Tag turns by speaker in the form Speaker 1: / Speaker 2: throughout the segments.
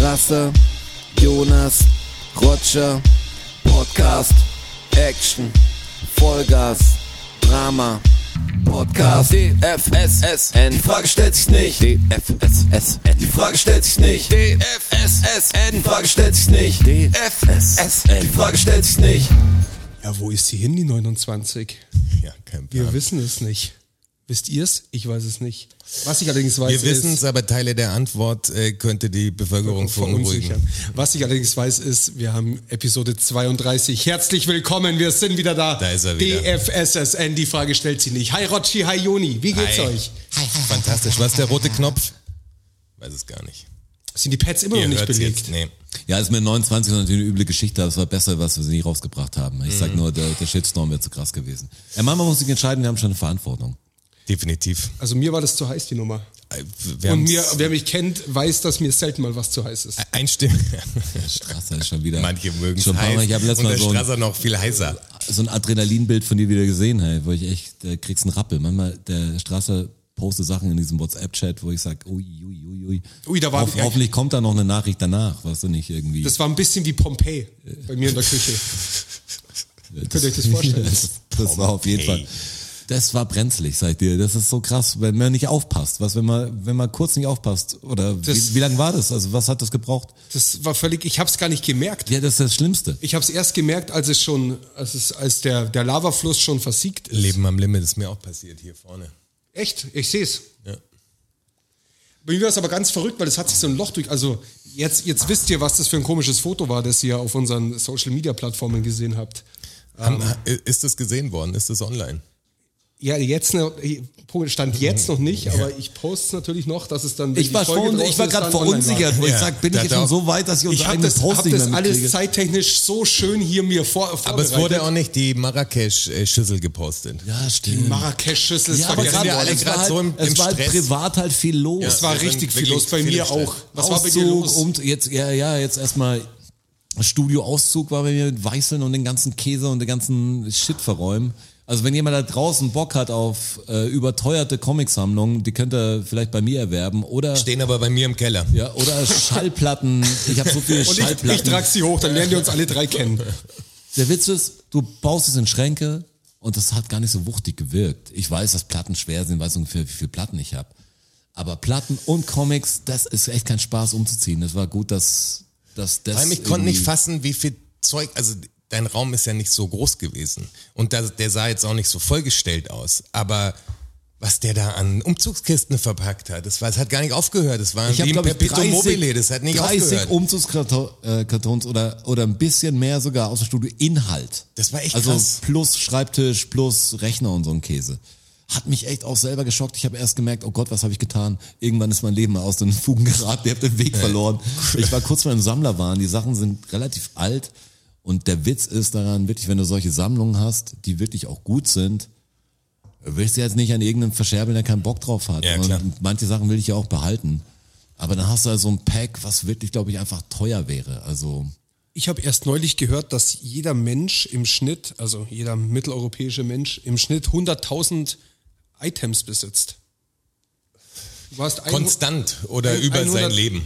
Speaker 1: Rasse, Jonas, Roger, Podcast, Action, Vollgas, Drama, Podcast, DFSSN, die Frage stellt sich nicht, DFSSN, die Frage stellt sich nicht, DFSSN, die Frage stellt sich nicht, DFSSN, die Frage stellt sich nicht.
Speaker 2: Ja, Äh, wo ist sie hin, die 29?
Speaker 3: Ja, kein
Speaker 2: Wir
Speaker 3: Plan.
Speaker 2: wissen es nicht. Wisst ihr es? Ich weiß es nicht. Was ich allerdings weiß,
Speaker 3: Wir wissen es,
Speaker 2: ist,
Speaker 3: aber Teile der Antwort äh, könnte die Bevölkerung verunruhigen.
Speaker 2: verunsichern. Was ich allerdings weiß, ist, wir haben Episode 32. Herzlich willkommen, wir sind wieder da.
Speaker 3: Da ist er wieder.
Speaker 2: DFSSN, die Frage stellt sie nicht. Hi Rotschi, hi Joni, wie geht's
Speaker 3: Hi.
Speaker 2: euch?
Speaker 3: Fantastisch. Was ist der rote Knopf? Weiß es gar nicht.
Speaker 2: Sind die Pads immer
Speaker 3: Ihr
Speaker 2: noch nicht
Speaker 3: hört es
Speaker 2: belegt?
Speaker 3: jetzt. Nee.
Speaker 4: Ja, ist mit 29 natürlich eine üble Geschichte, aber es war besser, was wir sie nicht rausgebracht haben. Ich
Speaker 3: Mhm.
Speaker 4: sag nur, der, der Shitstorm wäre zu krass gewesen. Ja, manchmal muss sich entscheiden, wir haben schon eine Verantwortung.
Speaker 3: Definitiv.
Speaker 2: Also mir war das zu heiß, die Nummer.
Speaker 3: Äh, Wir
Speaker 2: Und
Speaker 3: haben's-
Speaker 2: mir, wer mich kennt, weiß, dass mir selten mal was zu heiß ist.
Speaker 3: Einstimmen.
Speaker 4: Strasser ist schon wieder.
Speaker 3: Manche mögen es
Speaker 4: schon ein paar Mal-
Speaker 3: heiß.
Speaker 4: Ich habe letztes
Speaker 3: und
Speaker 4: Mal
Speaker 3: der
Speaker 4: so ein,
Speaker 3: Strasser noch viel heißer.
Speaker 4: so ein Adrenalinbild von dir wieder gesehen, hey, wo ich echt, da kriegst einen Rappel. Manchmal, der Strasser postet Sachen in diesem WhatsApp-Chat, wo ich sag, ui, ui, ui, ui.
Speaker 2: Ui, da war- ja, ich-
Speaker 4: Hoffentlich kommt da noch eine Nachricht danach, weißt du nicht irgendwie.
Speaker 2: Das war ein bisschen wie Pompeii bei mir in der Küche.
Speaker 3: Äh.
Speaker 2: Könnt ihr euch das vorstellen?
Speaker 4: Das, das war auf jeden Fall. Das war brenzlig, sag ich dir. Das ist so krass, wenn man nicht aufpasst. Was, wenn man, wenn man kurz nicht aufpasst? Oder
Speaker 2: Das-
Speaker 4: wie, wie lange war das? Also was hat das gebraucht?
Speaker 2: Das war völlig, ich habe es gar nicht gemerkt.
Speaker 4: Ja, das ist das Schlimmste.
Speaker 2: Ich habe es erst gemerkt, als es schon, als es, als der, der Lavafluss schon versiegt ist.
Speaker 3: Leben am Limit ist mir auch passiert hier vorne.
Speaker 2: Echt, ich sehe es.
Speaker 3: Ja.
Speaker 2: Bei mir war es aber ganz verrückt, weil es hat sich so ein Loch durch. Also jetzt, jetzt wisst ihr, was das für ein komisches Foto war, das ihr auf unseren Social Media Plattformen gesehen habt.
Speaker 3: Haben, ist das gesehen worden? Ist das online?
Speaker 2: Ah. Ja, jetzt noch- stand jetzt noch nicht, aber ich poste es natürlich noch, dass es dann. wenn
Speaker 4: Ich
Speaker 2: die
Speaker 4: war,
Speaker 2: Folge
Speaker 4: schon,
Speaker 2: draußen
Speaker 4: ich war
Speaker 2: ist,
Speaker 4: gerade
Speaker 2: dann online
Speaker 4: verunsichert, wo ich
Speaker 3: Ja.
Speaker 4: sag, bin
Speaker 3: Da
Speaker 4: ich jetzt
Speaker 3: hat er
Speaker 4: schon
Speaker 3: auch-
Speaker 4: so weit, dass ich
Speaker 2: Ich
Speaker 4: unsere
Speaker 2: habe
Speaker 4: eigene
Speaker 2: das, hab
Speaker 4: Post nicht mehr
Speaker 2: das alles
Speaker 4: mitkriege?
Speaker 2: zeittechnisch so schön hier mir vor, vorbereitet.
Speaker 3: Aber es wurde auch nicht die Marrakesch-Schüssel gepostet.
Speaker 4: Ja, stimmt.
Speaker 2: Marrakesch-Schüssel ist
Speaker 4: ja, aber
Speaker 3: wir sind
Speaker 2: vergessen.
Speaker 4: gerade,
Speaker 3: ja alle
Speaker 4: es
Speaker 3: grad
Speaker 4: war halt,
Speaker 3: so im-
Speaker 4: es
Speaker 3: im
Speaker 4: war halt
Speaker 3: Stress.
Speaker 4: privat halt viel los.
Speaker 2: Es war
Speaker 3: wir sind
Speaker 2: richtig viel
Speaker 3: wirklich
Speaker 2: los, bei
Speaker 3: viele
Speaker 2: mir
Speaker 3: Stellen.
Speaker 2: auch. Was war bei dir los?
Speaker 4: und jetzt, ja, ja, jetzt erstmal Studioauszug war bei mir mit Weißeln und den ganzen Käse und den ganzen Shit verräumen. Also wenn jemand da draußen Bock hat auf äh, überteuerte Comicsammlungen, die könnt ihr vielleicht bei mir erwerben oder
Speaker 3: Stehen aber bei mir im Keller.
Speaker 4: ja, oder Schallplatten. Ich habe so viele
Speaker 2: Und ich, ich
Speaker 4: Schallplatten.
Speaker 2: trage sie hoch, dann lernen wir uns alle drei kennen.
Speaker 4: Der Witz ist, du baust es in Schränke und das hat gar nicht so wuchtig gewirkt. Ich weiß, dass Platten schwer sind, weiß ungefähr, wie viele Platten ich habe. Aber Platten und Comics, das ist echt kein Spaß umzuziehen. Das war gut, dass, dass das.
Speaker 3: Vor allem, ich konnte nicht
Speaker 4: irgendwie-
Speaker 3: fassen, wie viel Zeug, also dein Raum ist ja nicht so groß gewesen. Und das, der sah jetzt auch nicht so vollgestellt aus. Aber was der da an Umzugskisten verpackt hat, das, war, das hat gar nicht aufgehört. Das war
Speaker 4: Ich habe
Speaker 3: wie ein
Speaker 4: glaube ich
Speaker 3: Perpetuum
Speaker 4: 30,
Speaker 3: mobile, das hat nicht
Speaker 4: 30
Speaker 3: aufgehört.
Speaker 2: um
Speaker 4: Umzugskartons oder äh, oder ein bisschen mehr sogar aus dem Studio Inhalt.
Speaker 3: Das war echt
Speaker 4: also
Speaker 3: krass.
Speaker 4: plus Schreibtisch, plus Rechner und so ein Käse. Hat mich echt auch selber geschockt. Ich habe erst gemerkt, oh Gott, was habe ich getan? Irgendwann ist mein Leben mal aus den Fugen geraten. Ich habe den
Speaker 3: Äh.
Speaker 4: Weg verloren. Ich war kurz vor einem Sammlerwahn. Die Sachen sind relativ alt. Und der Witz ist daran, wirklich, wenn du solche Sammlungen hast, die wirklich auch gut sind, willst du jetzt nicht an irgendeinen verscherbeln, der keinen Bock drauf hat.
Speaker 3: Ja,
Speaker 4: Und
Speaker 3: klar.
Speaker 4: manche Sachen will ich ja auch behalten. Aber dann hast du halt so ein Pack, was wirklich, glaube ich, einfach teuer wäre. Also,
Speaker 2: Ich habe erst neulich gehört, dass jeder Mensch im Schnitt, also jeder mitteleuropäische Mensch, im Schnitt 100.000 Items besitzt. Du warst ein,
Speaker 3: Konstant oder
Speaker 2: ein-
Speaker 3: über
Speaker 2: 100
Speaker 3: sein Leben.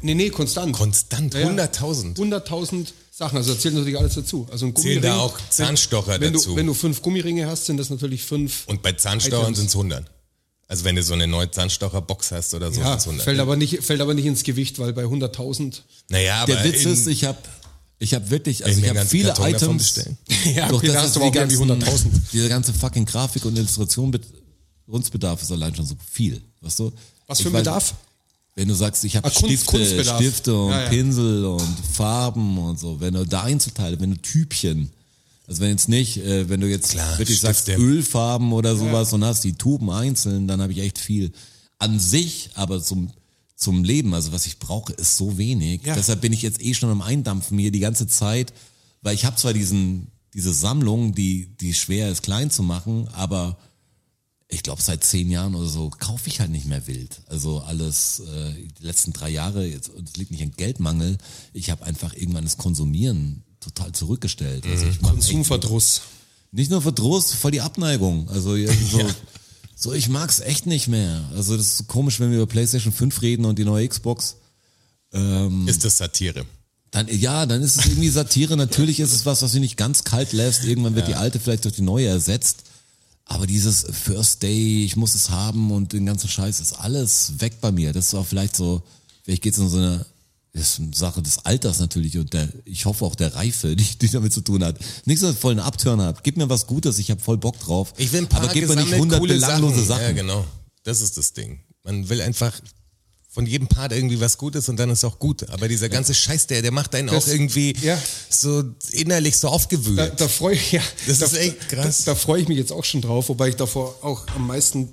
Speaker 2: Nee, nee, konstant.
Speaker 3: Konstant,
Speaker 2: Ja, ja.
Speaker 3: 100.000.
Speaker 2: 100.000 Sachen, also da zählt natürlich alles dazu. Also ein
Speaker 3: Zählen
Speaker 2: Gummiring,
Speaker 3: da auch Zahnstocher
Speaker 2: wenn,
Speaker 3: dazu.
Speaker 2: Du, wenn du fünf Gummiringe hast, sind das natürlich fünf.
Speaker 3: Und bei Zahnstochern
Speaker 2: Items.
Speaker 3: sind es 100. Also wenn du so eine neue Zahnstocherbox hast oder so,
Speaker 2: ja,
Speaker 3: sind es
Speaker 2: fällt
Speaker 3: 100.
Speaker 2: aber, nicht, fällt aber nicht ins Gewicht, weil bei 100.000
Speaker 3: Naja, aber
Speaker 2: Äh,
Speaker 4: der Witz
Speaker 3: in,
Speaker 4: ist, ich habe ich hab wirklich, also
Speaker 3: mir
Speaker 4: ich
Speaker 3: einen
Speaker 4: habe
Speaker 3: ganzen
Speaker 4: viele
Speaker 3: Karton davon
Speaker 4: Items.
Speaker 3: bestellen.
Speaker 2: Ja, okay, da hast
Speaker 4: es
Speaker 2: du aber auch irgendwie 100.000.
Speaker 4: Diese ganze fucking Grafik und Illustration mit Kunstbedarf ist allein schon so viel. Weißt du?
Speaker 2: Was
Speaker 4: Ich
Speaker 2: für ein
Speaker 4: weiß-
Speaker 2: Bedarf?
Speaker 4: Wenn du sagst, ich habe
Speaker 2: Ah, Kunst-
Speaker 4: Stifte,
Speaker 2: Kunstbedarf.
Speaker 4: Stifte und
Speaker 2: Ja, ja.
Speaker 4: Pinsel und Farben und so, wenn du da Einzelteile, wenn du Typchen, also wenn jetzt nicht, äh, wenn du jetzt
Speaker 3: Klar,
Speaker 4: wirklich sagst
Speaker 3: Stifte.
Speaker 4: Ölfarben oder sowas und hast die Tuben einzeln, dann habe ich echt viel an sich, aber zum zum Leben, also was ich brauche, ist so wenig.
Speaker 2: Ja.
Speaker 4: Deshalb bin ich jetzt eh schon am Eindampfen hier die ganze Zeit, weil ich habe zwar diesen diese Sammlung, die die schwer ist klein zu machen, aber ich glaube, seit zehn Jahren oder so kaufe ich halt nicht mehr wild. Also alles, äh, die letzten drei Jahre, jetzt, und es liegt nicht an Geldmangel, ich habe einfach irgendwann das Konsumieren total zurückgestellt. Also ich mach echt,
Speaker 2: Konsumverdruss.
Speaker 4: nicht nur Verdruss, voll die Abneigung. Also ja, so, so, ich mag's echt nicht mehr. Also das ist so komisch, wenn wir über PlayStation 5 reden und die neue Xbox.
Speaker 3: Ist das Satire?
Speaker 4: Dann, ja, dann ist es irgendwie Satire. Natürlich ist es was, was sie nicht ganz kalt lässt. Irgendwann wird die alte vielleicht durch die neue ersetzt. Aber dieses First Day, ich muss es haben und den ganzen Scheiß ist alles weg bei mir. Das ist auch vielleicht so, vielleicht geht es um so eine das ist eine Sache des Alters natürlich und der, ich hoffe auch der Reife, die, die damit zu tun hat. Nichts, was voll einen Abturner hat. Gib mir was Gutes, ich habe voll Bock drauf.
Speaker 3: Ich will ein paar
Speaker 4: Aber gib mir nicht
Speaker 3: gesammelt
Speaker 4: 100
Speaker 3: coole
Speaker 4: belanglose Sachen.
Speaker 3: Ja, genau. Das ist das Ding. Man will einfach von jedem Part irgendwie was Gutes und dann ist auch gut. Aber dieser ganze Scheiß, der, der macht einen
Speaker 2: Das-
Speaker 3: auch irgendwie
Speaker 2: ja.
Speaker 3: so innerlich so aufgewühlt.
Speaker 2: Da, da freue ich, ja,
Speaker 3: Das
Speaker 2: da,
Speaker 3: ist echt krass.
Speaker 2: Da, da freue ich mich jetzt auch schon drauf, wobei ich davor auch am meisten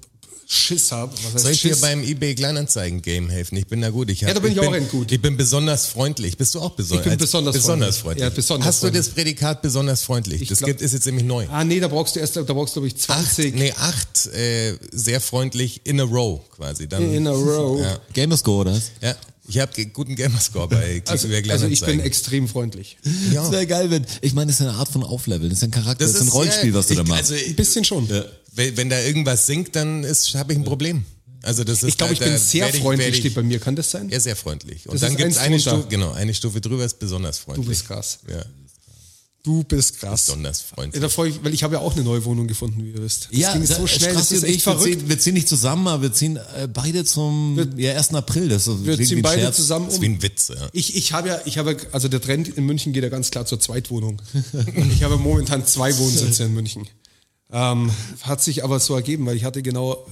Speaker 2: Schiss habe. Was heißt
Speaker 3: Soll ich dir
Speaker 2: Schiss?
Speaker 3: beim eBay Kleinanzeigen Game helfen? Ich bin da gut. Ich hab,
Speaker 2: Ja, da bin ich auch
Speaker 3: bin,
Speaker 2: echt gut.
Speaker 3: Ich bin besonders freundlich. Bist du auch besonders?
Speaker 2: Ich bin besonders
Speaker 3: besonders
Speaker 2: freundlich.
Speaker 3: freundlich.
Speaker 2: Ja, besonders
Speaker 3: Hast du
Speaker 2: freundlich.
Speaker 3: das Prädikat besonders freundlich? das
Speaker 2: glaub-
Speaker 3: gibt ist jetzt nämlich neu.
Speaker 2: ah, nee, da brauchst du erst, da brauchst du, glaube ich,
Speaker 3: Acht,
Speaker 2: 20
Speaker 3: nee, acht äh, sehr freundlich in a row quasi. Dann,
Speaker 2: in a row.
Speaker 3: Ja.
Speaker 4: Gamerscore, oder? was?
Speaker 3: Ja, ich habe guten Gamerscore bei
Speaker 2: Also,
Speaker 3: Klicks über
Speaker 2: also ich bin
Speaker 3: Kleinanzeigen.
Speaker 2: extrem freundlich.
Speaker 3: Genau.
Speaker 4: Das wäre geil, wenn. Ich meine, das ist ja eine Art von Aufleveln, das ist ja ein Charakter, das, ist ein Rollenspiel,
Speaker 3: ja,
Speaker 4: was du da
Speaker 3: ich-
Speaker 4: machst.
Speaker 3: Also,
Speaker 2: Ein bisschen schon.
Speaker 3: wenn, wenn da irgendwas sinkt, dann habe ich ein Problem. Also das ist
Speaker 2: Ich glaube, ich
Speaker 3: da- da
Speaker 2: bin sehr
Speaker 3: werd ich-
Speaker 2: freundlich,
Speaker 3: werd ich-
Speaker 2: steht bei mir. Kann das sein?
Speaker 3: Ja, sehr freundlich. Und
Speaker 2: Das
Speaker 3: dann
Speaker 2: ist
Speaker 3: gibt es
Speaker 2: eins
Speaker 3: eine
Speaker 2: drunter.
Speaker 3: Stufe, genau, eine Stufe drüber ist besonders freundlich.
Speaker 2: Du bist krass.
Speaker 3: Ja,
Speaker 2: Du bist krass.
Speaker 3: besonders
Speaker 2: Ja,
Speaker 3: freundlich.
Speaker 2: da freue ich, weil ich habe ja auch eine neue Wohnung gefunden, wie ihr wisst. Das ging
Speaker 4: da-
Speaker 2: so schnell, das
Speaker 4: Strassi
Speaker 2: ist
Speaker 4: und
Speaker 2: echt
Speaker 4: ich, wir
Speaker 2: verrückt.
Speaker 4: Ziehen, wir ziehen nicht zusammen, aber wir ziehen äh, beide zum ja, 1. April. Das so
Speaker 2: Wir
Speaker 4: klingt wie
Speaker 2: ziehen
Speaker 4: ein
Speaker 2: beide
Speaker 4: Scherz.
Speaker 2: zusammen
Speaker 3: Das ist wie
Speaker 2: um.
Speaker 3: ein Witz. Ja.
Speaker 2: Ich, ich habe ja, ich habe, also der Trend in München geht ja ganz klar zur Zweitwohnung. ich habe momentan zwei Wohnsitze in München. Ähm, hat sich aber so ergeben, weil ich hatte genau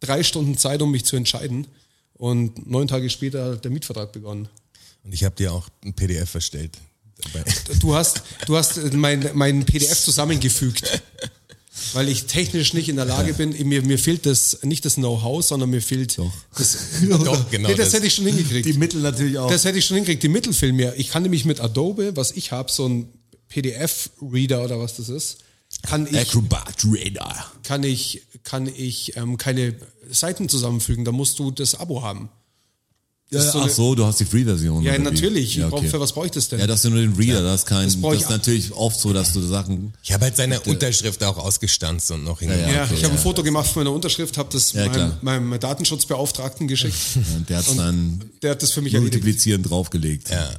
Speaker 2: drei Stunden Zeit, um mich zu entscheiden. Und neun Tage später hat der Mietvertrag begonnen.
Speaker 3: Und ich habe dir auch ein PDF verstellt. Dabei.
Speaker 2: Du hast, du hast mein, mein PDF zusammengefügt, weil ich technisch nicht in der Lage bin. Mir, mir fehlt das nicht das Know-how, sondern mir fehlt das.
Speaker 3: Doch, genau
Speaker 2: nee, das,
Speaker 3: das.
Speaker 2: hätte ich schon hingekriegt.
Speaker 4: Die Mittel natürlich auch.
Speaker 2: das hätte ich schon hingekriegt. Die Mittel fehlen mir. Ich kann nämlich mit Adobe, was ich habe, so ein PDF-Reader oder was das ist, kann
Speaker 4: Äh,
Speaker 2: ich
Speaker 4: Acrobat Radar.
Speaker 2: kann ich, kann ich ähm, keine Seiten zusammenfügen. Da musst du das Abo haben.
Speaker 4: Ja,
Speaker 2: ist so
Speaker 4: ach
Speaker 2: eine-
Speaker 4: so, du hast die Free-Version.
Speaker 2: Ja,
Speaker 4: oder wie?
Speaker 2: natürlich.
Speaker 4: Ja,
Speaker 2: Ich brauch-
Speaker 4: okay.
Speaker 2: Für was brauche ich das denn?
Speaker 4: ja, das ist ja nur den Reader, das ist kein. Das,
Speaker 2: Das brauch ich
Speaker 4: ist
Speaker 2: ab-
Speaker 4: natürlich oft so, dass du Sachen.
Speaker 3: Ich habe halt seine Unterschrift auch ausgestanzt und noch hingegangen.
Speaker 2: Ja,
Speaker 4: okay,
Speaker 2: ich habe
Speaker 4: ja.
Speaker 2: ein Foto gemacht von meiner Unterschrift, habe das
Speaker 4: Ja, klar.
Speaker 2: meinem, meinem Datenschutzbeauftragten geschickt.
Speaker 4: Und der hat es dann
Speaker 2: Der hat das für mich erledigt.
Speaker 4: multiplizierend draufgelegt.
Speaker 3: Ja.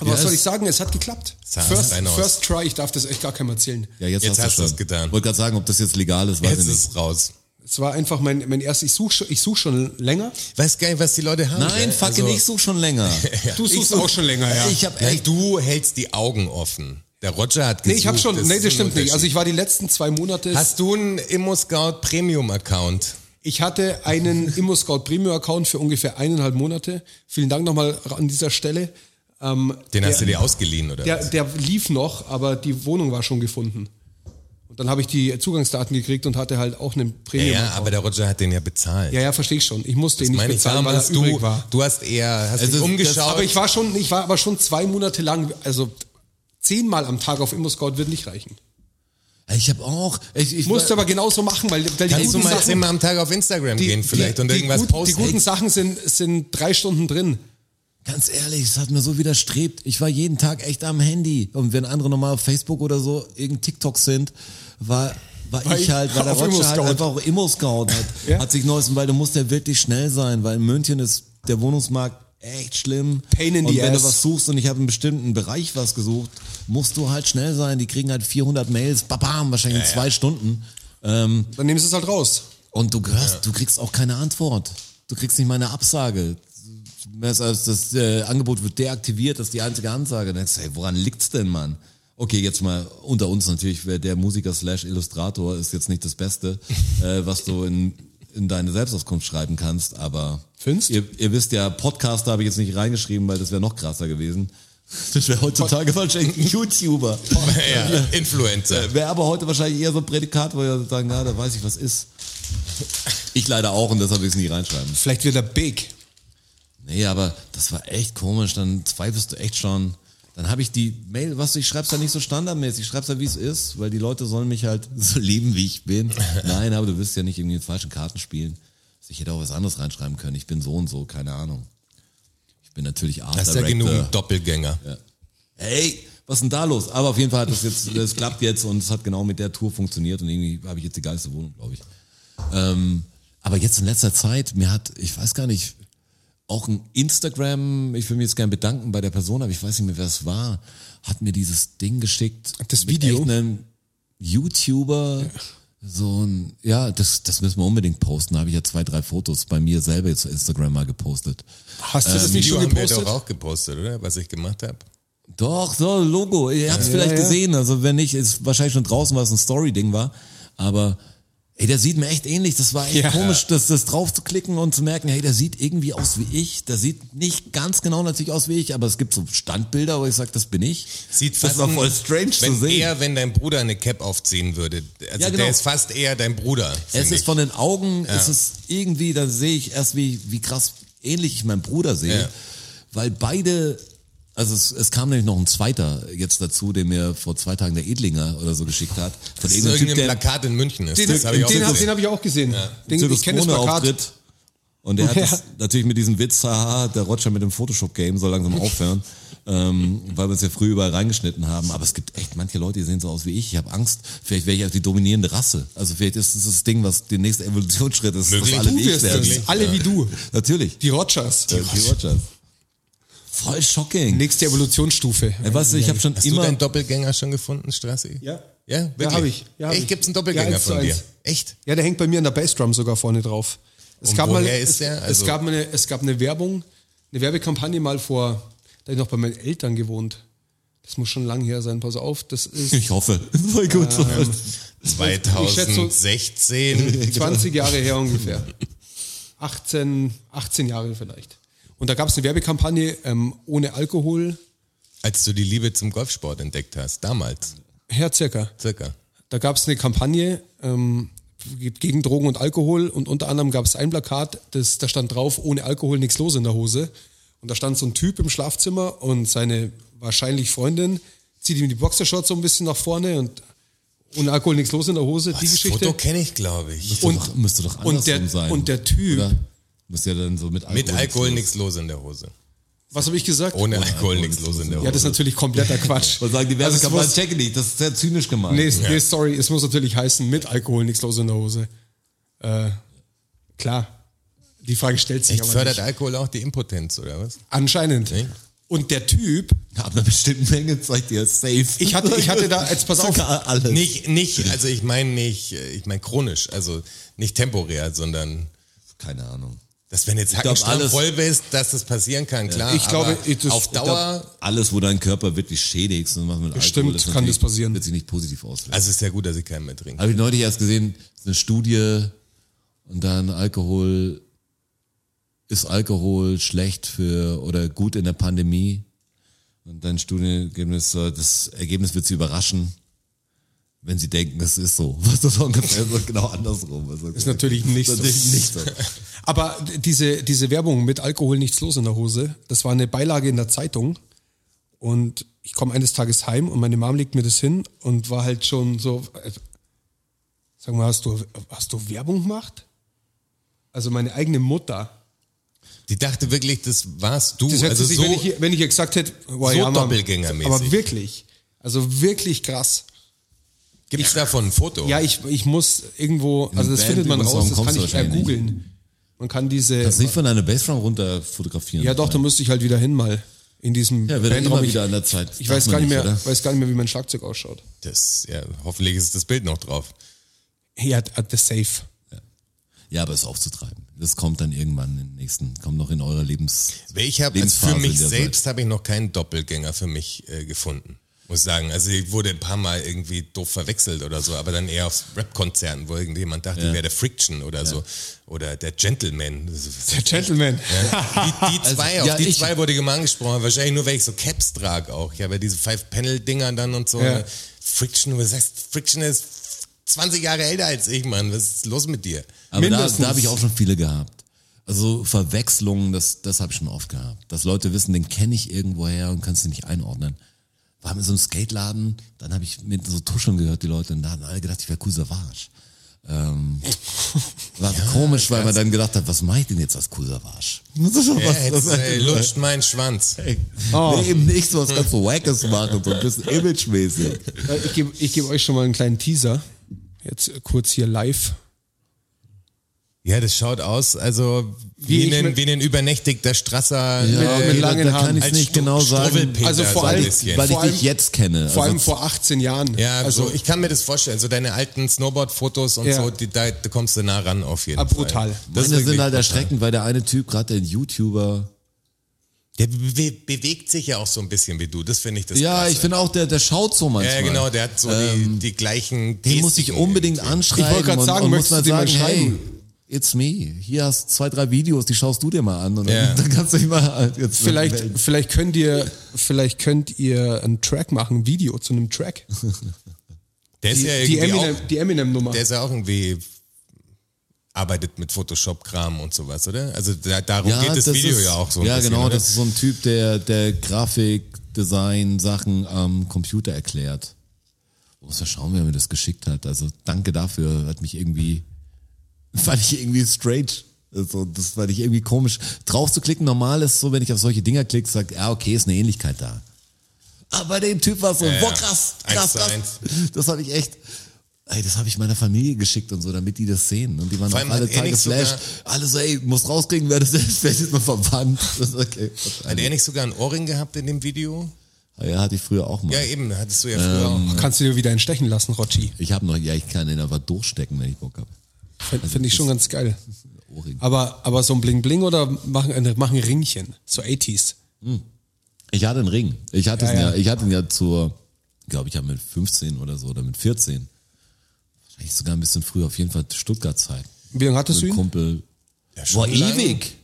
Speaker 2: Aber was
Speaker 4: Ja,
Speaker 2: soll
Speaker 4: es-
Speaker 2: ich sagen? Es hat geklappt.
Speaker 3: Sah-
Speaker 2: First,
Speaker 3: sah einer aus.
Speaker 2: first try, ich darf das echt gar keinem erzählen.
Speaker 4: Ja, jetzt,
Speaker 3: Jetzt hast
Speaker 4: hast du
Speaker 3: du's getan.
Speaker 4: Wollte gerade sagen, ob das jetzt legal ist, weiß
Speaker 3: Jetzt ist
Speaker 4: ich Also nicht.
Speaker 3: es raus.
Speaker 2: Es war einfach mein, mein erstes, ich suche ich such schon länger.
Speaker 3: Weiß gar nicht, was die Leute haben.
Speaker 4: Nein,
Speaker 3: gell? Also
Speaker 4: fucking,
Speaker 2: Also-
Speaker 4: ich suche schon länger.
Speaker 2: Du
Speaker 4: Ich
Speaker 2: suchst
Speaker 4: such-
Speaker 2: auch schon länger, ja.
Speaker 4: Ich habe
Speaker 3: Nein,
Speaker 4: echt.
Speaker 3: du hältst die Augen offen. Der Roger hat
Speaker 2: nee,
Speaker 3: gesucht.
Speaker 2: ich habe schon, nee,
Speaker 3: ist
Speaker 2: das
Speaker 3: ein
Speaker 2: stimmt nicht.
Speaker 3: Unterschied.
Speaker 2: Also ich war die letzten zwei Monate,
Speaker 3: Hast du einen ImmoScout Premium Account?
Speaker 2: ich hatte einen ImmoScout Premium Account für ungefähr eineinhalb Monate. Vielen Dank nochmal an dieser Stelle.
Speaker 3: Den hast du dir ausgeliehen, oder?
Speaker 2: Der,
Speaker 3: was?
Speaker 2: der lief noch, aber die Wohnung war schon gefunden. Und dann habe ich die Zugangsdaten gekriegt und hatte halt auch einen
Speaker 3: ja,
Speaker 2: Premium.
Speaker 3: ja, aber der Roger hat den ja bezahlt.
Speaker 2: Ja, ja, verstehe ich schon. Ich musste ihn nicht
Speaker 3: Meine ich,
Speaker 2: bezahlen, weil
Speaker 3: damals
Speaker 2: er übrig
Speaker 3: du,
Speaker 2: war.
Speaker 3: du hast eher hast
Speaker 4: Also,
Speaker 3: dich
Speaker 4: das-
Speaker 3: umgeschaut.
Speaker 2: Aber ich war schon, ich war aber schon zwei Monate lang, also zehnmal am Tag auf ImmoScout wird nicht reichen.
Speaker 4: Ich habe auch. Ich, ich
Speaker 2: Ich musste aber genauso machen, weil, weil die
Speaker 3: Kannst du
Speaker 2: guten
Speaker 3: mal
Speaker 2: Sachen,
Speaker 3: zehnmal am Tag auf Instagram
Speaker 2: die,
Speaker 3: gehen vielleicht
Speaker 2: die,
Speaker 3: und
Speaker 2: die
Speaker 3: irgendwas
Speaker 2: gut, Die
Speaker 3: posten?
Speaker 2: guten Sachen sind, sind drei Stunden drin.
Speaker 4: Ganz ehrlich, es hat mir so widerstrebt. Ich war jeden Tag echt am Handy. Und wenn andere nochmal auf Facebook oder so irgendein TikTok sind, war, war
Speaker 2: War
Speaker 4: ich
Speaker 2: ich
Speaker 4: halt, war der
Speaker 2: auf
Speaker 4: Roger halt
Speaker 2: Immo-Scout.
Speaker 4: einfach auch Immo-Scout. Hat,
Speaker 2: Ja.
Speaker 4: hat sich neuesten, weil du musst ja wirklich schnell sein, weil in München ist der Wohnungsmarkt echt schlimm.
Speaker 2: Pain in
Speaker 4: und
Speaker 2: the
Speaker 4: wenn
Speaker 2: ass.
Speaker 4: du was suchst und ich habe einen bestimmten Bereich was gesucht, musst du halt schnell sein. Die kriegen halt 400 Mails, babam, wahrscheinlich in zwei Stunden. Ähm,
Speaker 2: Dann nehmen sie es halt raus.
Speaker 4: und du hörst, du kriegst auch keine Antwort. Du kriegst nicht mal eine Absage. Das, heißt, das äh, Angebot wird deaktiviert, das ist die einzige Ansage. Dann denkst du, hey, woran liegt's denn, Mann? Okay, jetzt mal unter uns natürlich, wer der Musiker slash Illustrator ist jetzt nicht das Beste, äh, was du in, in deine Selbstauskunft schreiben kannst, aber
Speaker 2: Findest?
Speaker 4: Ihr, ihr wisst ja, Podcaster habe ich jetzt nicht reingeschrieben, weil das wäre noch krasser gewesen. Das wäre heutzutage wahrscheinlich ein YouTuber.
Speaker 3: ja, Influencer.
Speaker 4: Wäre aber heute wahrscheinlich eher so ein Prädikat, wo wir sagen, ja, da weiß ich, was ist. Ich leider auch und deshalb will ich es nie reinschreiben.
Speaker 2: Vielleicht wird er big.
Speaker 4: Nee, aber das war echt komisch. Dann zweifelst du echt schon. Dann habe ich die Mail, was ich schreib's ja nicht so standardmäßig, ich schreib's ja wie es ist, weil die Leute sollen mich halt so lieben, wie ich bin. Nein, aber du wirst ja nicht irgendwie mit falschen Karten spielen. Also Ich hätte auch was anderes reinschreiben können. Ich bin so und so, keine Ahnung. Ich bin natürlich Art
Speaker 3: Hast ja
Speaker 4: Director.
Speaker 3: genügend Doppelgänger.
Speaker 4: Hey, was ist denn da los? Aber auf jeden Fall hat das jetzt, das klappt jetzt und es hat genau mit der Tour funktioniert und irgendwie habe ich jetzt die geilste Wohnung, glaube ich. Ähm, aber jetzt in letzter Zeit, mir hat, ich weiß gar nicht, auch ein Instagram, ich will mich jetzt gern bedanken bei der Person, aber ich weiß nicht mehr, wer es war, hat mir dieses Ding geschickt.
Speaker 2: Das
Speaker 4: mit
Speaker 2: Video?
Speaker 4: echt einem YouTuber, so ein, ja, das, das müssen wir unbedingt posten. Da habe ich ja zwei, drei Fotos bei mir selber jetzt auf Instagram mal gepostet.
Speaker 2: Hast du das nicht
Speaker 3: Ähm, Video
Speaker 2: schon
Speaker 3: haben wir doch
Speaker 2: gepostet?
Speaker 3: auch gepostet, oder? Was ich gemacht habe.
Speaker 4: Doch, so, Logo. Ihr habt es vielleicht
Speaker 2: ja.
Speaker 4: gesehen. Also wenn nicht, ist wahrscheinlich schon draußen, weil es ein Story-Ding war. Aber ey, der sieht mir echt ähnlich. Das war echt
Speaker 2: Ja.
Speaker 4: komisch, das, das drauf zu klicken und zu merken, hey, der sieht irgendwie aus wie ich. Der sieht nicht ganz genau natürlich aus wie ich, aber es gibt so Standbilder, wo ich sage, das bin ich.
Speaker 3: Sieht
Speaker 4: das
Speaker 3: fast
Speaker 4: war
Speaker 3: ein-
Speaker 4: voll strange zu
Speaker 3: wenn
Speaker 4: sehen.
Speaker 3: eher, wenn dein Bruder eine Cap aufziehen würde. Also
Speaker 4: Ja, genau.
Speaker 3: der ist fast eher dein Bruder.
Speaker 4: Es
Speaker 3: finde
Speaker 4: ist
Speaker 3: ich.
Speaker 4: von den Augen, es ist irgendwie, da sehe ich erst, wie, wie krass ähnlich ich meinen Bruder sehe.
Speaker 3: Ja.
Speaker 4: Weil beide, also es, es kam nämlich noch ein zweiter jetzt dazu, den mir vor zwei Tagen der Edlinger oder so geschickt hat. Von
Speaker 3: das ist
Speaker 4: irgendeinem
Speaker 3: irgendein
Speaker 4: Typ, der-
Speaker 3: Plakat in München ist.
Speaker 2: Den,
Speaker 3: das habe ich auch
Speaker 2: den, hab- den
Speaker 3: gesehen.
Speaker 2: habe ich auch gesehen. Den,
Speaker 4: Zirkus
Speaker 2: ich kenne das
Speaker 4: Krone
Speaker 2: Plakat.
Speaker 4: auftritt. Und der hat
Speaker 2: Ja.
Speaker 4: das natürlich mit diesem Witz, haha, der Roger mit dem Photoshop-Game soll langsam aufhören, ähm, weil wir es ja früh überall reingeschnitten haben. Aber es gibt echt manche Leute, die sehen so aus wie ich. Ich habe Angst. Vielleicht wäre ich auch die dominierende Rasse. Also vielleicht ist es das Ding, was der nächste Evolutionsschritt ist, dass
Speaker 3: Möglich.
Speaker 4: alle
Speaker 2: Du
Speaker 4: wie ich
Speaker 2: wirst
Speaker 4: werden.
Speaker 2: das. Alle wie du.
Speaker 4: Natürlich.
Speaker 2: Die Rogers.
Speaker 4: Äh, Die Rogers. Voll shocking.
Speaker 2: Nächste Evolutionsstufe.
Speaker 4: Ey, weißt du, ich habe schon
Speaker 3: Hast du
Speaker 4: immer...
Speaker 3: deinen Doppelgänger schon gefunden, Strassi?
Speaker 2: Ja.
Speaker 3: Ja, wirklich?
Speaker 2: hab ich. Ja, hab
Speaker 3: Echt,
Speaker 2: ich.
Speaker 3: gibt's einen Doppelgänger
Speaker 2: Ja, eins zu
Speaker 3: von dir?
Speaker 2: eins.
Speaker 3: Echt?
Speaker 2: Ja, der hängt bei mir an der Bassdrum sogar vorne drauf. Es
Speaker 3: Und woher ist
Speaker 2: es,
Speaker 3: der?
Speaker 2: es,
Speaker 3: Also-
Speaker 2: gab mal eine, es gab eine Werbung, eine Werbekampagne mal vor, da hab ich noch bei meinen Eltern gewohnt. Das muss schon lang her sein, pass auf. Das ist
Speaker 4: Ich hoffe. Voll gut.
Speaker 2: so-
Speaker 3: 2016.
Speaker 2: 20 Jahre her ungefähr. 18, 18 Jahre vielleicht. Und da gab es eine Werbekampagne ähm, ohne Alkohol,
Speaker 3: Als du die Liebe zum Golfsport entdeckt hast, damals,
Speaker 2: her circa.
Speaker 3: circa.
Speaker 2: Da gab es eine Kampagne ähm, gegen Drogen und Alkohol und unter anderem gab es ein Plakat, das, da stand drauf, ohne Alkohol nichts los in der Hose. Und da stand so ein Typ im Schlafzimmer und seine wahrscheinlich Freundin zieht ihm die Boxershorts so ein bisschen nach vorne und ohne Alkohol nichts los in der Hose, die
Speaker 3: das
Speaker 2: Geschichte.
Speaker 3: Foto kenne ich, glaube ich.
Speaker 4: Und,
Speaker 2: Und-
Speaker 4: doch, müsste doch andersrum
Speaker 2: und der-
Speaker 4: sein.
Speaker 2: und der Typ-
Speaker 4: Oder? Müsste ja dann so mit Alkohol...
Speaker 3: Mit Alkohol nichts los in der Hose.
Speaker 2: Was habe ich gesagt?
Speaker 3: Ohne Alkohol nichts los in der Hose.
Speaker 2: ja, das ist natürlich kompletter Quatsch.
Speaker 4: Und sagen, die
Speaker 2: Also es
Speaker 4: Werbekampagne
Speaker 2: muss-
Speaker 4: checken nicht. Das ist sehr zynisch gemeint.
Speaker 2: Nee, es- nee, sorry, es muss natürlich heißen, mit Alkohol nichts los in der Hose. Äh, klar, die Frage stellt sich
Speaker 3: Echt,
Speaker 2: aber
Speaker 3: fördert
Speaker 2: nicht.
Speaker 3: Alkohol auch die Impotenz, oder was?
Speaker 2: Anscheinend.
Speaker 3: Nee.
Speaker 2: Und der Typ,
Speaker 4: Ab einer bestimmten Menge zeigt ihr safe.
Speaker 2: ich hatte, ich hatte da, jetzt pass auf,
Speaker 4: Sogar alles.
Speaker 3: Nicht, nicht, also ich meine nicht, äh, ich meine chronisch, also nicht temporär, sondern
Speaker 4: Keine Ahnung.
Speaker 3: dass wenn jetzt
Speaker 4: glaub,
Speaker 3: Hackenstramm
Speaker 4: alles-
Speaker 3: voll bist, dass das passieren kann, klar.
Speaker 2: Ich glaube,
Speaker 3: aber
Speaker 2: ich- das-
Speaker 3: auf
Speaker 2: ich
Speaker 3: Dauer,
Speaker 4: Alles, wo dein Körper wirklich schädigst und was mit Alkohol
Speaker 2: Bestimmt
Speaker 4: ist
Speaker 2: kann
Speaker 4: natürlich-
Speaker 2: das passieren.
Speaker 4: Wird sich nicht positiv auswirken.
Speaker 3: also ist ja gut, dass ich keinen mehr trinke.
Speaker 4: Habe ich neulich erst gesehen, ist eine Studie und dann Alkohol, ist Alkohol schlecht für oder gut in der Pandemie? Und dann Studienergebnis, äh, das Ergebnis wird sie überraschen, wenn sie denken, es ist so. Was das ungefähr so genau andersrum ist.
Speaker 2: ist natürlich nicht so.
Speaker 4: Natürlich nicht so.
Speaker 2: Aber diese, diese Werbung mit Alkohol nichts los in der Hose, das war eine Beilage in der Zeitung. Und ich komme eines Tages heim und meine Mom legt mir das hin und war halt schon so, äh, sag mal, hast du, hast du Werbung gemacht? Also meine eigene Mutter.
Speaker 3: Die dachte wirklich, das warst du.
Speaker 2: Ah. Das hätte
Speaker 3: also
Speaker 2: sich,
Speaker 3: so,
Speaker 2: wenn, ich, hier- wenn ich hier gesagt hätte, wow,
Speaker 3: so
Speaker 2: ja, Mann.
Speaker 3: doppelgängermäßig.
Speaker 2: Aber wirklich, also wirklich krass.
Speaker 3: gibt's davon ein Foto?
Speaker 2: Ja, ich, ich muss irgendwo, also das
Speaker 4: Band
Speaker 2: findet man
Speaker 4: übrigens,
Speaker 2: raus,
Speaker 4: warum
Speaker 2: das
Speaker 4: kommst
Speaker 2: kann ich
Speaker 4: du
Speaker 2: äh,
Speaker 4: wahrscheinlich
Speaker 2: googeln. Man kann diese,
Speaker 4: Kannst du nicht von deiner Bassdrum runter fotografieren?
Speaker 2: ja doch, da müsste ich halt wieder hin mal in diesem
Speaker 4: ja, wird
Speaker 2: Bandraum.
Speaker 4: immer
Speaker 2: Ich,
Speaker 4: wieder an der Zeit.
Speaker 2: ich
Speaker 4: Darf
Speaker 2: weiß
Speaker 4: man
Speaker 2: gar nicht mehr,
Speaker 4: oder?
Speaker 2: weiß gar nicht mehr, wie mein Schlagzeug ausschaut.
Speaker 3: Das, ja, hoffentlich ist das Bild noch drauf.
Speaker 2: Ja, das safe.
Speaker 4: Ja, aber es aufzutreiben. Das kommt dann irgendwann in den nächsten, kommt noch in eurer Lebens.
Speaker 3: Ich habe also
Speaker 4: Lebensphase
Speaker 3: für mich
Speaker 4: in der Zeit.
Speaker 3: selbst habe ich noch keinen Doppelgänger für mich äh, gefunden. Muss sagen, also ich wurde ein paar Mal irgendwie doof verwechselt oder so, aber dann eher auf Rap-Konzerten, wo irgendjemand dachte, ich wäre der Friction oder so. Oder der Gentleman. Das ist-
Speaker 2: Der Gentleman.
Speaker 3: Die, die zwei,
Speaker 4: Also, ja,
Speaker 3: auf die
Speaker 4: ich-
Speaker 3: zwei wurde immer angesprochen, wahrscheinlich nur, weil ich so Caps trage auch. Ich habe ja diese Five-Panel-Dinger dann und so.
Speaker 2: Ja.
Speaker 3: Friction, was heißt, Friction ist 20 Jahre älter als ich, Mann. Was ist los mit dir?
Speaker 4: Aber
Speaker 2: Mindestens.
Speaker 4: da, da habe ich auch schon viele gehabt. Also Verwechslungen, das, das habe ich schon oft gehabt. Dass Leute wissen, den kenne ich irgendwoher und kannst ihn nicht einordnen. War mit so einem Skateladen, dann habe ich mit so Tuscheln gehört, die Leute, und da haben alle gedacht, ich wäre cool Savage. Ähm, war komisch, weil man dann gedacht hat, was mache ich denn jetzt als cool Savage?
Speaker 3: Ja, jetzt, ey, lutscht meinen Schwanz.
Speaker 2: Oh.
Speaker 4: Nee, eben nicht so was ganz so Wackes machen, so ein bisschen imagemäßig.
Speaker 2: Äh, Ich gebe ich geb euch schon mal einen kleinen Teaser. Jetzt kurz hier live.
Speaker 3: Ja, das schaut aus, also wie,
Speaker 2: ich
Speaker 3: ein,
Speaker 2: mit-
Speaker 3: wie ein übernächtigter Strasser. äh,
Speaker 2: mit
Speaker 4: okay,
Speaker 2: langen
Speaker 4: da, da kann
Speaker 2: Haaren.
Speaker 4: ich es
Speaker 3: als
Speaker 4: nicht
Speaker 3: Stru-
Speaker 4: genau sagen,
Speaker 3: Struwwelpeter
Speaker 2: Also vor
Speaker 3: so ein
Speaker 2: allem-
Speaker 3: bisschen.
Speaker 4: weil ich
Speaker 2: Vor
Speaker 4: dich
Speaker 2: allem-
Speaker 4: jetzt kenne.
Speaker 2: Vor allem
Speaker 4: also,
Speaker 2: vor 18 Jahren.
Speaker 3: Ja,
Speaker 2: also
Speaker 3: so, ich kann mir das vorstellen. So deine alten Snowboard-Fotos und
Speaker 2: Ja.
Speaker 3: so, die, da, da kommst du nah ran auf jeden
Speaker 2: Ah,
Speaker 3: Fall.
Speaker 2: brutal.
Speaker 3: Das ist
Speaker 4: meine sind
Speaker 3: wirklich
Speaker 4: halt
Speaker 3: brutal.
Speaker 4: erschreckend, weil der eine Typ, gerade der YouTuber,
Speaker 3: Der be bewegt sich ja auch so ein bisschen wie du. Das finde ich das
Speaker 4: ja,
Speaker 3: Krasse.
Speaker 4: ich finde auch, der, der schaut so manchmal. Ähm,
Speaker 3: Ja, genau, der hat so die, die gleichen
Speaker 4: Den muss ich
Speaker 3: Gestiken
Speaker 4: unbedingt
Speaker 3: irgendwie.
Speaker 4: anschreiben.
Speaker 2: Ich wollte gerade
Speaker 4: und-
Speaker 2: sagen,
Speaker 4: und
Speaker 2: möchtest
Speaker 4: muss mal
Speaker 2: du den mal
Speaker 4: sagen, hey,
Speaker 2: schreiben?
Speaker 4: it's me. Hier hast zwei, drei Videos, die schaust du dir mal an. Und
Speaker 3: Ja.
Speaker 4: dann, dann kannst du dich mal jetzt
Speaker 2: vielleicht, vielleicht, könnt ihr, vielleicht könnt ihr einen Track machen, ein Video zu einem Track.
Speaker 3: Der ist
Speaker 2: Die,
Speaker 3: ja
Speaker 2: die
Speaker 3: irgendwie auch,
Speaker 2: Eminem- die Eminem-Nummer.
Speaker 3: der ist ja auch irgendwie arbeitet mit Photoshop-Kram und sowas, oder? Also da, darum geht das, Video
Speaker 4: ist,
Speaker 3: ja auch so ein
Speaker 4: Ja,
Speaker 3: bisschen.
Speaker 4: genau,
Speaker 3: oder?
Speaker 4: das ist so ein Typ, der, der Grafik, Design, Sachen am Computer erklärt. Muss mal schauen, wer mir das geschickt hat. Also danke dafür, hat mich irgendwie, fand ich irgendwie straight. Also, das fand ich irgendwie komisch. Drauf zu klicken, normal ist so, wenn ich auf solche Dinger klicke, sagt, ja, okay, ist eine Ähnlichkeit da. Aber bei dem Typ war es so,
Speaker 3: Ja, ja.
Speaker 4: boah, krass,
Speaker 3: Eins
Speaker 4: krass,
Speaker 3: zu
Speaker 4: krass.
Speaker 3: eins.
Speaker 4: Das habe ich echt, ey, das habe ich meiner Familie geschickt und so, damit die das sehen. Und die waren
Speaker 3: Vor
Speaker 4: auch
Speaker 3: allem
Speaker 4: alle
Speaker 3: hat er
Speaker 4: Tage
Speaker 3: nicht
Speaker 4: flash.
Speaker 3: sogar-
Speaker 4: Alle so, ey, muss rauskriegen, wer das ist, wer ist jetzt mal verwandt. Das ist okay. Ah
Speaker 3: Hat er nicht sogar ein Ohrring gehabt in dem Video?
Speaker 4: Ja, hatte ich früher auch mal.
Speaker 3: Ja, eben, hattest du ja früher
Speaker 4: Ähm,
Speaker 3: auch.
Speaker 2: Kannst du dir wieder einen stechen lassen, Rotschi.
Speaker 4: Ich habe noch, ja, ich kann den aber durchstecken, wenn ich Bock habe.
Speaker 2: Finde find ich schon ganz geil.
Speaker 4: Ohrring.
Speaker 2: Aber, aber so ein Bling-Bling oder machen, äh, machen Ringchen, so 80s.
Speaker 4: Ich hatte einen Ring. Ich hatte,
Speaker 2: Ja,
Speaker 4: ihn, ja.
Speaker 2: ja.
Speaker 4: ich hatte ihn ja zur, glaube ich, ja mit 15 oder so oder mit 14. Wahrscheinlich sogar ein bisschen früher, auf jeden Fall Stuttgart-Zeit.
Speaker 2: Wie lange hattest
Speaker 4: Mit
Speaker 2: du
Speaker 4: einem
Speaker 2: ihn?
Speaker 4: Kumpel.
Speaker 3: Ja, schon
Speaker 4: Boah,
Speaker 3: lang.
Speaker 4: ewig.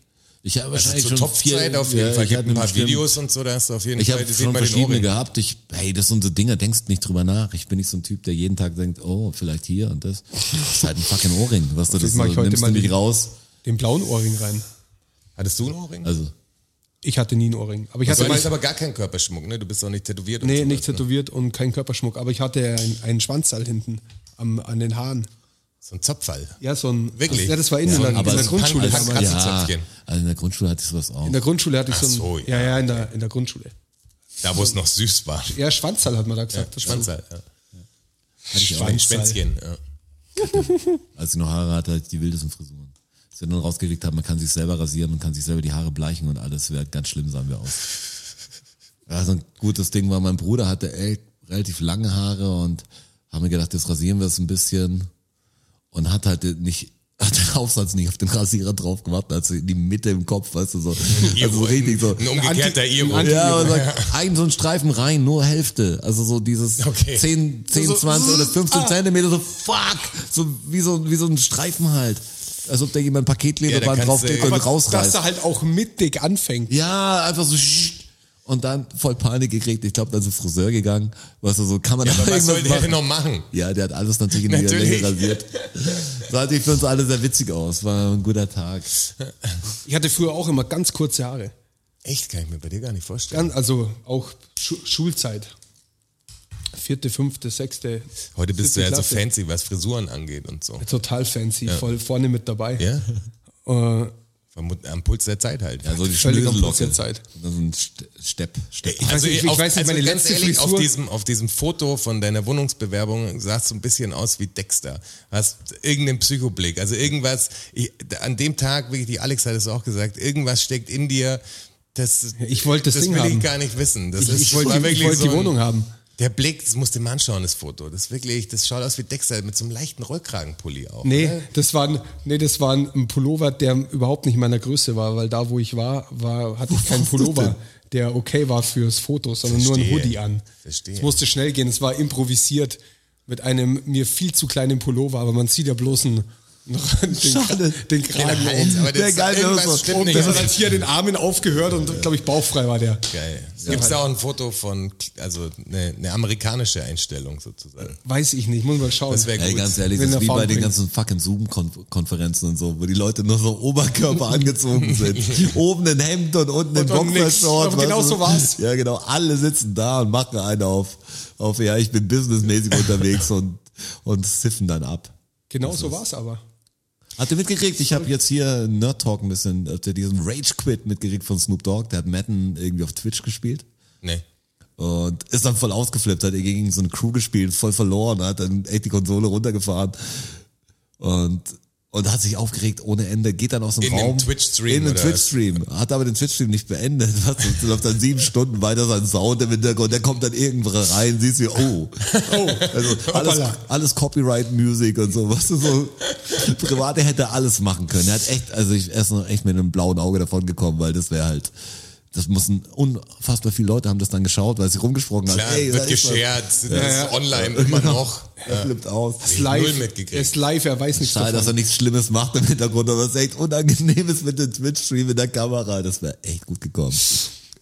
Speaker 4: Ich habe
Speaker 3: Also
Speaker 4: wahrscheinlich
Speaker 3: zur
Speaker 4: schon
Speaker 3: Topzeit
Speaker 4: vier,
Speaker 3: auf jeden
Speaker 4: ja,
Speaker 3: Fall.
Speaker 4: ich
Speaker 3: Ich
Speaker 4: hatte
Speaker 3: ein paar
Speaker 4: bestimmt-
Speaker 3: Videos und so, da hast du auf jeden
Speaker 4: Ich
Speaker 3: Fall
Speaker 4: habe schon
Speaker 3: mal den
Speaker 4: verschiedene
Speaker 3: Ohrring.
Speaker 4: gehabt. Ich, hey, das sind so Dinger, denkst du nicht drüber nach. Ich bin nicht so ein Typ, der jeden Tag denkt, oh, vielleicht hier und das. Das ist halt ein fucking Ohrring. Was du das so,
Speaker 2: mach ich heute
Speaker 4: nimmst du
Speaker 2: mal
Speaker 4: mich
Speaker 2: den-
Speaker 4: raus.
Speaker 2: Den blauen Ohrring rein.
Speaker 3: Hattest du einen Ohrring?
Speaker 4: Also,
Speaker 2: Ich hatte nie einen Ohrring. Aber ich
Speaker 3: Also,
Speaker 2: hatte
Speaker 3: du
Speaker 2: mal,
Speaker 3: hattest aber gar keinen Körperschmuck, ne? Du bist auch nicht tätowiert und
Speaker 2: nee,
Speaker 3: sowas,
Speaker 2: nicht
Speaker 3: ne?
Speaker 2: tätowiert und kein Körperschmuck. Aber ich hatte einen, einen Schwanzteil hinten am, an den Haaren.
Speaker 3: So ein Zopfall.
Speaker 2: Ja, so ein.
Speaker 3: Wirklich?
Speaker 2: Ja, das war innen
Speaker 3: Ja,
Speaker 2: dann,
Speaker 3: aber
Speaker 2: in der
Speaker 3: es-
Speaker 2: Grundschule
Speaker 3: Pan- Pan-
Speaker 2: damals.
Speaker 3: Pan-
Speaker 4: ja,
Speaker 3: Zöpfchen.
Speaker 4: also in der Grundschule hatte ich sowas auch.
Speaker 2: In der Grundschule hatte ich
Speaker 3: Ach
Speaker 2: so ein.
Speaker 3: so, ja.
Speaker 2: ja, ja, in der, in der Grundschule.
Speaker 3: Da, wo es noch süß war.
Speaker 2: Ja, Schwanzteil hat man da gesagt. dazu.
Speaker 3: Schwanz halt, ja.
Speaker 2: Schwanzteil.
Speaker 3: Schwänzchen, ja.
Speaker 4: Als ich noch Haare hatte, hatte ich die wildesten Frisuren. Als ich dann rausgekriegt habe, man kann sich selber rasieren, man kann sich selber die Haare bleichen und alles. Wäre ganz schlimm, sahen wir aus. Also ein gutes Ding war, mein Bruder hatte echt relativ lange Haare und haben mir gedacht, jetzt rasieren wir es ein bisschen. Und hat halt nicht, hat den Aufsatz nicht auf den Rasierer drauf gemacht, also in die Mitte im Kopf, weißt du, so. Also so richtig so.
Speaker 3: Ein umgekehrter
Speaker 2: Anti-
Speaker 3: Iro.
Speaker 2: ein Anti-
Speaker 4: Ja, und sagt, ein so ein Streifen rein, nur Hälfte. Also so dieses
Speaker 3: Okay.
Speaker 4: 10, 10
Speaker 2: So, so,
Speaker 4: 20 oder 15
Speaker 2: ah.
Speaker 4: Zentimeter, so fuck, so wie so, wie so ein Streifen halt. Als ob da jemand Paketklebeband
Speaker 3: Ja, da kannst du-
Speaker 4: draufklebt und
Speaker 3: Aber
Speaker 2: Dass
Speaker 4: rausreißt.
Speaker 2: er halt auch mittig anfängt.
Speaker 4: Ja, einfach so sch- und dann voll Panik gekriegt. Ich glaube, dann zum Friseur gegangen. Weißt du, so kann man ja,
Speaker 3: Aber was soll der denn noch machen?
Speaker 4: Ja, der hat alles natürlich in der
Speaker 3: Natürlich.
Speaker 4: Länge rasiert. Sah natürlich für uns alle sehr witzig aus. War ein guter Tag.
Speaker 2: Ich hatte früher auch immer ganz kurze Haare.
Speaker 3: Echt, kann ich mir bei dir gar nicht vorstellen.
Speaker 2: Ganz, also auch Schu Schulzeit. Vierte, fünfte, sechste.
Speaker 3: Heute bist du ja
Speaker 2: siebte
Speaker 3: so
Speaker 2: Klasse.
Speaker 3: fancy, was Frisuren angeht und so.
Speaker 2: Total fancy, voll vorne mit dabei.
Speaker 3: Ja?
Speaker 2: Äh,
Speaker 3: Vermut- Am Puls der Zeit halt.
Speaker 4: Also die
Speaker 2: Völlig am Puls
Speaker 4: Schnösellocke.
Speaker 2: der Zeit.
Speaker 4: Und dann so ein Ste- Stepp. Stepp.
Speaker 3: Also,
Speaker 2: weiß nicht, Also ich weiß nicht, meine
Speaker 3: ganz
Speaker 2: letzte
Speaker 3: ehrlich, auf
Speaker 2: Frisur-
Speaker 3: diesem, auf diesem Foto von deiner Wohnungsbewerbung sahst du ein bisschen aus wie Dexter. Hast irgendeinen Psychoblick. Also irgendwas, ich, an dem Tag, wirklich, die Alex hat es auch gesagt, irgendwas steckt in dir, das,
Speaker 2: ich wollte das
Speaker 3: das
Speaker 2: Ding
Speaker 3: will ich
Speaker 2: haben.
Speaker 3: gar nicht wissen. Das
Speaker 2: ich,
Speaker 3: ist,
Speaker 2: ich wollte,
Speaker 3: war
Speaker 2: ich
Speaker 3: wirklich
Speaker 2: wollte
Speaker 3: so
Speaker 2: die
Speaker 3: ein-
Speaker 2: Wohnung haben.
Speaker 3: Der Blick, das musst du mal anschauen, das Foto. Das ist wirklich, das schaut aus wie Dexter mit so einem leichten Rollkragenpulli auch.
Speaker 2: Nee, das war, ein, nee, das war ein ein Pullover, der überhaupt nicht meiner Größe war, weil da, wo ich war, war hatte ich keinen
Speaker 4: warst du denn?
Speaker 2: Pullover, der okay war fürs Foto, sondern nur ein
Speaker 3: Verstehe.
Speaker 2: Hoodie an.
Speaker 3: Verstehe.
Speaker 2: Es musste schnell gehen, es war improvisiert mit einem mir viel zu kleinen Pullover, aber man sieht ja bloß einen, den,
Speaker 4: Schade.
Speaker 2: den Kragen
Speaker 3: Hals,
Speaker 2: um.
Speaker 3: aber das-
Speaker 2: Der geile
Speaker 3: irgendwas
Speaker 2: Hose.
Speaker 3: stimmt
Speaker 2: Und
Speaker 3: nicht.
Speaker 2: das hat halt hier den Armen aufgehört und, glaube ich, bauchfrei war der.
Speaker 3: Geil. Gibt's da auch ein Foto von, also eine, eine amerikanische Einstellung sozusagen.
Speaker 2: Weiß ich nicht, muss mal schauen.
Speaker 3: Das wäre gut.
Speaker 4: Ey, ganz ehrlich,
Speaker 2: Wenn
Speaker 4: das
Speaker 2: der
Speaker 4: ist wie
Speaker 2: Faden
Speaker 4: bei den
Speaker 2: bringt.
Speaker 4: ganzen fucking Zoom-Konferenzen und so, wo die Leute nur so Oberkörper angezogen sind. Oben ein Hemd und unten ein
Speaker 2: Und dann nix.
Speaker 4: Boxershort.
Speaker 2: Aber genau
Speaker 4: weißt du?
Speaker 2: so war's.
Speaker 4: Ja, genau. Alle sitzen da und machen einen auf, auf ja, ich bin businessmäßig unterwegs und, und siffen dann ab.
Speaker 2: Genau so war es aber.
Speaker 4: Habt ihr mitgekriegt? Ich habe jetzt hier Nerd Talk ein bisschen, habt ihr diesen Rage Quit mitgekriegt von Snoop Dogg? Der hat Madden irgendwie auf Twitch gespielt.
Speaker 3: nee.
Speaker 4: Und ist dann voll ausgeflippt, hat er gegen so eine Crew gespielt, voll verloren, hat dann echt die Konsole runtergefahren. Und, und hat sich aufgeregt ohne Ende, geht dann aus dem
Speaker 3: In den
Speaker 4: Raum.
Speaker 3: Twitch-Stream,
Speaker 4: In den
Speaker 3: oder
Speaker 4: Twitch-Stream. Hat aber den Twitch-Stream nicht beendet. Was, das läuft dann sieben Stunden weiter sein Sound im Hintergrund. Der kommt dann irgendwo rein, siehst wie, oh. oh. Also alles,
Speaker 2: Hoppala.
Speaker 4: alles Copyright-Musik und so. Weißt du, so privat, der hätte alles machen können. Er hat echt, also ich er ist noch echt mit einem blauen Auge davon gekommen, weil das wäre halt, das müssen unfassbar viele Leute haben das dann geschaut, weil sie rumgesprochen haben.
Speaker 3: Klar,
Speaker 4: Ey, da
Speaker 3: wird
Speaker 4: ist was.
Speaker 3: geschert, das
Speaker 2: ja. Genau.
Speaker 3: ist online immer noch. Äh,
Speaker 4: Er flippt aus.
Speaker 2: Ist live,
Speaker 3: null mitgekriegt.
Speaker 2: er ist live, er weiß nichts
Speaker 4: Schade, dass er
Speaker 2: davon.
Speaker 4: nichts Schlimmes macht im Hintergrund, aber es ist echt unangenehm ist mit dem Twitch-Stream in der Kamera. Das wäre echt gut gekommen.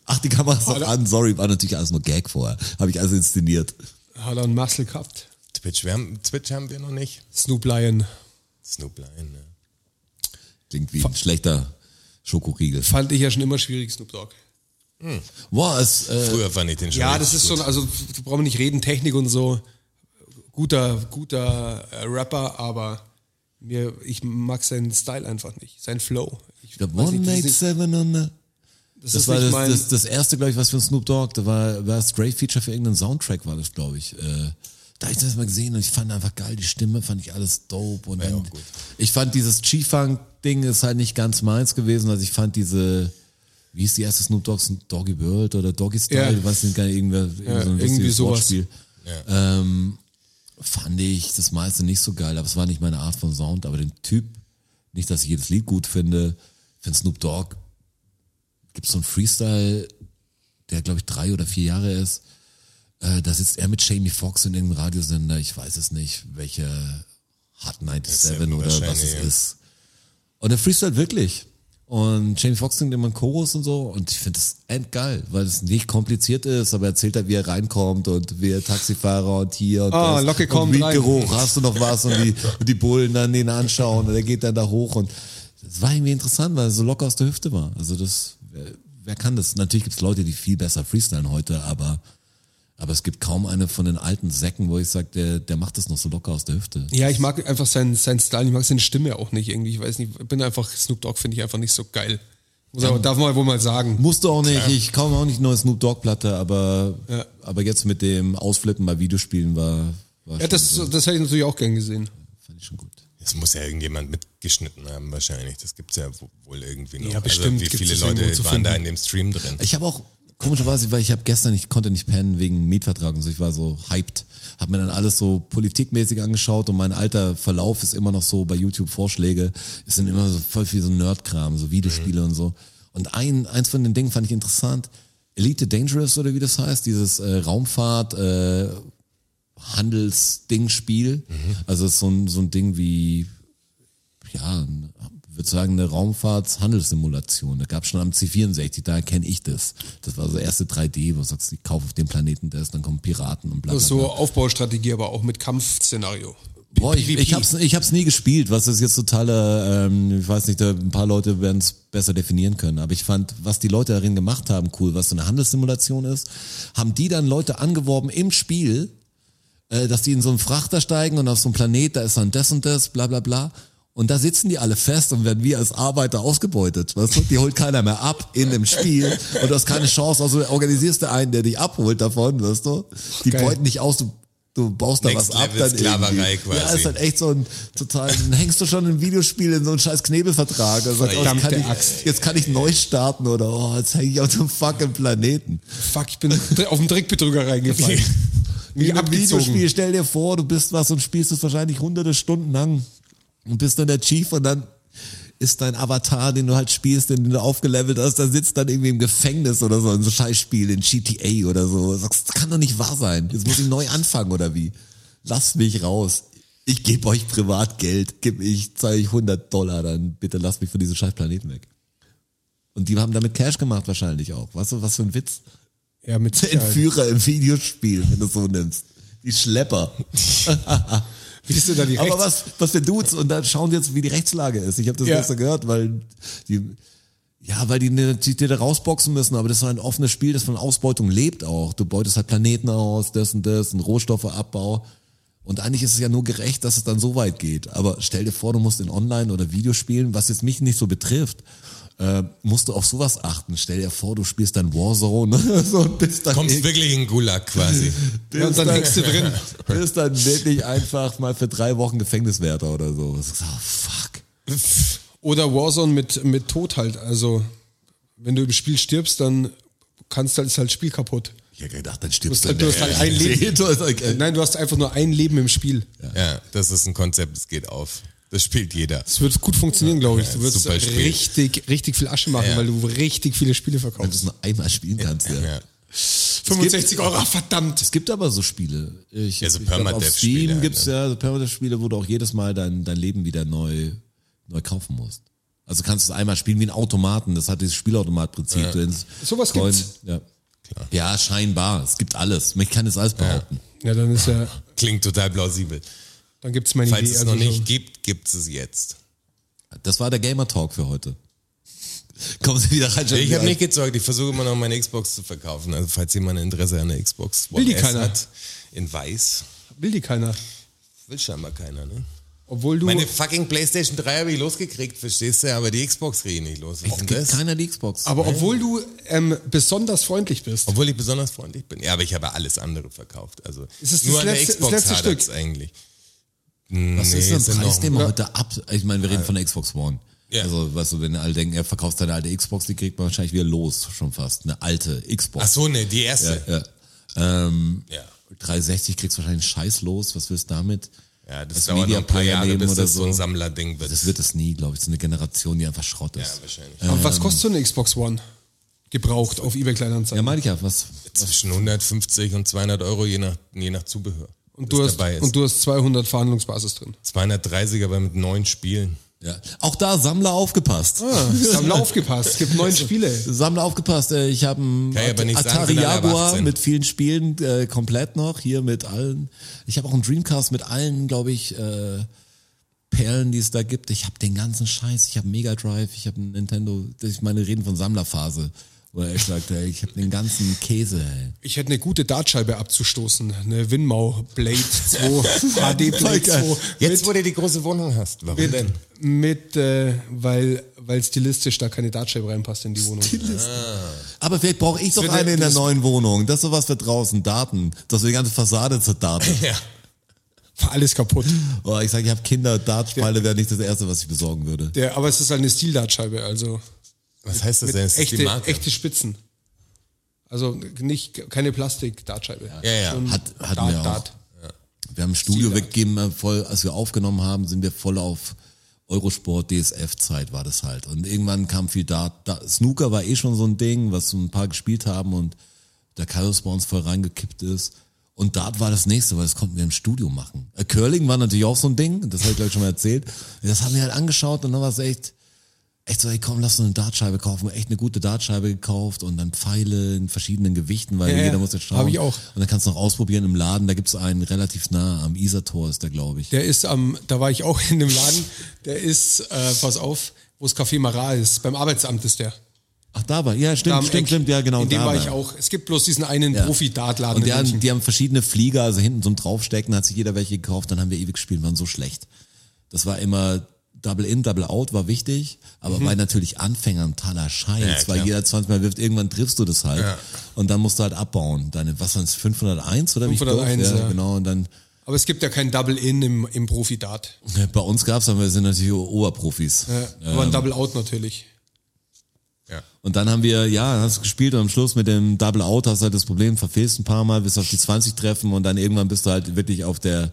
Speaker 4: Ach, die Kamera ist noch
Speaker 2: Alter.
Speaker 4: an. Sorry, war natürlich alles nur Gag vorher. Habe ich alles inszeniert.
Speaker 2: Hat er einen Muscle gehabt.
Speaker 3: Twitch, wir haben, Twitch haben wir noch nicht.
Speaker 2: Snoop Lion.
Speaker 3: Snoop Lion, ne?
Speaker 4: Klingt wie ein schlechter Schokoriegel.
Speaker 2: Fand ich ja schon immer schwierig, Snoop Dogg.
Speaker 4: Boah, es, äh,
Speaker 3: Früher fand ich den schon
Speaker 2: Ja,
Speaker 3: richtig
Speaker 2: das ist
Speaker 3: gut.
Speaker 2: so, ein- also da brauchen wir nicht reden, Technik und so. Guter, guter äh, Rapper, aber mir, ich mag seinen Style einfach nicht, seinen Flow. Ich
Speaker 4: the
Speaker 2: weiß
Speaker 4: One
Speaker 2: nicht, das ist
Speaker 4: Night
Speaker 2: nicht-
Speaker 4: Seven äh, on the
Speaker 2: das
Speaker 4: Das
Speaker 2: ist
Speaker 4: war
Speaker 2: nicht
Speaker 4: das,
Speaker 2: mein,
Speaker 4: das, das erste, glaube ich, was für ein Snoop Dogg, da war, war das Great Feature für irgendeinen Soundtrack, war das, glaube ich. Äh, da habe ich das mal gesehen und ich fand einfach geil, die Stimme fand ich alles dope. Und dann, ich fand dieses G-Funk-Ding ist halt nicht ganz meins gewesen, also ich fand diese, wie hieß die erste Snoop Dogg, Doggy World oder Doggy Style,
Speaker 2: Ja.
Speaker 4: weiß nicht, gar nicht, irgendwer, irgendwie
Speaker 2: Ja,
Speaker 4: so ein
Speaker 2: irgendwie
Speaker 4: lustiges
Speaker 2: sowas.
Speaker 4: Wortspiel. Ähm, fand ich das meiste nicht so geil, aber es war nicht meine Art von Sound, aber den Typ, nicht, dass ich jedes Lied gut finde, finde Snoop Dogg gibt so einen Freestyle, der glaube ich drei oder vier Jahre ist. Äh, da sitzt er mit Jamie Foxx in irgendeinem Radiosender, ich weiß es nicht, welche Hot 97
Speaker 3: Seven
Speaker 4: oder was
Speaker 3: wahrscheinlich,
Speaker 4: es
Speaker 3: ja.
Speaker 4: ist. Und er freestylt wirklich. Und Jamie Foxx singt immer einen Chorus und so und ich finde das endgeil, weil es nicht kompliziert ist, aber er erzählt halt, wie er reinkommt und wie er Taxifahrer und hier und
Speaker 2: Ah, Locke
Speaker 4: und
Speaker 2: kommt rein.
Speaker 4: Weedgeruch, hast du noch was und die, und die Bullen dann den anschauen und er geht dann da hoch und das war irgendwie interessant, weil er so locker aus der Hüfte war. Also das, wer, wer kann das? Natürlich gibt es Leute, die viel besser freestylen heute, aber, aber es gibt kaum eine von den alten Säcken, wo ich sage, der, der macht das noch so locker aus der Hüfte.
Speaker 2: ja, ich mag einfach seinen, seinen Style, ich mag seine Stimme auch nicht irgendwie. Ich weiß nicht, ich bin einfach, Snoop Dogg finde ich einfach nicht so geil. Muss aber, darf man wohl mal sagen.
Speaker 4: Musst du auch nicht, ich kaufe auch nicht eine neue Snoop Dogg Platte, aber, aber jetzt mit dem Ausflippen bei Videospielen war, war
Speaker 2: Ja,
Speaker 4: schon,
Speaker 2: das,
Speaker 4: so-
Speaker 2: das hätte ich natürlich auch gern gesehen.
Speaker 4: fand ich schon gut.
Speaker 3: Das muss ja irgendjemand mitgeschnitten haben wahrscheinlich. Das gibt's ja wo- wohl irgendwie noch.
Speaker 2: Ja, bestimmt
Speaker 3: Also, wie
Speaker 2: gibt's
Speaker 3: viele
Speaker 2: das irgendwo
Speaker 3: Leute
Speaker 2: zu
Speaker 3: waren da in
Speaker 2: finden.
Speaker 3: dem Stream drin?
Speaker 4: Ich habe auch komischerweise, weil ich habe gestern, ich konnte nicht pennen wegen Mietvertrag und so, ich war so hyped. Habe mir dann alles so politikmäßig angeschaut und mein alter Verlauf ist immer noch so bei YouTube Vorschläge. Es sind immer so voll viel so Nerdkram, so Videospiele
Speaker 2: Mhm.
Speaker 4: und so. Und ein eins von den Dingen fand ich interessant. Elite Dangerous oder wie das heißt, dieses äh, Raumfahrt äh, Handelsding Spiel. Also es ist so ein so ein Ding wie ja, ich würde sagen, eine Raumfahrtshandelssimulation. Da gab es schon am C64, daher kenne ich das. Das war so erste 3D, wo du sagst, ich kaufe auf dem Planeten das, dann kommen Piraten und bla bla. bla.
Speaker 2: So Aufbaustrategie, aber auch mit Kampfszenario.
Speaker 4: Boah, ich,
Speaker 2: PvP.
Speaker 4: ich, hab's, ich hab's nie gespielt, was ist jetzt totaler, ähm, ich weiß nicht, da, ein paar Leute werden es besser definieren können, aber ich fand, was die Leute darin gemacht haben, cool, was so eine Handelssimulation ist, haben die dann Leute angeworben im Spiel, äh, dass die in so einen Frachter steigen und auf so einen Planet, da ist dann das und das, bla bla bla. Und da sitzen die alle fest und werden wir als Arbeiter ausgebeutet. Weißt du? Die holt keiner mehr ab in dem Spiel und du hast keine Chance, also organisierst du einen, der dich abholt davon, weißt du? Die
Speaker 2: Geil.
Speaker 4: beuten dich aus, du, du baust da
Speaker 3: Next
Speaker 4: was ab.
Speaker 3: Level
Speaker 4: Dann
Speaker 3: Sklaverei
Speaker 4: irgendwie. Ja,
Speaker 3: quasi.
Speaker 4: ist halt echt so ein total, dann hängst du schon im Videospiel in so einen scheiß Knebelvertrag. Also, oh, jetzt, kann
Speaker 2: Verdammte
Speaker 4: ich,
Speaker 2: Axt.
Speaker 4: jetzt kann ich neu starten oder oh, jetzt hänge ich auf dem fucking Planeten.
Speaker 2: Fuck, ich bin auf den Trickbetrüger reingefallen.
Speaker 4: Wie
Speaker 2: Mich
Speaker 4: in einem
Speaker 2: abgezogen.
Speaker 4: Videospiel, stell dir vor, du bist was und spielst es wahrscheinlich hunderte Stunden lang und bist dann der Chief und dann ist dein Avatar, den du halt spielst, den du aufgelevelt hast, der sitzt dann irgendwie im Gefängnis oder so, in so Scheißspiel, in GTA oder so. Sagst, das kann doch nicht wahr sein. Jetzt muss ich neu anfangen oder wie? Lasst mich raus. Ich gebe euch Privatgeld, gib ich, zeige ich 100 Dollar, dann bitte lasst mich von diesem scheiß Planeten weg. Und die haben damit Cash gemacht wahrscheinlich auch. Weißt du, was für ein Witz?
Speaker 2: Ja, mit
Speaker 4: Der
Speaker 2: Sicherheit.
Speaker 4: Entführer im Videospiel, wenn du so nimmst. Die Schlepper.
Speaker 2: Wie ist denn da die
Speaker 4: Aber
Speaker 2: Rechts-
Speaker 4: was, was wir dudes und dann schauen wir jetzt, wie die Rechtslage ist. Ich habe das
Speaker 2: Ja.
Speaker 4: gestern gehört, weil die, ja, weil die, ne- die, die da rausboxen müssen, aber das ist ein offenes Spiel, das von Ausbeutung lebt auch. Du beutest halt Planeten aus, das und das und Rohstoffeabbau. Und eigentlich ist es ja nur gerecht, dass es dann so weit geht. Aber stell dir vor, du musst in Online- oder Videospielen, was jetzt mich nicht so betrifft, äh, musst du auf sowas achten. Stell dir vor, du spielst dann Warzone so, und bist dann
Speaker 3: Kommst
Speaker 4: irgendwie-
Speaker 3: wirklich in den Gulag quasi.
Speaker 2: Ja, und dann hängst du drin.
Speaker 4: ist dann wirklich einfach mal für drei Wochen Gefängniswärter oder so. Das ist so, fuck.
Speaker 2: Oder Warzone mit, mit Tod halt. Also, wenn du im Spiel stirbst, dann kannst halt, ist halt Spiel kaputt.
Speaker 5: Ich hätte gedacht, dann stirbst
Speaker 2: Du hast- du hast halt ein Leben.
Speaker 5: Du hast halt ein-
Speaker 2: Nein, du hast einfach nur ein Leben im Spiel.
Speaker 3: Ja, das ist ein Konzept, das geht auf. Das spielt jeder.
Speaker 2: Das wird gut funktionieren, glaube ich. Du wirst
Speaker 3: super Spiel.
Speaker 2: richtig, richtig viel Asche machen,
Speaker 3: Ja. Also,
Speaker 2: weil du richtig viele Spiele
Speaker 4: Wenn du es
Speaker 2: verkaufst.
Speaker 4: nur einmal spielen kannst, ja.
Speaker 3: Ja.
Speaker 2: 65 Euro, ah, verdammt.
Speaker 4: Es gibt aber so Spiele. Ich,
Speaker 3: Ja, so
Speaker 4: ich glaub, auf
Speaker 3: Permadeath-Spiele
Speaker 4: Steam
Speaker 3: halt,
Speaker 4: gibt's ja so Permadeath-Spiele, wo du auch jedes Mal dein, dein Leben wieder neu, neu kaufen musst. Also kannst du es einmal spielen wie ein Automaten. Das hat dieses Spielautomat-Prinzip. Du nennst
Speaker 2: Sowas
Speaker 4: Coin-
Speaker 2: gibt's.
Speaker 4: Ja. ja, scheinbar. Es gibt alles. Ich kann jetzt alles behaupten.
Speaker 2: Ja, dann ist ja,
Speaker 3: Klingt total plausibel.
Speaker 2: dann gibt's meine
Speaker 3: Falls
Speaker 2: Idee.
Speaker 3: es noch
Speaker 2: also
Speaker 3: nicht
Speaker 2: schon.
Speaker 3: gibt, gibt es es jetzt.
Speaker 4: Das war der Gamer Talk für heute. Kommen Sie wieder rein.
Speaker 3: Ich habe nicht gezockt, ich versuche immer noch meine Xbox zu verkaufen. Also falls jemand Interesse an der Xbox
Speaker 2: Will
Speaker 3: One
Speaker 2: die
Speaker 3: S
Speaker 2: keiner?
Speaker 3: hat, in weiß,
Speaker 2: Will die keiner.
Speaker 3: will scheinbar keiner, ne?
Speaker 2: Obwohl du.
Speaker 3: Meine fucking Playstation 3 habe ich losgekriegt, verstehst du? Aber die Xbox kriege ich nicht los. Was ist denn das?
Speaker 4: keiner die Xbox.
Speaker 2: aber obwohl du ähm, besonders freundlich bist.
Speaker 3: Obwohl ich besonders freundlich bin. Ja, aber ich habe alles andere verkauft. Also
Speaker 2: Ist es
Speaker 3: nur
Speaker 2: das
Speaker 3: an der
Speaker 2: letzte- das
Speaker 3: Xbox
Speaker 2: letzte
Speaker 3: hadert's
Speaker 2: Stück?
Speaker 3: eigentlich.
Speaker 4: Was ist denn
Speaker 3: sind
Speaker 4: ein Preis,
Speaker 3: noch-
Speaker 4: den man heute ab? Ich meine, wir reden von der Xbox One.
Speaker 3: Ja.
Speaker 4: Also, weißt du, wenn alle denken, er verkauft seine alte Xbox, die kriegt man wahrscheinlich wieder los, schon fast. Eine alte
Speaker 3: Ach
Speaker 4: Xbox.
Speaker 3: so, ne, die erste.
Speaker 4: Ja. Ähm,
Speaker 3: Ja.
Speaker 4: 360 kriegst du wahrscheinlich scheiß los. Was willst du damit?
Speaker 3: Ja, das
Speaker 4: Als
Speaker 3: dauert noch ein paar
Speaker 4: Media-Player
Speaker 3: Jahre,
Speaker 4: nehmen
Speaker 3: bis
Speaker 4: oder
Speaker 3: das so ein
Speaker 4: so.
Speaker 3: Sammlerding wird.
Speaker 4: Das wird es nie, glaube ich. So eine Generation, die einfach Schrott
Speaker 3: ja,
Speaker 4: ist.
Speaker 3: wahrscheinlich.
Speaker 2: aber was kostet so eine Xbox One? Gebraucht auf eBay
Speaker 4: Ja,
Speaker 2: Kleinanzeigen.
Speaker 4: meine ich ja. Was?
Speaker 3: Zwischen 150 und 200 Euro, je nach, je nach Zubehör.
Speaker 2: und,
Speaker 3: das
Speaker 2: du hast,
Speaker 3: dabei ist.
Speaker 2: und du hast 200 Verhandlungsbasis drin.
Speaker 3: 230, aber mit neun Spielen.
Speaker 4: Ja. Auch da Sammler aufgepasst.
Speaker 3: Ah.
Speaker 2: Ist am Lauf gepasst. Es gibt
Speaker 3: Also,
Speaker 2: neun Spiele.
Speaker 4: Sammler aufgepasst, äh, ich habe einen
Speaker 3: Kann ich aber nicht sagen,
Speaker 4: Atari
Speaker 3: sind alle ab
Speaker 4: Jaguar
Speaker 3: 18.
Speaker 4: mit vielen Spielen äh, komplett noch, hier mit allen. Ich habe auch einen Dreamcast mit allen, glaube ich, äh, Perlen, die es da gibt. Ich habe den ganzen Scheiß, ich habe Mega Drive, ich habe einen Nintendo, das ist meine Reden von Sammlerphase. Wo er echt sagt, ey, ich habe den ganzen Käse, ey.
Speaker 2: Ich hätte eine gute Dartscheibe abzustoßen. Eine Winmau Blade 2, HD Blade 2.
Speaker 3: Jetzt, wo du die große Wohnung hast, warum
Speaker 2: mit,
Speaker 3: denn?
Speaker 2: mit äh, weil, weil stilistisch da keine Dartscheibe reinpasst in die Wohnung.
Speaker 4: Aber vielleicht brauche ich doch
Speaker 2: wird
Speaker 4: eine in der
Speaker 2: das-
Speaker 4: neuen Wohnung. Das ist sowas für draußen, Daten. Dass wir die ganze Fassade zerdaten.
Speaker 3: Ja.
Speaker 2: War alles kaputt.
Speaker 4: Oh, ich sage, ich habe Kinder, Dartspalte wäre nicht das Erste, was ich besorgen würde.
Speaker 2: Der, aber es ist halt eine Stil-Dartscheibe, also
Speaker 3: Was heißt das denn? Das ist die
Speaker 2: echte,
Speaker 3: Marke.
Speaker 2: echte Spitzen. Also nicht keine Plastik-Dartscheibe.
Speaker 3: Ja, ja.
Speaker 2: Schon
Speaker 4: Hat- hatten
Speaker 2: Dart,
Speaker 4: wir auch.
Speaker 2: Dart.
Speaker 4: Wir haben ein Studio
Speaker 2: Zielart.
Speaker 4: weggegeben, äh, voll, als wir aufgenommen haben, sind wir voll auf Eurosport, DSF-Zeit war das halt. Und irgendwann kam viel Dart. Da, Snooker war eh schon so ein Ding, was so ein paar gespielt haben und der Kairos bei uns voll reingekippt ist. Und Dart war das nächste, weil das konnten wir im Studio machen. Äh, Curling war natürlich auch so ein Ding, das habe ich gleich schon mal erzählt. Das haben wir halt angeschaut und dann war es echt, echt so, ey komm, lass uns eine Dartscheibe kaufen. Echt eine gute Dartscheibe gekauft und dann Pfeile in verschiedenen Gewichten, weil
Speaker 2: Ja, ja,
Speaker 4: jeder muss jetzt schauen.
Speaker 2: hab ich auch.
Speaker 4: Und dann kannst du noch ausprobieren im Laden, da gibt's einen relativ nah am Isartor ist der, glaube ich.
Speaker 2: Der ist am, da war ich auch in dem Laden, der ist, äh, pass auf, wo das Café Marat ist, beim Arbeitsamt ist der.
Speaker 4: Ach, da war, ja,
Speaker 2: Da am
Speaker 4: stimmt, stimmt,
Speaker 2: Eck.
Speaker 4: stimmt, ja, genau.
Speaker 2: In dem
Speaker 4: da
Speaker 2: war ich auch. Es gibt bloß diesen einen
Speaker 4: Ja.
Speaker 2: Profi-Dartladen
Speaker 4: Und die
Speaker 2: in
Speaker 4: haben,
Speaker 2: München.
Speaker 4: die haben verschiedene Flieger, also hinten zum draufstecken, hat sich jeder welche gekauft, dann haben wir ewig gespielt, waren so schlecht. Das war immer Double in, Double out war wichtig, aber
Speaker 2: Mhm.
Speaker 4: bei natürlich Anfängern totaler Scheiß,
Speaker 3: Ja,
Speaker 4: weil
Speaker 3: klar.
Speaker 4: jeder 20 Mal wirft, irgendwann triffst du das halt und dann musst du halt abbauen. Deine, was waren 501 oder wie?
Speaker 2: 501,
Speaker 4: ja,
Speaker 2: ja.
Speaker 4: Genau, und dann
Speaker 2: Aber es gibt ja kein Double-In im, im Profi-Dart.
Speaker 4: bei uns gab's, aber wir sind natürlich Oberprofis.
Speaker 2: Ja, aber ein Double-Out natürlich.
Speaker 3: ja.
Speaker 4: Und dann haben wir, ja, hast gespielt und am Schluss mit dem Double Out hast halt das Problem, verfehlst ein paar Mal, bis auf die 20 treffen und dann irgendwann bist du halt wirklich auf der,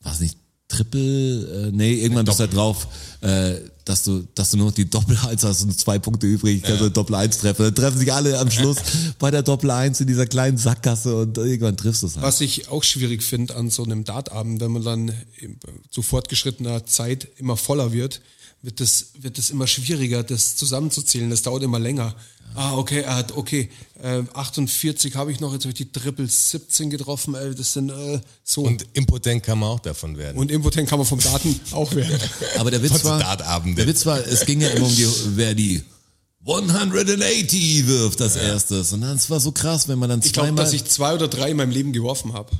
Speaker 4: was nicht, Triple, äh, nee, irgendwann bist du halt drauf, äh, dass du, dass du nur noch die Doppel 1 hast und zwei Punkte übrig, kannst du Doppel 1 treffen. Dann treffen sich alle am Schluss bei der Doppel 1 in dieser kleinen Sackgasse und irgendwann triffst du es halt.
Speaker 2: Was ich auch schwierig finde an so einem Dartabend, wenn man dann im- zu fortgeschrittener Zeit immer voller wird, wird das, wird das immer schwieriger, das zusammenzuzählen. Das dauert immer länger. Ah, okay, er hat, okay, äh, 48 habe ich noch, jetzt habe ich die Triple 17 getroffen, äh, das sind äh, so. Und,
Speaker 3: Und impotent kann man auch davon werden.
Speaker 2: und impotent kann man vom Daten auch werden.
Speaker 4: Aber der
Speaker 3: Von
Speaker 4: Witz
Speaker 3: so
Speaker 4: war,
Speaker 3: Dartabenden.
Speaker 4: der Witz war, es ging ja immer um die, wer die 180 wirft als erstes. Und dann es war so krass, wenn man dann
Speaker 2: Ich glaube,
Speaker 4: zweimal.
Speaker 2: dass ich zwei oder drei in meinem Leben geworfen habe.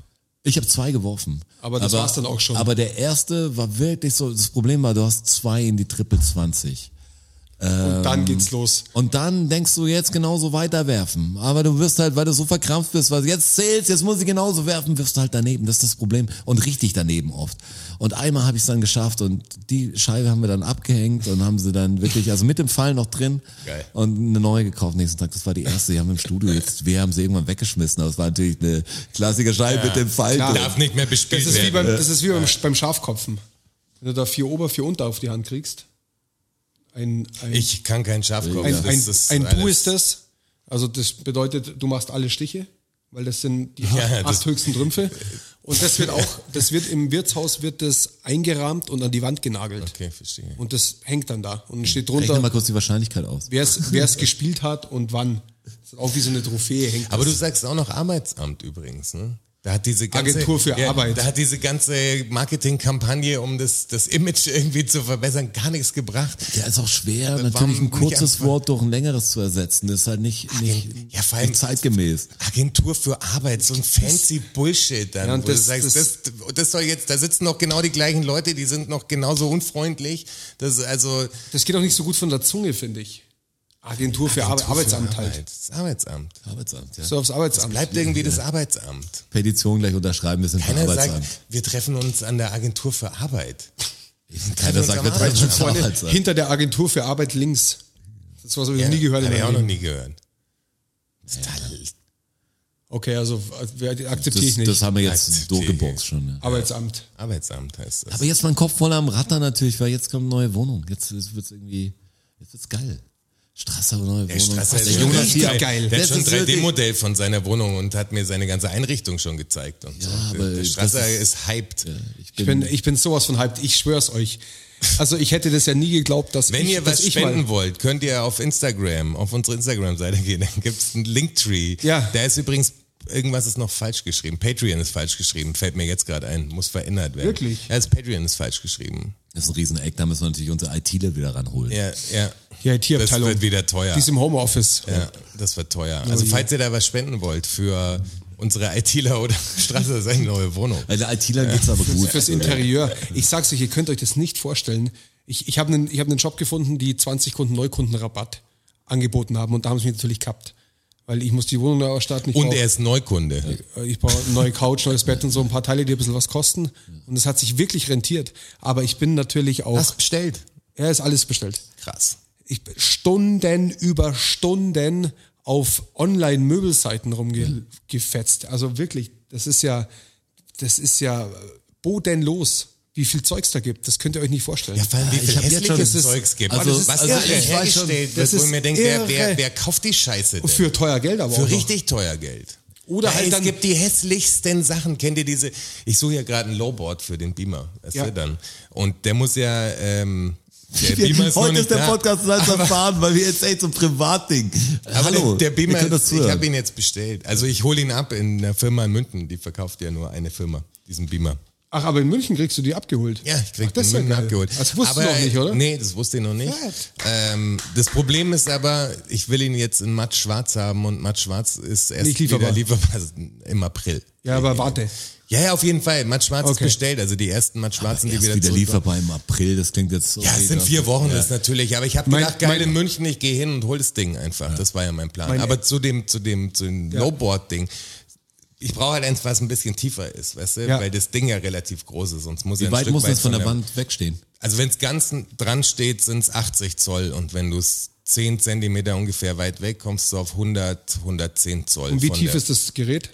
Speaker 4: Ich habe zwei geworfen.
Speaker 2: Aber das war's dann auch schon.
Speaker 4: Aber der erste war wirklich so, das Problem war, du hast zwei in die Triple 20.
Speaker 3: Ähm,
Speaker 2: Und dann geht's los.
Speaker 4: Und dann denkst du jetzt genauso weiterwerfen. Aber du wirst halt, weil du so verkrampft bist, weil du jetzt zählst, jetzt muss ich genauso werfen, wirfst du halt daneben. Das ist das Problem. Und richtig daneben oft. Und einmal habe ich es dann geschafft und die Scheibe haben wir dann abgehängt und haben sie dann wirklich, also mit dem Fall noch drin
Speaker 3: Geil.
Speaker 4: und eine neue gekauft nächsten Tag. Das war die erste, die haben wir im Studio jetzt, wir haben sie irgendwann weggeschmissen, aber es war natürlich eine klassische Scheibe mit dem Fall.
Speaker 2: klar.
Speaker 4: drin.
Speaker 3: Darf nicht mehr bespielt
Speaker 2: Das ist wie beim,
Speaker 3: werden.
Speaker 2: das ist wie
Speaker 3: äh.
Speaker 2: beim, beim Schafkopfen. Wenn du da vier Ober, vier Unter auf die Hand kriegst. Ein, ein,
Speaker 3: Ich kann kein Schaf kaufen.
Speaker 2: ein,
Speaker 3: Das
Speaker 2: ein,
Speaker 3: ist
Speaker 2: ein Du
Speaker 3: alles-
Speaker 2: ist das. Also das bedeutet, du machst alle Stiche, weil das sind die acht,
Speaker 3: Ja, das-
Speaker 2: acht höchsten Trümpfe. Und das wird auch, das wird im Wirtshaus wird das eingerahmt und an die Wand genagelt.
Speaker 3: Okay, verstehe.
Speaker 2: Und das hängt dann da und steht
Speaker 4: Rechne mal
Speaker 2: drunter,
Speaker 4: kurz die Wahrscheinlichkeit aus.
Speaker 2: wer es gespielt hat und wann. Das ist auch wie so eine Trophäe hängt.
Speaker 3: Aber du
Speaker 2: das.
Speaker 3: sagst auch noch Arbeitsamt übrigens, ne? Da hat diese ganze,
Speaker 2: Agentur für
Speaker 3: ja,
Speaker 2: Arbeit.
Speaker 3: Da hat diese ganze Marketingkampagne, um das, das Image irgendwie zu verbessern, gar nichts gebracht.
Speaker 4: Ja, ist auch schwer,
Speaker 3: Warum
Speaker 4: natürlich ein
Speaker 3: nicht
Speaker 4: kurzes
Speaker 3: einfach-
Speaker 4: Wort durch ein längeres zu ersetzen. Das ist halt nicht, nicht,
Speaker 3: Ja, vor allem-
Speaker 4: nicht zeitgemäß.
Speaker 3: Agentur für Arbeit, so ein fancy Bullshit dann,
Speaker 2: Ja, und
Speaker 3: wo du
Speaker 2: das-
Speaker 3: sagst,
Speaker 2: das-
Speaker 3: das, das soll jetzt, da sitzen noch genau die gleichen Leute, die sind noch genauso unfreundlich. Das ist also
Speaker 2: Das geht auch nicht so gut von der Zunge, finde ich. Agentur für Arbeit, Arbeitsamt
Speaker 3: Arbeit,
Speaker 2: halt.
Speaker 3: Das Arbeitsamt.
Speaker 4: Arbeitsamt, ja.
Speaker 2: So aufs Arbeitsamt.
Speaker 3: Bleibt irgendwie das Arbeitsamt.
Speaker 4: Petition gleich unterschreiben, wir sind beim
Speaker 3: Keiner
Speaker 4: Arbeitsamt.
Speaker 3: sagt, wir treffen uns an der Agentur für Arbeit.
Speaker 4: Keiner
Speaker 3: uns
Speaker 4: sagt,
Speaker 3: am
Speaker 4: wir treffen uns beim
Speaker 3: Arbeitsamt.
Speaker 2: Freunde,
Speaker 4: Arbeitsamt.
Speaker 2: hinter der Agentur für Arbeit links. Das war sowieso
Speaker 3: Ja,
Speaker 2: nie gehört. in
Speaker 3: Hab ich
Speaker 2: meinem
Speaker 3: auch noch
Speaker 2: Leben.
Speaker 3: nie gehört. Total
Speaker 2: Okay, also äh, akzeptiere ich
Speaker 4: Das,
Speaker 2: nicht.
Speaker 4: das haben wir jetzt
Speaker 3: Akzeptiere ich.
Speaker 4: durchgeboxt schon. Ja.
Speaker 2: Arbeitsamt.
Speaker 3: Arbeitsamt heißt das.
Speaker 4: Aber jetzt mein Kopf voll am Ratter natürlich, weil jetzt kommt neue Wohnung. Jetzt wird's irgendwie, jetzt wird's geil. Strasser neue Wohnung.
Speaker 3: Strasser
Speaker 4: Ach,
Speaker 3: ist schon
Speaker 4: Jonas
Speaker 3: richtig
Speaker 4: hier-
Speaker 2: geil.
Speaker 3: Der hat
Speaker 4: Das
Speaker 3: schon ein
Speaker 4: ist wirklich-
Speaker 3: 3D-Modell von seiner Wohnung und hat mir seine ganze Einrichtung schon gezeigt. Und
Speaker 4: Ja,
Speaker 3: so.
Speaker 4: aber
Speaker 3: der
Speaker 4: das
Speaker 3: Strasser
Speaker 4: ist-
Speaker 3: ist, hyped.
Speaker 4: Ich
Speaker 2: Ich
Speaker 4: bin,
Speaker 2: bin, ich bin sowas von hyped, ich schwör's euch. Also ich hätte das ja nie geglaubt, dass
Speaker 3: Wenn
Speaker 2: ich,
Speaker 3: ihr
Speaker 2: dass
Speaker 3: was
Speaker 2: ich
Speaker 3: spenden
Speaker 2: mal,
Speaker 3: wollt, könnt ihr auf Instagram, auf unsere Instagram-Seite gehen. Dann gibt's einen Linktree.
Speaker 2: Ja.
Speaker 3: Da ist übrigens, irgendwas ist noch falsch geschrieben. Patreon ist falsch geschrieben, fällt mir jetzt gerade ein. Muss verändert werden.
Speaker 2: Wirklich?
Speaker 3: Ja, das Patreon ist falsch geschrieben.
Speaker 4: das ist ein Rieseneck, da müssen wir natürlich unsere ITler wieder ranholen.
Speaker 3: Ja, ja.
Speaker 2: die
Speaker 3: Das
Speaker 2: IT-Abteilung,
Speaker 3: wird wieder teuer.
Speaker 2: die ist im Homeoffice.
Speaker 3: Ja, das wird teuer. Also
Speaker 2: je.
Speaker 3: falls ihr da was spenden wollt für unsere ITler oder Straße, seine neue Wohnung.
Speaker 4: Bei den ITlern geht's aber gut.
Speaker 2: Fürs Interieur. Ich sag's euch, ihr könnt euch das nicht vorstellen. Ich, ich habe einen, ich hab einen Job gefunden, die 20 Kunden Neukundenrabatt angeboten haben und da haben sie mich natürlich gehabt. Weil ich muss die Wohnung neu ausstatten. Ich
Speaker 3: Und
Speaker 2: brauch-
Speaker 3: er ist Neukunde.
Speaker 2: Äh, ich baue eine neue Couch, neues Bett und so ein paar Teile, die ein bisschen was kosten. Und es hat sich wirklich rentiert. Aber ich bin natürlich auch,
Speaker 3: Hast bestellt.
Speaker 2: er ist alles bestellt.
Speaker 3: Krass.
Speaker 2: Ich bin Stunden über Stunden auf Online-Möbelseiten rumgefetzt. Also wirklich, das ist ja, das ist ja äh, bodenlos, wie viel Zeugs da gibt. Das könnt ihr euch nicht vorstellen.
Speaker 3: Ja, vor allem, wie viel
Speaker 4: hab jetzt schon-
Speaker 3: hässliches
Speaker 4: das ist-
Speaker 3: Zeugs gibt.
Speaker 4: also-
Speaker 3: was
Speaker 4: also
Speaker 3: da
Speaker 4: ich
Speaker 3: alles
Speaker 4: weiß schon,
Speaker 3: hergestellt
Speaker 2: das
Speaker 3: wird, wo
Speaker 2: ist
Speaker 3: ich mir denke, wer,
Speaker 2: irre.
Speaker 3: wer, wer kauft die Scheiße denn?
Speaker 2: für teuer Geld aber auch.
Speaker 3: Für
Speaker 2: noch.
Speaker 3: richtig teuer Geld.
Speaker 2: Oder
Speaker 3: Nein,
Speaker 2: halt dann-
Speaker 3: es gibt die hässlichsten Sachen. Kennt ihr diese? Ich suche ja gerade ein Lowboard für den Beamer. Weißt
Speaker 2: Ja.
Speaker 3: du dann? Und der muss ja. Ähm, der
Speaker 4: Wir-
Speaker 3: Beamer ist noch
Speaker 4: Heute
Speaker 3: nicht
Speaker 4: ist der
Speaker 3: da.
Speaker 4: Podcast als erfahren, weil wir jetzt echt so ein Privatding.
Speaker 3: Aber
Speaker 4: Hallo,
Speaker 3: der, der
Speaker 4: ihr
Speaker 3: Beamer,
Speaker 4: könnt das
Speaker 3: ist, ich
Speaker 4: zuhören.
Speaker 3: habe ihn jetzt bestellt. Also ich hole ihn ab in einer Firma in München. Die verkauft ja nur eine Firma, diesen Beamer.
Speaker 2: Ach, aber in München kriegst du die abgeholt.
Speaker 3: Ja, ich krieg
Speaker 2: Ach, das
Speaker 3: den
Speaker 2: ist ja
Speaker 3: München
Speaker 2: geil.
Speaker 3: abgeholt.
Speaker 2: Das wusstest
Speaker 3: aber,
Speaker 2: du noch nicht, oder?
Speaker 3: Nee, das wusste ich noch nicht. Ähm, das Problem ist aber, ich will ihn jetzt in matt schwarz haben und matt schwarz ist erst
Speaker 2: Nicht lieferbar.
Speaker 3: wieder lieferbar im April.
Speaker 2: Ja, aber warte.
Speaker 3: Ja, ja, auf jeden Fall. Matt schwarz ist
Speaker 2: Okay.
Speaker 3: bestellt. Also die ersten matt schwarzen, die
Speaker 4: Erst
Speaker 3: wieder,
Speaker 4: wieder
Speaker 3: zurückkommen.
Speaker 4: lieferbar im April, das klingt jetzt so.
Speaker 3: Ja, es sind vier Wochen, das ist natürlich. Aber ich habe
Speaker 2: Mein-
Speaker 3: gedacht, geil
Speaker 2: mein-
Speaker 3: in München, ich gehe hin und hol das Ding einfach. Das war ja mein Plan.
Speaker 2: Mein-
Speaker 3: aber zu dem, zu dem, zu dem Lowboard-Ding. Ich brauche halt eins, was ein bisschen tiefer ist, weißt du?
Speaker 2: Ja.
Speaker 3: Weil das Ding ja relativ groß ist, sonst muss ja
Speaker 4: Wie
Speaker 3: ein
Speaker 4: weit
Speaker 3: Stück
Speaker 4: muss
Speaker 3: weit
Speaker 4: das von der Wand wegstehen?
Speaker 3: Also wenns ganz dran steht, sind's 80 Zoll und wenn du es 10 Zentimeter ungefähr weit weg kommst, du auf 100, 110 Zoll.
Speaker 2: Und wie
Speaker 3: von
Speaker 2: tief
Speaker 3: der
Speaker 2: ist das Gerät?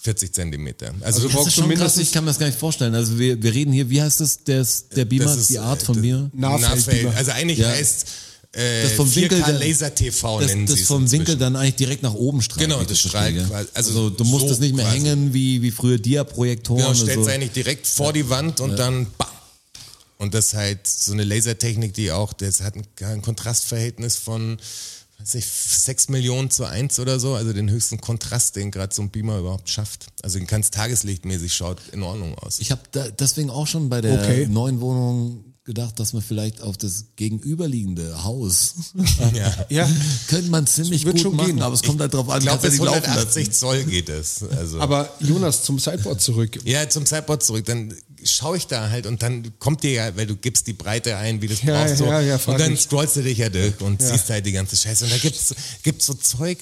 Speaker 3: 40 Zentimeter. Also,
Speaker 2: du brauchst-
Speaker 3: du brauchst
Speaker 4: Das ist schon krass,
Speaker 2: mindestens-
Speaker 4: ich kann mir das gar nicht vorstellen. Also wir, wir reden hier, wie heißt das, der, der Beamer,
Speaker 3: Das ist,
Speaker 4: die Art
Speaker 3: äh,
Speaker 4: von
Speaker 3: das-
Speaker 4: mir?
Speaker 2: Nahfeld-
Speaker 3: Nahfeld.
Speaker 2: Beamer.
Speaker 3: Also eigentlich
Speaker 4: Ja.
Speaker 3: heißt äh,
Speaker 4: Das vom Winkel
Speaker 3: 4K
Speaker 4: der-
Speaker 3: Laser TV
Speaker 4: Das,
Speaker 3: nennen
Speaker 4: das
Speaker 3: sie's
Speaker 4: vom
Speaker 3: inzwischen.
Speaker 4: Winkel dann eigentlich direkt nach oben strahlt.
Speaker 3: Genau,
Speaker 4: wie ich
Speaker 3: das
Speaker 4: verstehe,
Speaker 3: strahlt
Speaker 4: gell?
Speaker 3: quasi- also
Speaker 4: Also, du musst
Speaker 3: so
Speaker 4: es nicht mehr
Speaker 3: quasi.
Speaker 4: hängen wie, wie früher Dia-Projektoren.
Speaker 3: Genau,
Speaker 4: und
Speaker 3: stellt
Speaker 4: so.
Speaker 3: sie eigentlich direkt vor die Wand und dann bam. Und das ist halt so eine Lasertechnik, die auch, das hat ein, ein Kontrastverhältnis von, weiß ich, 6 Millionen zu 1 oder so. Also den höchsten Kontrast, den gerade so ein Beamer überhaupt schafft. Also den kannst tageslichtmäßig schaut in Ordnung aus.
Speaker 4: Ich habe da, deswegen auch schon bei der
Speaker 2: Okay.
Speaker 4: neuen Wohnung gedacht, dass man vielleicht auf das gegenüberliegende Haus
Speaker 3: ja.
Speaker 2: Ja,
Speaker 4: könnte man ziemlich
Speaker 2: wird
Speaker 4: gut
Speaker 2: schon
Speaker 4: machen,
Speaker 2: gehen.
Speaker 4: aber es kommt halt drauf an,
Speaker 3: Ich glaube,
Speaker 4: kannst
Speaker 3: bis
Speaker 4: du nicht laufen lassen.
Speaker 3: 180 Zoll geht es. Also.
Speaker 2: aber Jonas, zum Sideboard zurück.
Speaker 3: ja, zum Sideboard zurück. Dann schaue ich da halt und dann kommt dir ja, weil du gibst die Breite ein, wie du es
Speaker 2: Ja,
Speaker 3: brauchst. So.
Speaker 2: ja, ja,
Speaker 3: und dann
Speaker 2: freilich.
Speaker 3: scrollst du dich ja durch und
Speaker 2: Ja.
Speaker 3: siehst halt die ganze Scheiße. Und da gibt's, gibt's so Zeug,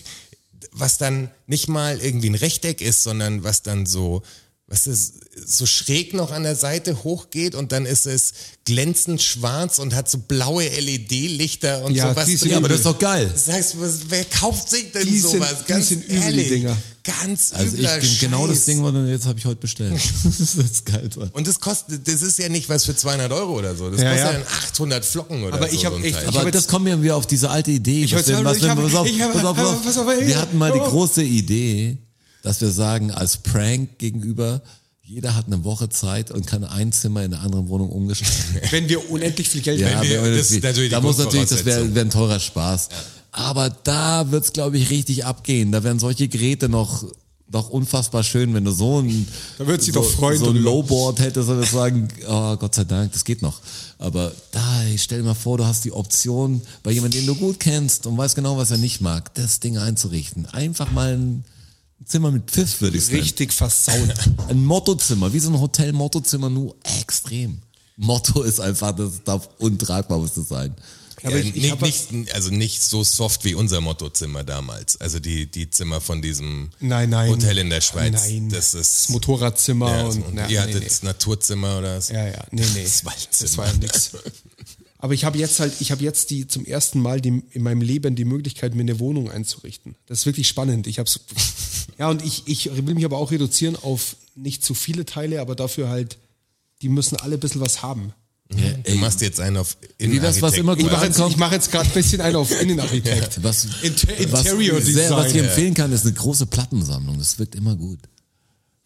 Speaker 3: was dann nicht mal irgendwie ein Rechteck ist, sondern was dann so, was ist, so schräg noch an der Seite hochgeht und dann ist es glänzend schwarz und hat so blaue LED-Lichter und
Speaker 2: Ja,
Speaker 3: sowas.
Speaker 2: die sind
Speaker 3: drin.
Speaker 2: Ja, aber das ist
Speaker 4: doch geil.
Speaker 3: Das heißt, was, wer kauft sich denn
Speaker 2: Die sind-
Speaker 3: sowas?
Speaker 2: die
Speaker 3: Ganz
Speaker 2: sind übel, die
Speaker 3: ehrlich.
Speaker 2: Dinger.
Speaker 3: Ganz
Speaker 4: Also
Speaker 3: übler
Speaker 4: ich genau das
Speaker 3: Scheiß.
Speaker 4: Ding, was ich jetzt habe ich heute bestellt. das ist geil. Mann.
Speaker 3: Und das kostet, das ist ja nicht was für 200 Euro oder so. Das
Speaker 2: Ja,
Speaker 3: kostet
Speaker 2: ja.
Speaker 3: ja. dann 800 Flocken oder
Speaker 2: Aber
Speaker 3: so.
Speaker 2: ich hab
Speaker 3: so ein
Speaker 2: echt-
Speaker 3: Teil.
Speaker 2: ich
Speaker 4: Aber
Speaker 2: hab
Speaker 4: das
Speaker 2: jetzt-
Speaker 4: kommen wir wieder auf diese alte Idee.
Speaker 2: Ich
Speaker 4: was
Speaker 2: weiß
Speaker 4: denn, was
Speaker 2: nicht,
Speaker 4: denn,
Speaker 2: ich hab-
Speaker 4: pass auf,
Speaker 2: ich hab-
Speaker 4: pass auf, pass
Speaker 2: hab-
Speaker 4: auf.
Speaker 2: pass auf, ey,
Speaker 4: wir hatten mal die
Speaker 2: hör auf.
Speaker 4: große Idee, dass wir sagen, als Prank gegenüber, jeder hat eine Woche Zeit und kann ein Zimmer in eine andere Wohnung umgestalten.
Speaker 2: Wenn wir unendlich viel Geld
Speaker 4: Ja,
Speaker 2: haben.
Speaker 3: wir-
Speaker 4: wenn man
Speaker 3: das
Speaker 4: das,
Speaker 3: ist natürlich die
Speaker 4: da muss natürlich, das wäre
Speaker 3: Grundvoraussetzung.
Speaker 4: wär ein teurer Spaß. Aber da wird's glaube ich, richtig abgehen. Da werden solche Geräte noch, noch unfassbar schön, wenn du so ein,
Speaker 2: Da wird sie
Speaker 4: so,
Speaker 2: doch freuen
Speaker 4: so ein
Speaker 2: drüber.
Speaker 4: Lowboard hättest, dann würdest du sagen, oh, Gott sei Dank, das geht noch. Aber da, ey, stell dir mal vor, du hast die Option, bei jemandem, den du gut kennst und weißt genau, was er nicht mag, das Ding einzurichten. Einfach mal ein Zimmer mit Pfiff, würde ich sagen.
Speaker 2: Richtig versauen.
Speaker 4: Ein Mottozimmer, wie so ein Hotel-Mottozimmer, nur extrem. Motto ist einfach, das darf untragbar musste sein.
Speaker 2: Aber
Speaker 3: ja,
Speaker 2: ich, ich
Speaker 3: nicht,
Speaker 2: hab
Speaker 3: nicht, also nicht so soft wie unser Mottozimmer damals. Also die, die Zimmer von diesem
Speaker 2: Nein, nein.
Speaker 3: Hotel in der Schweiz.
Speaker 2: Nein.
Speaker 3: Das ist
Speaker 2: das Motorradzimmer
Speaker 3: ja,
Speaker 2: und,
Speaker 3: und
Speaker 2: na,
Speaker 3: ihr
Speaker 2: nee,
Speaker 3: hattet
Speaker 2: nee.
Speaker 3: das Naturzimmer oder das
Speaker 2: Ja, ja, nee, nee.
Speaker 3: Das Waldzimmer.
Speaker 2: Das war ja nix. Aber ich habe jetzt halt, ich habe jetzt die zum ersten Mal die, in meinem Leben die Möglichkeit, mir eine Wohnung einzurichten. Das ist wirklich spannend. Ich hab's. Ja, und ich, ich will mich aber auch reduzieren auf nicht zu viele Teile, aber dafür halt, die müssen alle ein bisschen was haben.
Speaker 3: Du machst jetzt einen auf
Speaker 4: Wie das, was immer
Speaker 2: Ich
Speaker 4: gut
Speaker 2: mache jetzt,
Speaker 4: ankommt.
Speaker 2: ich mach jetzt gerade ein bisschen einen auf Innenarchitekt.
Speaker 4: Was,
Speaker 2: Inter- Interior
Speaker 4: was, sehr, was ich
Speaker 2: Design,
Speaker 4: empfehlen kann, ist eine große Plattensammlung. Das wirkt immer gut.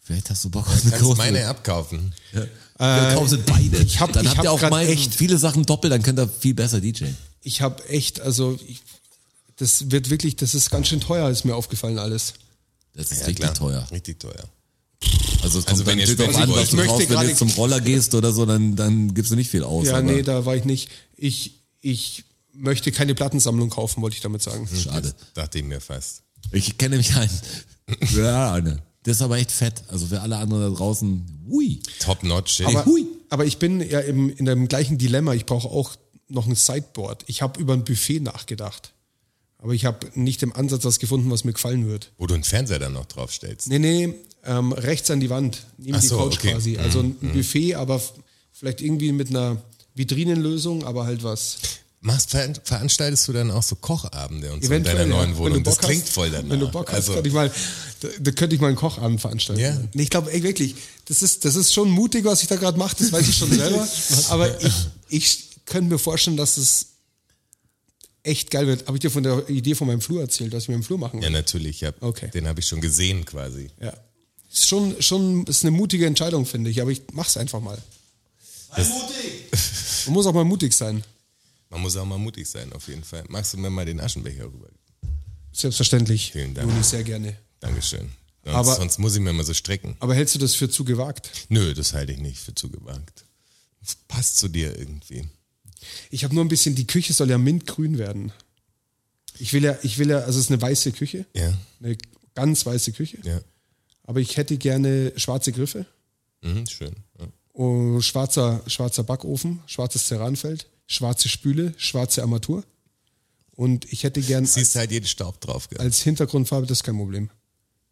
Speaker 4: Vielleicht hast du Bock auf eine
Speaker 3: Kannst
Speaker 4: große.
Speaker 3: meine abkaufen.
Speaker 4: Dann kaufst du beide.
Speaker 2: ich hab-
Speaker 4: dann
Speaker 2: ich
Speaker 4: habt
Speaker 2: hab
Speaker 4: ihr auch
Speaker 2: grad
Speaker 4: mal
Speaker 2: echt-
Speaker 4: viele Sachen doppelt, dann könnt ihr viel besser DJen.
Speaker 2: Ich habe echt, also ich, das wird wirklich, das ist ganz schön teuer, ist mir aufgefallen alles.
Speaker 4: Das ist
Speaker 3: Ja,
Speaker 4: richtig
Speaker 3: klar.
Speaker 4: teuer.
Speaker 3: Richtig teuer.
Speaker 4: Also, es kommt
Speaker 3: Also, wenn ihr
Speaker 4: dann natürlich drauf
Speaker 3: spenden
Speaker 4: an,
Speaker 3: wollt.
Speaker 4: was du
Speaker 2: Ich möchte
Speaker 4: brauchst. Wenn du
Speaker 2: gerade-
Speaker 4: jetzt zum Roller gehst oder so, dann, dann gibst du nicht viel aus.
Speaker 2: Ja,
Speaker 4: aber
Speaker 2: nee, da war ich nicht. Ich, ich möchte keine Plattensammlung kaufen, wollte ich damit sagen.
Speaker 3: Hm.
Speaker 4: schade.
Speaker 3: Dachte ich mir fast.
Speaker 4: Ich kenne mich einen. Ja, eine. Das ist aber echt fett. Also für alle anderen da draußen, ui.
Speaker 3: Top notch. shit.
Speaker 2: Aber,
Speaker 4: hui.
Speaker 2: aber ich bin ja im, in dem gleichen Dilemma. Ich brauche auch noch ein Sideboard. Ich habe über ein Buffet nachgedacht. Aber ich habe nicht im Ansatz was gefunden, was mir gefallen wird.
Speaker 3: wo du einen Fernseher dann noch draufstellst.
Speaker 2: Nee, nee, ähm, rechts an die Wand, neben
Speaker 3: Ach
Speaker 2: die
Speaker 3: so,
Speaker 2: Couch
Speaker 3: okay. Hm,
Speaker 2: quasi. Also ein Buffet, aber f- vielleicht irgendwie mit einer Vitrinenlösung, aber halt was.
Speaker 3: Machst, ver- veranstaltest du dann auch so Kochabende und so in
Speaker 2: Eventuell,
Speaker 3: deiner neuen
Speaker 2: ja. Wenn
Speaker 3: Wohnung?
Speaker 2: du
Speaker 3: Das
Speaker 2: Bock
Speaker 3: klingt
Speaker 2: hast,
Speaker 3: voll danach.
Speaker 2: Wenn du Bock hast,
Speaker 3: also,
Speaker 2: könnte ich mal, da, da könnte ich mal einen Kochabend veranstalten.
Speaker 3: Ja.
Speaker 2: Nee, Ich glaube, ey, wirklich, das ist, das ist schon mutig, was ich da gerade mache, das weiß ich schon selber. Aber ich, ich könnte mir vorstellen, dass es echt geil wird. Habe ich dir von der Idee von meinem Flur erzählt, was ich mit dem Flur machen
Speaker 3: ja,
Speaker 2: will?
Speaker 3: natürlich. Ich hab,
Speaker 2: Okay.
Speaker 3: Den habe ich schon gesehen quasi.
Speaker 2: Ja. Ist schon, schon ist eine mutige Entscheidung, finde ich, aber ich mach's einfach mal. Man muss auch mal mutig sein.
Speaker 3: Man muss auch mal mutig sein, auf jeden Fall. Magst du mir mal den Aschenbecher rüber?
Speaker 2: Selbstverständlich.
Speaker 3: Vielen Dank.
Speaker 2: Juni, sehr gerne.
Speaker 3: Dankeschön. Sonst,
Speaker 2: Aber-
Speaker 3: sonst muss ich mir immer so strecken.
Speaker 2: Aber hältst du das für zu gewagt?
Speaker 3: Nö, das halte ich nicht für zu gewagt. Das passt zu dir irgendwie.
Speaker 2: Ich habe nur ein bisschen, die Küche soll ja mintgrün werden. Ich will ja, ich will ja, also es ist eine weiße Küche,
Speaker 3: Ja,
Speaker 2: eine ganz weiße Küche,
Speaker 3: ja.
Speaker 2: aber ich hätte gerne schwarze Griffe,
Speaker 3: Mhm, schön. Ja.
Speaker 2: oh, schwarzer, schwarzer Backofen, schwarzes Terranfeld, schwarze Spüle, schwarze Armatur. Und ich hätte gern als,
Speaker 3: Siehst halt jeden Staub drauf. Gell?
Speaker 2: als Hintergrundfarbe, das ist kein Problem.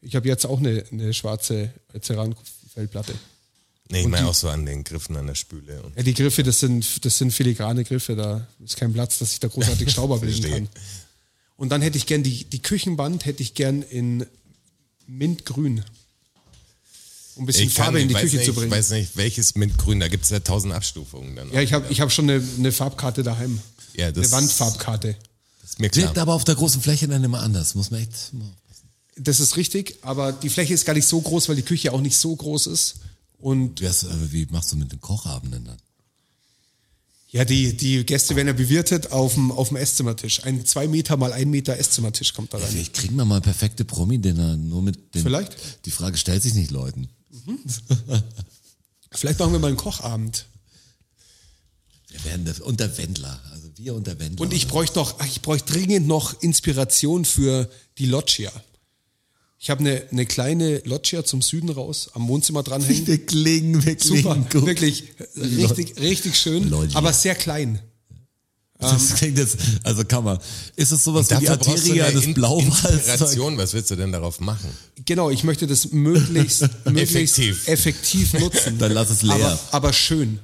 Speaker 2: Ich habe jetzt auch eine, eine schwarze Terranfeldplatte.
Speaker 3: Nee, ich meine auch so an den Griffen an der Spüle. Und
Speaker 2: Ja, die Griffe, das sind, das sind filigrane Griffe, da ist kein Platz, dass ich da großartig Staub ablegen
Speaker 3: Verstehe.
Speaker 2: kann. Und dann hätte ich gern die, die Küchenwand, hätte ich gern in Mintgrün. Um ein bisschen
Speaker 3: ich
Speaker 2: Farbe in die
Speaker 3: weiß
Speaker 2: Küche
Speaker 3: nicht,
Speaker 2: zu bringen.
Speaker 3: Ich weiß nicht, welches mit grün. Da gibt es ja tausend Abstufungen dann.
Speaker 2: ja, ich habe ich hab schon eine, eine Farbkarte daheim.
Speaker 3: Ja, das-
Speaker 2: eine Wandfarbkarte.
Speaker 3: ist mir klar.
Speaker 4: Wirkt aber auf der großen Fläche dann immer anders. Muss man echt.
Speaker 2: Das ist richtig, aber die Fläche ist gar nicht so groß, weil die Küche auch nicht so groß ist. Und
Speaker 4: Du hast, äh, Wie machst du mit den Kochabenden dann?
Speaker 2: ja, die, die Gäste werden ja bewirtet auf dem, auf dem Esszimmertisch. Ein zwei Meter mal ein Meter Esszimmertisch kommt da rein.
Speaker 4: Vielleicht kriegen wir mal perfekte Promi-Dinner, nur mit den.
Speaker 2: Vielleicht.
Speaker 4: Die Frage stellt sich nicht Leuten.
Speaker 2: Vielleicht machen wir mal einen Kochabend.
Speaker 4: Wir werden der, und der Wendler. Also wir und der Wendler.
Speaker 2: Und ich bräuchte noch, ach, ich bräuchte dringend noch Inspiration für die Loggia. Ich habe eine, eine kleine Loggia zum Süden raus, am Wohnzimmer dranhängen.
Speaker 4: Wir klingen, wir klingen.
Speaker 2: Super,
Speaker 4: gut.
Speaker 2: wirklich richtig, richtig schön,
Speaker 4: Loggia.
Speaker 2: aber sehr klein.
Speaker 4: Das klingt jetzt, also kann man. Ist es sowas wie die
Speaker 3: Dafür brauchst du
Speaker 4: Arteria
Speaker 3: eine
Speaker 4: des
Speaker 3: In-
Speaker 4: Blauwals?
Speaker 3: Inspiration, was willst du denn darauf machen?
Speaker 2: Genau, ich möchte das möglichst, möglichst
Speaker 3: Effektiv.
Speaker 2: effektiv. nutzen.
Speaker 4: Dann lass es leer.
Speaker 2: Aber, aber schön.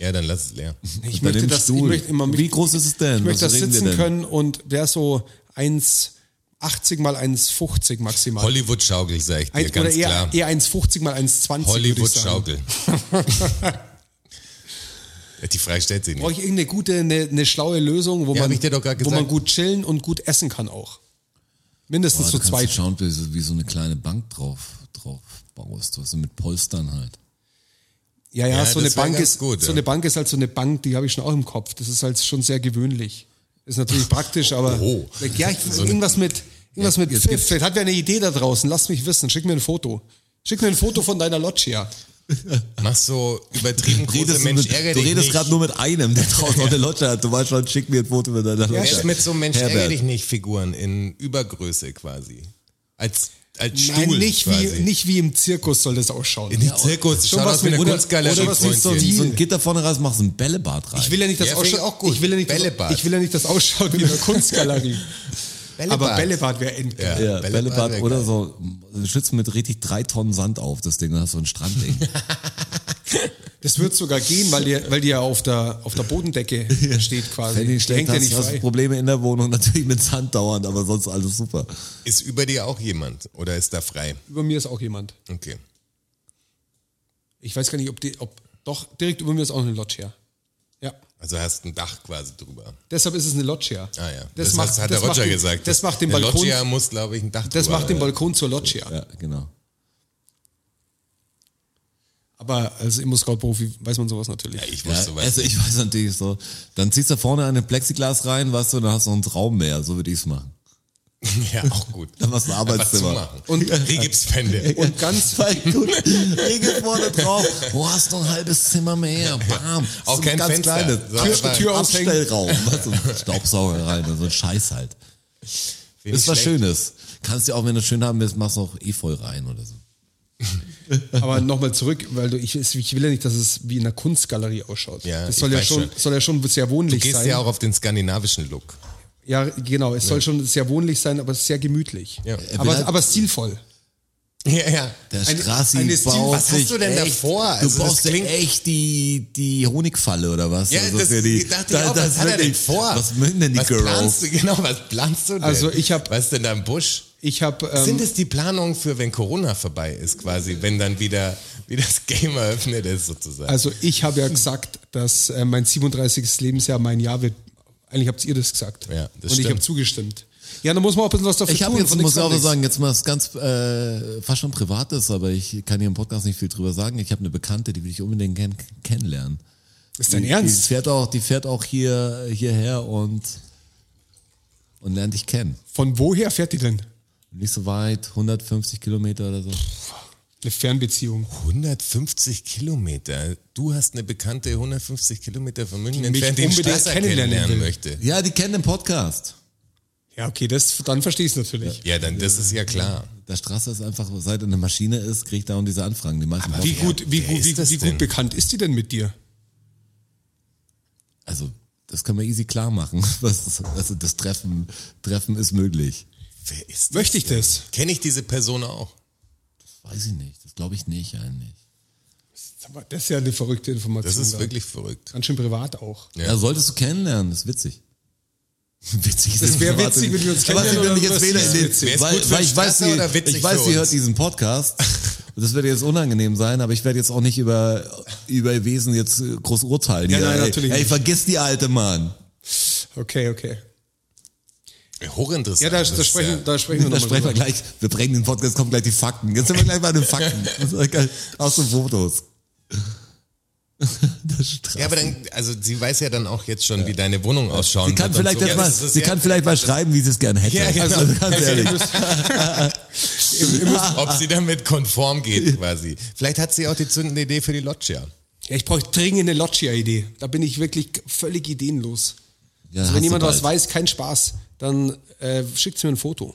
Speaker 3: Ja, dann lass es leer.
Speaker 2: Ich
Speaker 4: Unter
Speaker 2: möchte,
Speaker 4: dem
Speaker 2: das, ich
Speaker 4: Stuhl.
Speaker 2: möchte immer
Speaker 4: Wie groß ist es denn?
Speaker 2: Ich möchte
Speaker 4: Was
Speaker 2: das
Speaker 4: reden wir
Speaker 2: sitzen
Speaker 4: denn?
Speaker 2: können und wäre so 1,80 mal 1,50 maximal.
Speaker 3: Hollywood-Schaukel, sag ich dir,
Speaker 2: Ein, oder
Speaker 3: ganz
Speaker 2: eher,
Speaker 3: klar.
Speaker 2: eher 1,50 mal 1,20. würde ich sagen.
Speaker 3: Hollywood-Schaukel. Die Frage stellt sich
Speaker 2: Brauche
Speaker 3: nicht.
Speaker 2: ich irgendeine gute, eine, eine schlaue Lösung, wo,
Speaker 3: Ja, hab
Speaker 2: man,
Speaker 3: ich dir doch grad
Speaker 2: wo
Speaker 3: gesagt.
Speaker 2: man gut chillen und gut essen kann auch. Mindestens
Speaker 4: Boah,
Speaker 2: so
Speaker 4: du kannst
Speaker 2: zwei.
Speaker 4: schauen, wie so, wie so eine kleine Bank drauf, drauf baust. Du hast so mit Polstern halt.
Speaker 2: Ja, ja,
Speaker 3: Ja,
Speaker 2: so, eine
Speaker 3: das wär
Speaker 2: Bank
Speaker 3: ganz
Speaker 2: ist,
Speaker 3: gut,
Speaker 2: so
Speaker 3: ja.
Speaker 2: eine Bank ist halt so eine Bank, die habe ich schon auch im Kopf. Das ist halt schon sehr gewöhnlich. Ist natürlich praktisch, aber
Speaker 3: Oh.
Speaker 2: ja, ich,
Speaker 3: So eine-
Speaker 2: irgendwas mit, irgendwas mit Pfiff. Vielleicht hat wer eine Idee da draußen. Lass mich wissen. Schick mir ein Foto. Schick mir ein Foto von deiner Loggia.
Speaker 3: Machst so übertrieben große
Speaker 4: Redest du
Speaker 3: Mensch
Speaker 4: mit-
Speaker 3: ärger
Speaker 4: du
Speaker 3: dich
Speaker 4: redest
Speaker 3: nicht.
Speaker 4: gerade nur mit einem, der draußen auf der Lodge hat. Du weißt schon, schick mir ein Foto mit deiner
Speaker 3: Ja,
Speaker 4: Lodge.
Speaker 3: ist mit so einem Mensch ärger
Speaker 4: Herbert.
Speaker 3: dich nicht Figuren in Übergröße quasi. Als, als Stuhl
Speaker 2: Nein, nicht wie,
Speaker 3: quasi.
Speaker 2: nicht wie im Zirkus soll das ausschauen.
Speaker 3: in die Zirkus,
Speaker 2: schon was
Speaker 3: schon was mit
Speaker 2: mit-
Speaker 3: einer
Speaker 2: oder-
Speaker 3: Kunstgalerie,
Speaker 2: oder was mit so
Speaker 3: Freundchen.
Speaker 4: so ein Gitter vorne raus, machst ein Bällebad rein.
Speaker 2: Ich will ja nicht das
Speaker 3: Ja, find
Speaker 2: ausschaut.
Speaker 3: ich auch gut.
Speaker 2: Ich will ja nicht,
Speaker 3: Bällebad.
Speaker 2: Ich will ja nicht das ausschaut wie in der Kunstgalerie. Aber Bällebad wäre endgeil.
Speaker 3: Ja,
Speaker 4: ja,
Speaker 3: Bällebad
Speaker 4: Bällebad
Speaker 3: wär
Speaker 4: oder
Speaker 3: geil.
Speaker 4: so. Schützen mit richtig drei Tonnen Sand auf, das Ding. Dann hast du ein Strandding.
Speaker 3: Also
Speaker 2: Das wird sogar gehen, weil die, weil die ja auf der, auf der Bodendecke steht quasi.
Speaker 4: Wenn du ihn
Speaker 2: Die
Speaker 4: schlecht
Speaker 2: hängt ja
Speaker 4: hast,
Speaker 2: nicht
Speaker 4: hast du
Speaker 2: frei.
Speaker 4: Probleme in der Wohnung. Natürlich mit Sand dauernd, aber sonst alles super.
Speaker 3: Ist über dir auch jemand oder ist da frei?
Speaker 2: Über mir ist auch jemand.
Speaker 3: Okay.
Speaker 2: Ich weiß gar nicht, ob die, ob, doch, direkt über mir ist auch eine Loggia. Ja.
Speaker 3: Also hast ein Dach quasi drüber.
Speaker 2: Deshalb ist es eine Loggia.
Speaker 3: Ah ja,
Speaker 2: Das,
Speaker 3: das,
Speaker 2: macht,
Speaker 3: hat
Speaker 2: das
Speaker 3: der
Speaker 2: macht
Speaker 3: Roger
Speaker 2: den,
Speaker 3: gesagt.
Speaker 2: Das macht den
Speaker 3: Der
Speaker 2: Balkon,
Speaker 3: Loggia muss, glaube ich, ein Dach
Speaker 2: das
Speaker 3: drüber.
Speaker 2: macht den Balkon zur Loggia.
Speaker 4: Ja, genau.
Speaker 2: Aber als Immo-Scout-Profi weiß man sowas natürlich.
Speaker 3: Ja, ich
Speaker 4: Ja,
Speaker 3: wusste sowas.
Speaker 4: also ich weiß natürlich so. Dann ziehst du vorne eine Plexiglas rein, weißt du, dann hast du noch einen Raum mehr. So würde ich's machen.
Speaker 3: ja, auch gut.
Speaker 4: Dann machst du ein
Speaker 3: Einfach
Speaker 4: Arbeitszimmer.
Speaker 3: zumachen.
Speaker 2: Und-
Speaker 3: Regipswände.
Speaker 2: Und ganz,
Speaker 4: Weil gut, Regel vorne drauf. Wo hast du ein halbes Zimmer mehr? Bam.
Speaker 3: Auch
Speaker 4: so ein
Speaker 3: kein
Speaker 4: ganz
Speaker 3: Fenster.
Speaker 4: kleines.
Speaker 3: So
Speaker 4: Tür,
Speaker 3: einfach-
Speaker 4: Tür aushängen. Abstellraum. Weißt du, Staubsauger rein, so ein Scheiß halt.
Speaker 3: Wenig
Speaker 4: Ist was
Speaker 3: schlecht.
Speaker 4: Schönes. Kannst ja auch, wenn du es schön haben willst, machst du auch Efeu rein oder so.
Speaker 2: aber nochmal zurück, weil du, ich, ich will ja nicht, dass es wie in einer Kunstgalerie ausschaut.
Speaker 3: Ja,
Speaker 2: das
Speaker 3: ich
Speaker 2: soll ja
Speaker 3: weiß
Speaker 2: schon,
Speaker 3: schon.
Speaker 2: soll ja schon sehr wohnlich
Speaker 3: Du gehst
Speaker 2: sein.
Speaker 3: ja auch auf den skandinavischen Look.
Speaker 2: Ja, genau. Es soll schon sehr wohnlich sein, aber sehr gemütlich.
Speaker 3: Ja.
Speaker 2: Aber, aber stilvoll.
Speaker 3: Ja, ja.
Speaker 4: Der
Speaker 2: Eine-
Speaker 4: Strassi
Speaker 2: eine Stil-
Speaker 4: baut
Speaker 3: was hast
Speaker 4: sich
Speaker 3: du denn
Speaker 4: echt,
Speaker 3: davor?
Speaker 4: Du
Speaker 3: Also das
Speaker 4: brauchst ja
Speaker 3: klingt-
Speaker 4: echt die, die Honigfalle oder was?
Speaker 3: Ja, das
Speaker 4: für
Speaker 3: dachte ich
Speaker 4: da-
Speaker 3: auch,
Speaker 4: das
Speaker 3: was hat er denn
Speaker 4: wirklich-
Speaker 3: vor?
Speaker 4: Was mögen denn die
Speaker 3: was
Speaker 4: Girls?
Speaker 3: Planst du, genau, was planst du denn?
Speaker 2: Also ich hab-
Speaker 3: Was ist denn da im Busch?
Speaker 2: Ich habe
Speaker 3: Sind
Speaker 2: ähm,
Speaker 3: es die Planungen für, wenn Corona vorbei ist, quasi, wenn dann wieder, wie das Game eröffnet ist, sozusagen?
Speaker 2: also ich habe ja gesagt, dass äh, mein 37. Lebensjahr mein Jahr wird. Eigentlich habt ihr das gesagt.
Speaker 3: Ja, das
Speaker 2: Und ich
Speaker 3: stimmt.
Speaker 2: habe zugestimmt. Ja, da muss man auch ein bisschen was dafür
Speaker 4: Ich habe
Speaker 2: tun.
Speaker 4: jetzt,
Speaker 2: von nix
Speaker 4: muss ich auch
Speaker 2: auf
Speaker 4: was sagen, jetzt mal was ganz äh, fast schon Privates, aber ich kann hier im Podcast nicht viel drüber sagen. Ich habe eine Bekannte, die will ich unbedingt kenn kennenlernen.
Speaker 2: nix. Ist dein
Speaker 4: die, Die
Speaker 2: Ernst?
Speaker 4: fährt auch, die fährt auch hier, hierher und, und lernt dich kennen.
Speaker 2: Von woher fährt die denn?
Speaker 4: Nicht so weit, 150 Kilometer oder so.
Speaker 2: Eine Fernbeziehung.
Speaker 3: 150 Kilometer. Du hast eine bekannte 150 Kilometer von München
Speaker 2: Die mich
Speaker 3: entfernt, den
Speaker 2: unbedingt
Speaker 3: Strasser
Speaker 2: kennenlernen
Speaker 3: kennenlernen,
Speaker 2: will.
Speaker 3: möchte.
Speaker 4: Ja, die kennen den Podcast.
Speaker 2: Ja, okay, das, dann verstehe ich es natürlich.
Speaker 3: Ja, dann, das ist ja klar.
Speaker 4: Der Straße ist einfach, seit er eine Maschine ist, kriegt er und diese Anfragen. Die meisten
Speaker 2: Wie
Speaker 4: brauchen-
Speaker 2: gut, wie,
Speaker 3: wer
Speaker 2: gut,
Speaker 3: ist
Speaker 2: wie,
Speaker 3: das
Speaker 2: wie
Speaker 3: denn?
Speaker 2: gut bekannt ist die denn mit dir?
Speaker 4: Also, das können wir easy klar machen. Was, also, das Treffen, Treffen ist möglich.
Speaker 3: Wer ist das?
Speaker 2: Möchte ich das?
Speaker 3: Kenne ich diese Person auch?
Speaker 4: Weiß ich nicht. Das glaube ich nicht eigentlich.
Speaker 2: Sag mal, Das ist ja eine verrückte Information.
Speaker 3: Das ist
Speaker 2: da.
Speaker 3: wirklich verrückt.
Speaker 2: ganz schön privat auch.
Speaker 4: Ja, solltest du kennenlernen. Das ist witzig. Witzig.
Speaker 2: Das wär
Speaker 4: Warte,
Speaker 2: witzig, wenn wir uns
Speaker 4: aber
Speaker 2: kennenlernen
Speaker 4: wenn ich
Speaker 2: oder was
Speaker 4: jetzt wähle,
Speaker 2: ist
Speaker 4: in den-
Speaker 2: witzig?
Speaker 3: Wär's
Speaker 4: Weil,
Speaker 3: gut für
Speaker 4: weil
Speaker 3: den
Speaker 4: ich weiß,
Speaker 3: Strasser oder
Speaker 4: sie,
Speaker 3: witzig
Speaker 4: ich weiß,
Speaker 3: für
Speaker 4: sie
Speaker 3: uns?
Speaker 4: hört diesen Podcast. Und das wird jetzt unangenehm sein, aber ich werde jetzt auch nicht über, über Wesen jetzt äh, groß urteilen.
Speaker 2: Ja,
Speaker 4: Hier,
Speaker 2: nein,
Speaker 4: ey,
Speaker 2: natürlich
Speaker 4: Ey,
Speaker 2: nicht.
Speaker 4: vergiss die alte Mann.
Speaker 2: Okay, okay.
Speaker 3: Hochinteressant.
Speaker 2: Ja, da, da,
Speaker 3: Das ist
Speaker 2: sprechen,
Speaker 3: ja-
Speaker 2: da sprechen wir
Speaker 4: da
Speaker 2: nochmal
Speaker 4: sprechen wir
Speaker 2: drüber.
Speaker 4: gleich, wir brechen den Podcast, kommen gleich die Fakten. Jetzt sind wir gleich bei den Fakten. Das ist geil. Aus den Fotos. Das Straße.
Speaker 3: Ja, aber dann, also sie weiß ja dann auch jetzt schon, wie deine Wohnung ausschaut.
Speaker 4: Sie kann vielleicht jetzt mal, sie kann vielleicht mal schreiben, wie sie es gerne hätte.
Speaker 3: Ja, genau.
Speaker 4: also, ganz ehrlich.
Speaker 3: ob sie damit konform geht quasi. Vielleicht hat sie auch die zündende Idee für die Loggia.
Speaker 2: Ja, ich brauche dringend eine Loggia-Idee. Da bin ich wirklich völlig ideenlos.
Speaker 4: Ja,
Speaker 2: also
Speaker 4: hast
Speaker 2: wenn
Speaker 4: du
Speaker 2: jemand was
Speaker 4: bald.
Speaker 2: weiß, kein Spaß, dann äh, schickt mir ein Foto.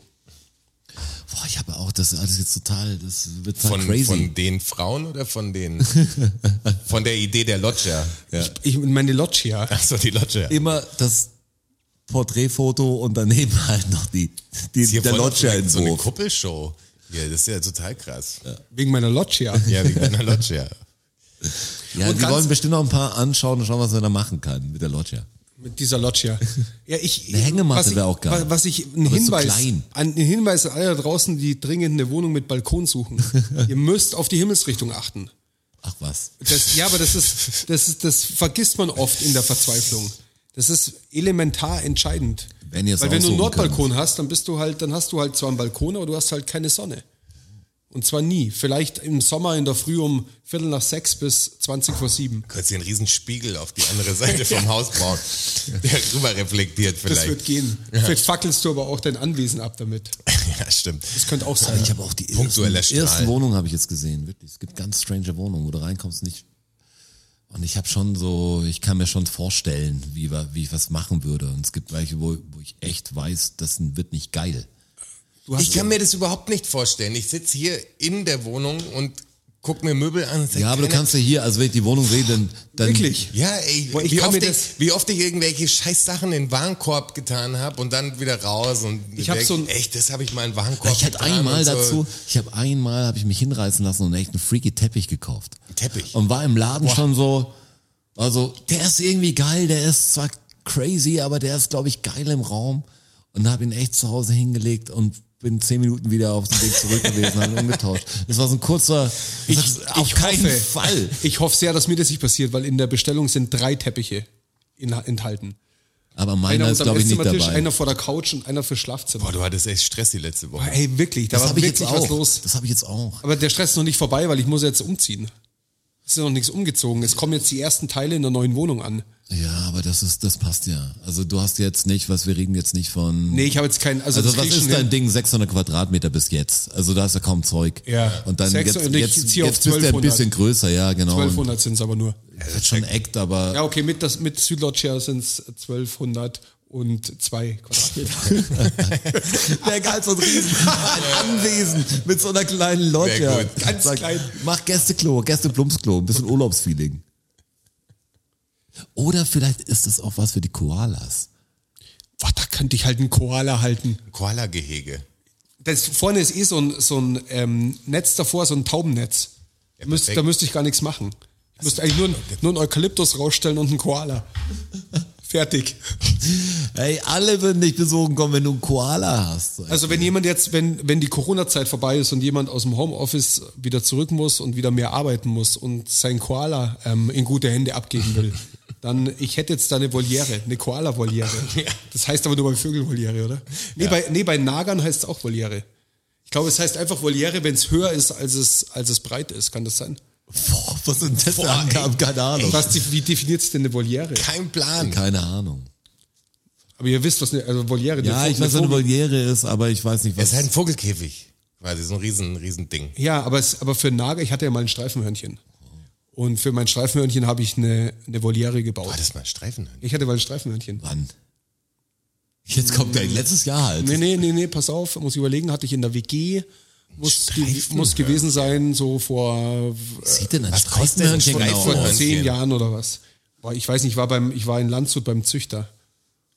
Speaker 4: Boah, ich habe auch, das ist alles jetzt total, das wird total
Speaker 3: Von,
Speaker 4: Ah, crazy.
Speaker 3: von den Frauen oder von den, von der Idee der Loggia? Ja.
Speaker 2: Ich meine Loggia.
Speaker 3: Achso, die Loggia.
Speaker 4: Immer das Porträtfoto und daneben halt noch die, die
Speaker 3: Hier
Speaker 4: der
Speaker 3: vorne so eine
Speaker 4: Loggia-Entwurf.
Speaker 3: Kuppelshow. Ja, das ist ja total krass.
Speaker 2: Wegen meiner Loggia.
Speaker 3: Ja, wegen einer Loggia.
Speaker 4: ja,
Speaker 2: Und
Speaker 4: die
Speaker 2: ganz-
Speaker 4: wollen bestimmt noch ein paar anschauen und schauen, was man da machen kann mit der Loggia.
Speaker 2: Mit dieser Loggia. Ja, ich,
Speaker 4: Eine Hängematte
Speaker 2: was ich-
Speaker 4: wäre auch geil.
Speaker 2: wa- Was ich, ein
Speaker 4: Aber ist so
Speaker 2: Hinweis,
Speaker 4: klein.
Speaker 2: ein Hinweis an alle da draußen, die dringend eine Wohnung mit Balkon suchen. Ihr müsst auf die Himmelsrichtung achten.
Speaker 4: Ach was.
Speaker 2: Das, ja, aber das ist, das ist, das vergisst man oft in der Verzweiflung. Das ist elementar entscheidend.
Speaker 4: Wenn ihr es
Speaker 2: Weil wenn du einen
Speaker 4: aussuchen könnt.
Speaker 2: Nordbalkon hast, dann bist du halt, dann hast du halt zwar einen Balkon, aber du hast halt keine Sonne. Und zwar nie. Vielleicht im Sommer in der Früh um Viertel nach sechs bis 20 vor sieben.
Speaker 3: Könntest du einen riesen Spiegel auf die andere Seite vom Haus bauen, der rüber reflektiert
Speaker 2: Das
Speaker 3: vielleicht.
Speaker 2: wird gehen. Vielleicht fackelst du aber auch dein Anwesen ab damit.
Speaker 3: ja, stimmt.
Speaker 2: Das könnte auch sein.
Speaker 4: Ich habe auch die ersten,
Speaker 3: Punktueller Strahl.
Speaker 4: ersten Wohnungen habe ich jetzt gesehen, wirklich. Es gibt ganz strange Wohnungen, wo du reinkommst nicht. Und ich habe schon so, ich kann mir schon vorstellen, wie, wa- wie ich was machen würde. Und es gibt welche, wo, wo ich echt weiß, das wird nicht geil.
Speaker 2: Du hast
Speaker 3: Ich kann mir das überhaupt nicht vorstellen. Ich sitze hier in der Wohnung und guck mir Möbel an. und sag,
Speaker 4: Ja, aber du
Speaker 3: keine-
Speaker 4: kannst ja hier, also wenn ich die Wohnung sehe, dann, dann
Speaker 2: wirklich.
Speaker 3: Ja, ey,
Speaker 2: Boah, ich
Speaker 3: wie,
Speaker 2: kann
Speaker 3: oft
Speaker 2: mir
Speaker 3: ich,
Speaker 2: das-
Speaker 3: wie oft ich irgendwelche scheiß Sachen in den Warenkorb getan habe und dann wieder raus und
Speaker 2: Ich hab
Speaker 3: denk,
Speaker 2: so ein-
Speaker 3: echt, das habe ich mal in den Warenkorb
Speaker 4: Ich hatte
Speaker 3: getan
Speaker 4: einmal
Speaker 3: und so.
Speaker 4: dazu, ich habe einmal, habe ich mich hinreißen lassen und echt einen freaky Teppich gekauft.
Speaker 3: Teppich.
Speaker 4: Und war im Laden schon so, also der ist irgendwie geil, der ist zwar crazy, aber der ist, glaube ich, geil im Raum. Und habe ihn echt zu Hause hingelegt und bin zehn Minuten wieder auf dem Weg zurück gewesen, habe ihn umgetauscht. Das war so ein kurzer, ich, auf
Speaker 2: ich
Speaker 4: keinen
Speaker 2: hoffe.
Speaker 4: Fall.
Speaker 2: Ich hoffe sehr, dass mir das nicht passiert, weil in der Bestellung sind drei Teppiche in, enthalten.
Speaker 4: Aber meiner
Speaker 2: Einer
Speaker 4: ist, glaube ich, nicht
Speaker 2: Esszimmertisch,
Speaker 4: dabei.
Speaker 2: einer vor der Couch und einer fürs Schlafzimmer.
Speaker 3: Boah, du hattest echt Stress die letzte Woche.
Speaker 2: Ey, wirklich, da
Speaker 4: Das
Speaker 2: war
Speaker 4: habe ich
Speaker 2: wirklich
Speaker 4: jetzt
Speaker 2: was
Speaker 4: auch.
Speaker 2: los.
Speaker 4: Das habe ich jetzt auch.
Speaker 2: Aber der Stress ist noch nicht vorbei, weil ich muss jetzt umziehen. Es ist noch nichts umgezogen. Es kommen jetzt die ersten Teile in der neuen Wohnung an.
Speaker 4: Ja, aber das ist, das passt ja. Also du hast jetzt nicht, was wir reden jetzt nicht von.
Speaker 2: Nee, ich habe jetzt keinen. Also,
Speaker 4: Also
Speaker 2: das
Speaker 4: was
Speaker 2: krieg ich
Speaker 4: ist
Speaker 2: schon
Speaker 4: dein
Speaker 2: hin.
Speaker 4: Ding? 600 Quadratmeter bis jetzt. Also da ist ja kaum Zeug.
Speaker 2: Ja.
Speaker 4: Und dann jetzt,
Speaker 2: 600 und ich
Speaker 4: jetzt,
Speaker 2: zieh auf
Speaker 4: jetzt bist du ein
Speaker 2: 1200.
Speaker 4: bisschen größer, ja genau. Und
Speaker 2: 1200 sind es aber nur.
Speaker 4: Das wird schon echt, aber
Speaker 2: Ja, okay, mit, das, mit Südloggia sind es 1202 Quadratmeter.
Speaker 4: wäre geil, so ein riesen ein Anwesen mit so einer kleinen
Speaker 3: Wär
Speaker 4: Loggia.
Speaker 3: gut.
Speaker 2: Ganz klein.
Speaker 4: Mach Gästeklo, Gästeplumpsklo, ein bisschen Urlaubsfeeling. Oder vielleicht ist das auch was für die Koalas.
Speaker 2: Boah, da könnte ich halt einen Koala halten.
Speaker 3: Koala-Gehege.
Speaker 2: Das, vorne ist eh so ein, so ein ähm, Netz davor, so ein Taubennetz. Müsst,
Speaker 3: perfekt.
Speaker 2: da müsste ich gar nichts machen. Ich müsste eigentlich nur, ein- nur einen Eukalyptus rausstellen und einen Koala. Fertig.
Speaker 4: Ey, alle würden dich besuchen kommen, wenn du einen Koala hast. So,
Speaker 2: Also wenn jemand jetzt, wenn, wenn die Corona-Zeit vorbei ist und jemand aus dem Homeoffice wieder zurück muss und wieder mehr arbeiten muss und seinen Koala ähm, in gute Hände abgeben will, dann, ich hätte jetzt da eine Voliere, eine Koala-Voliere. Das heißt aber nur bei Vögeln Voliere, oder? Nee, bei, nee bei Nagern heißt es auch Voliere. Ich glaube, es heißt einfach Voliere, wenn es höher ist, als es, als es breit ist. Kann das sein?
Speaker 4: boah, was sind das für
Speaker 3: Boah, ey.
Speaker 4: Angaben? Keine Ahnung.
Speaker 2: Was, die- wie definiert es denn eine Voliere?
Speaker 3: Kein Plan.
Speaker 4: Keine Ahnung.
Speaker 2: Aber ihr wisst, was eine also Voliere eine
Speaker 4: Ja,
Speaker 2: Vogel-
Speaker 4: ich weiß, was
Speaker 2: eine
Speaker 4: eine
Speaker 2: Vogel-
Speaker 4: Voliere ist, aber ich weiß nicht,
Speaker 3: Es
Speaker 4: was.
Speaker 3: ist halt ein Vogelkäfig. Quasi so ein riesen, riesen Ding.
Speaker 2: Ja, aber, es, aber für einen Nager, ich hatte ja mal ein Streifenhörnchen. Und für mein Streifenhörnchen habe ich eine, eine Voliere
Speaker 3: Boah,
Speaker 2: gebaut.
Speaker 3: das ist mal ein Streifenhörnchen.
Speaker 2: Ich hatte mal ein Streifenhörnchen.
Speaker 4: Wann? Jetzt kommt
Speaker 3: Hm.
Speaker 4: dein letztes Jahr halt.
Speaker 2: Nee, nee, nee, nee, pass auf, muss ich überlegen, hatte ich in der WG, muss, ge muss gewesen sein, so vor,
Speaker 4: Sieht denn ein
Speaker 3: Was kostet denn ein
Speaker 4: Streifenhörnchen genau
Speaker 2: vor
Speaker 3: Streifenhörnchen?
Speaker 4: aus?
Speaker 2: zehn Jahren oder was. Boah, ich weiß nicht, ich war beim, ich war in Landshut beim Züchter.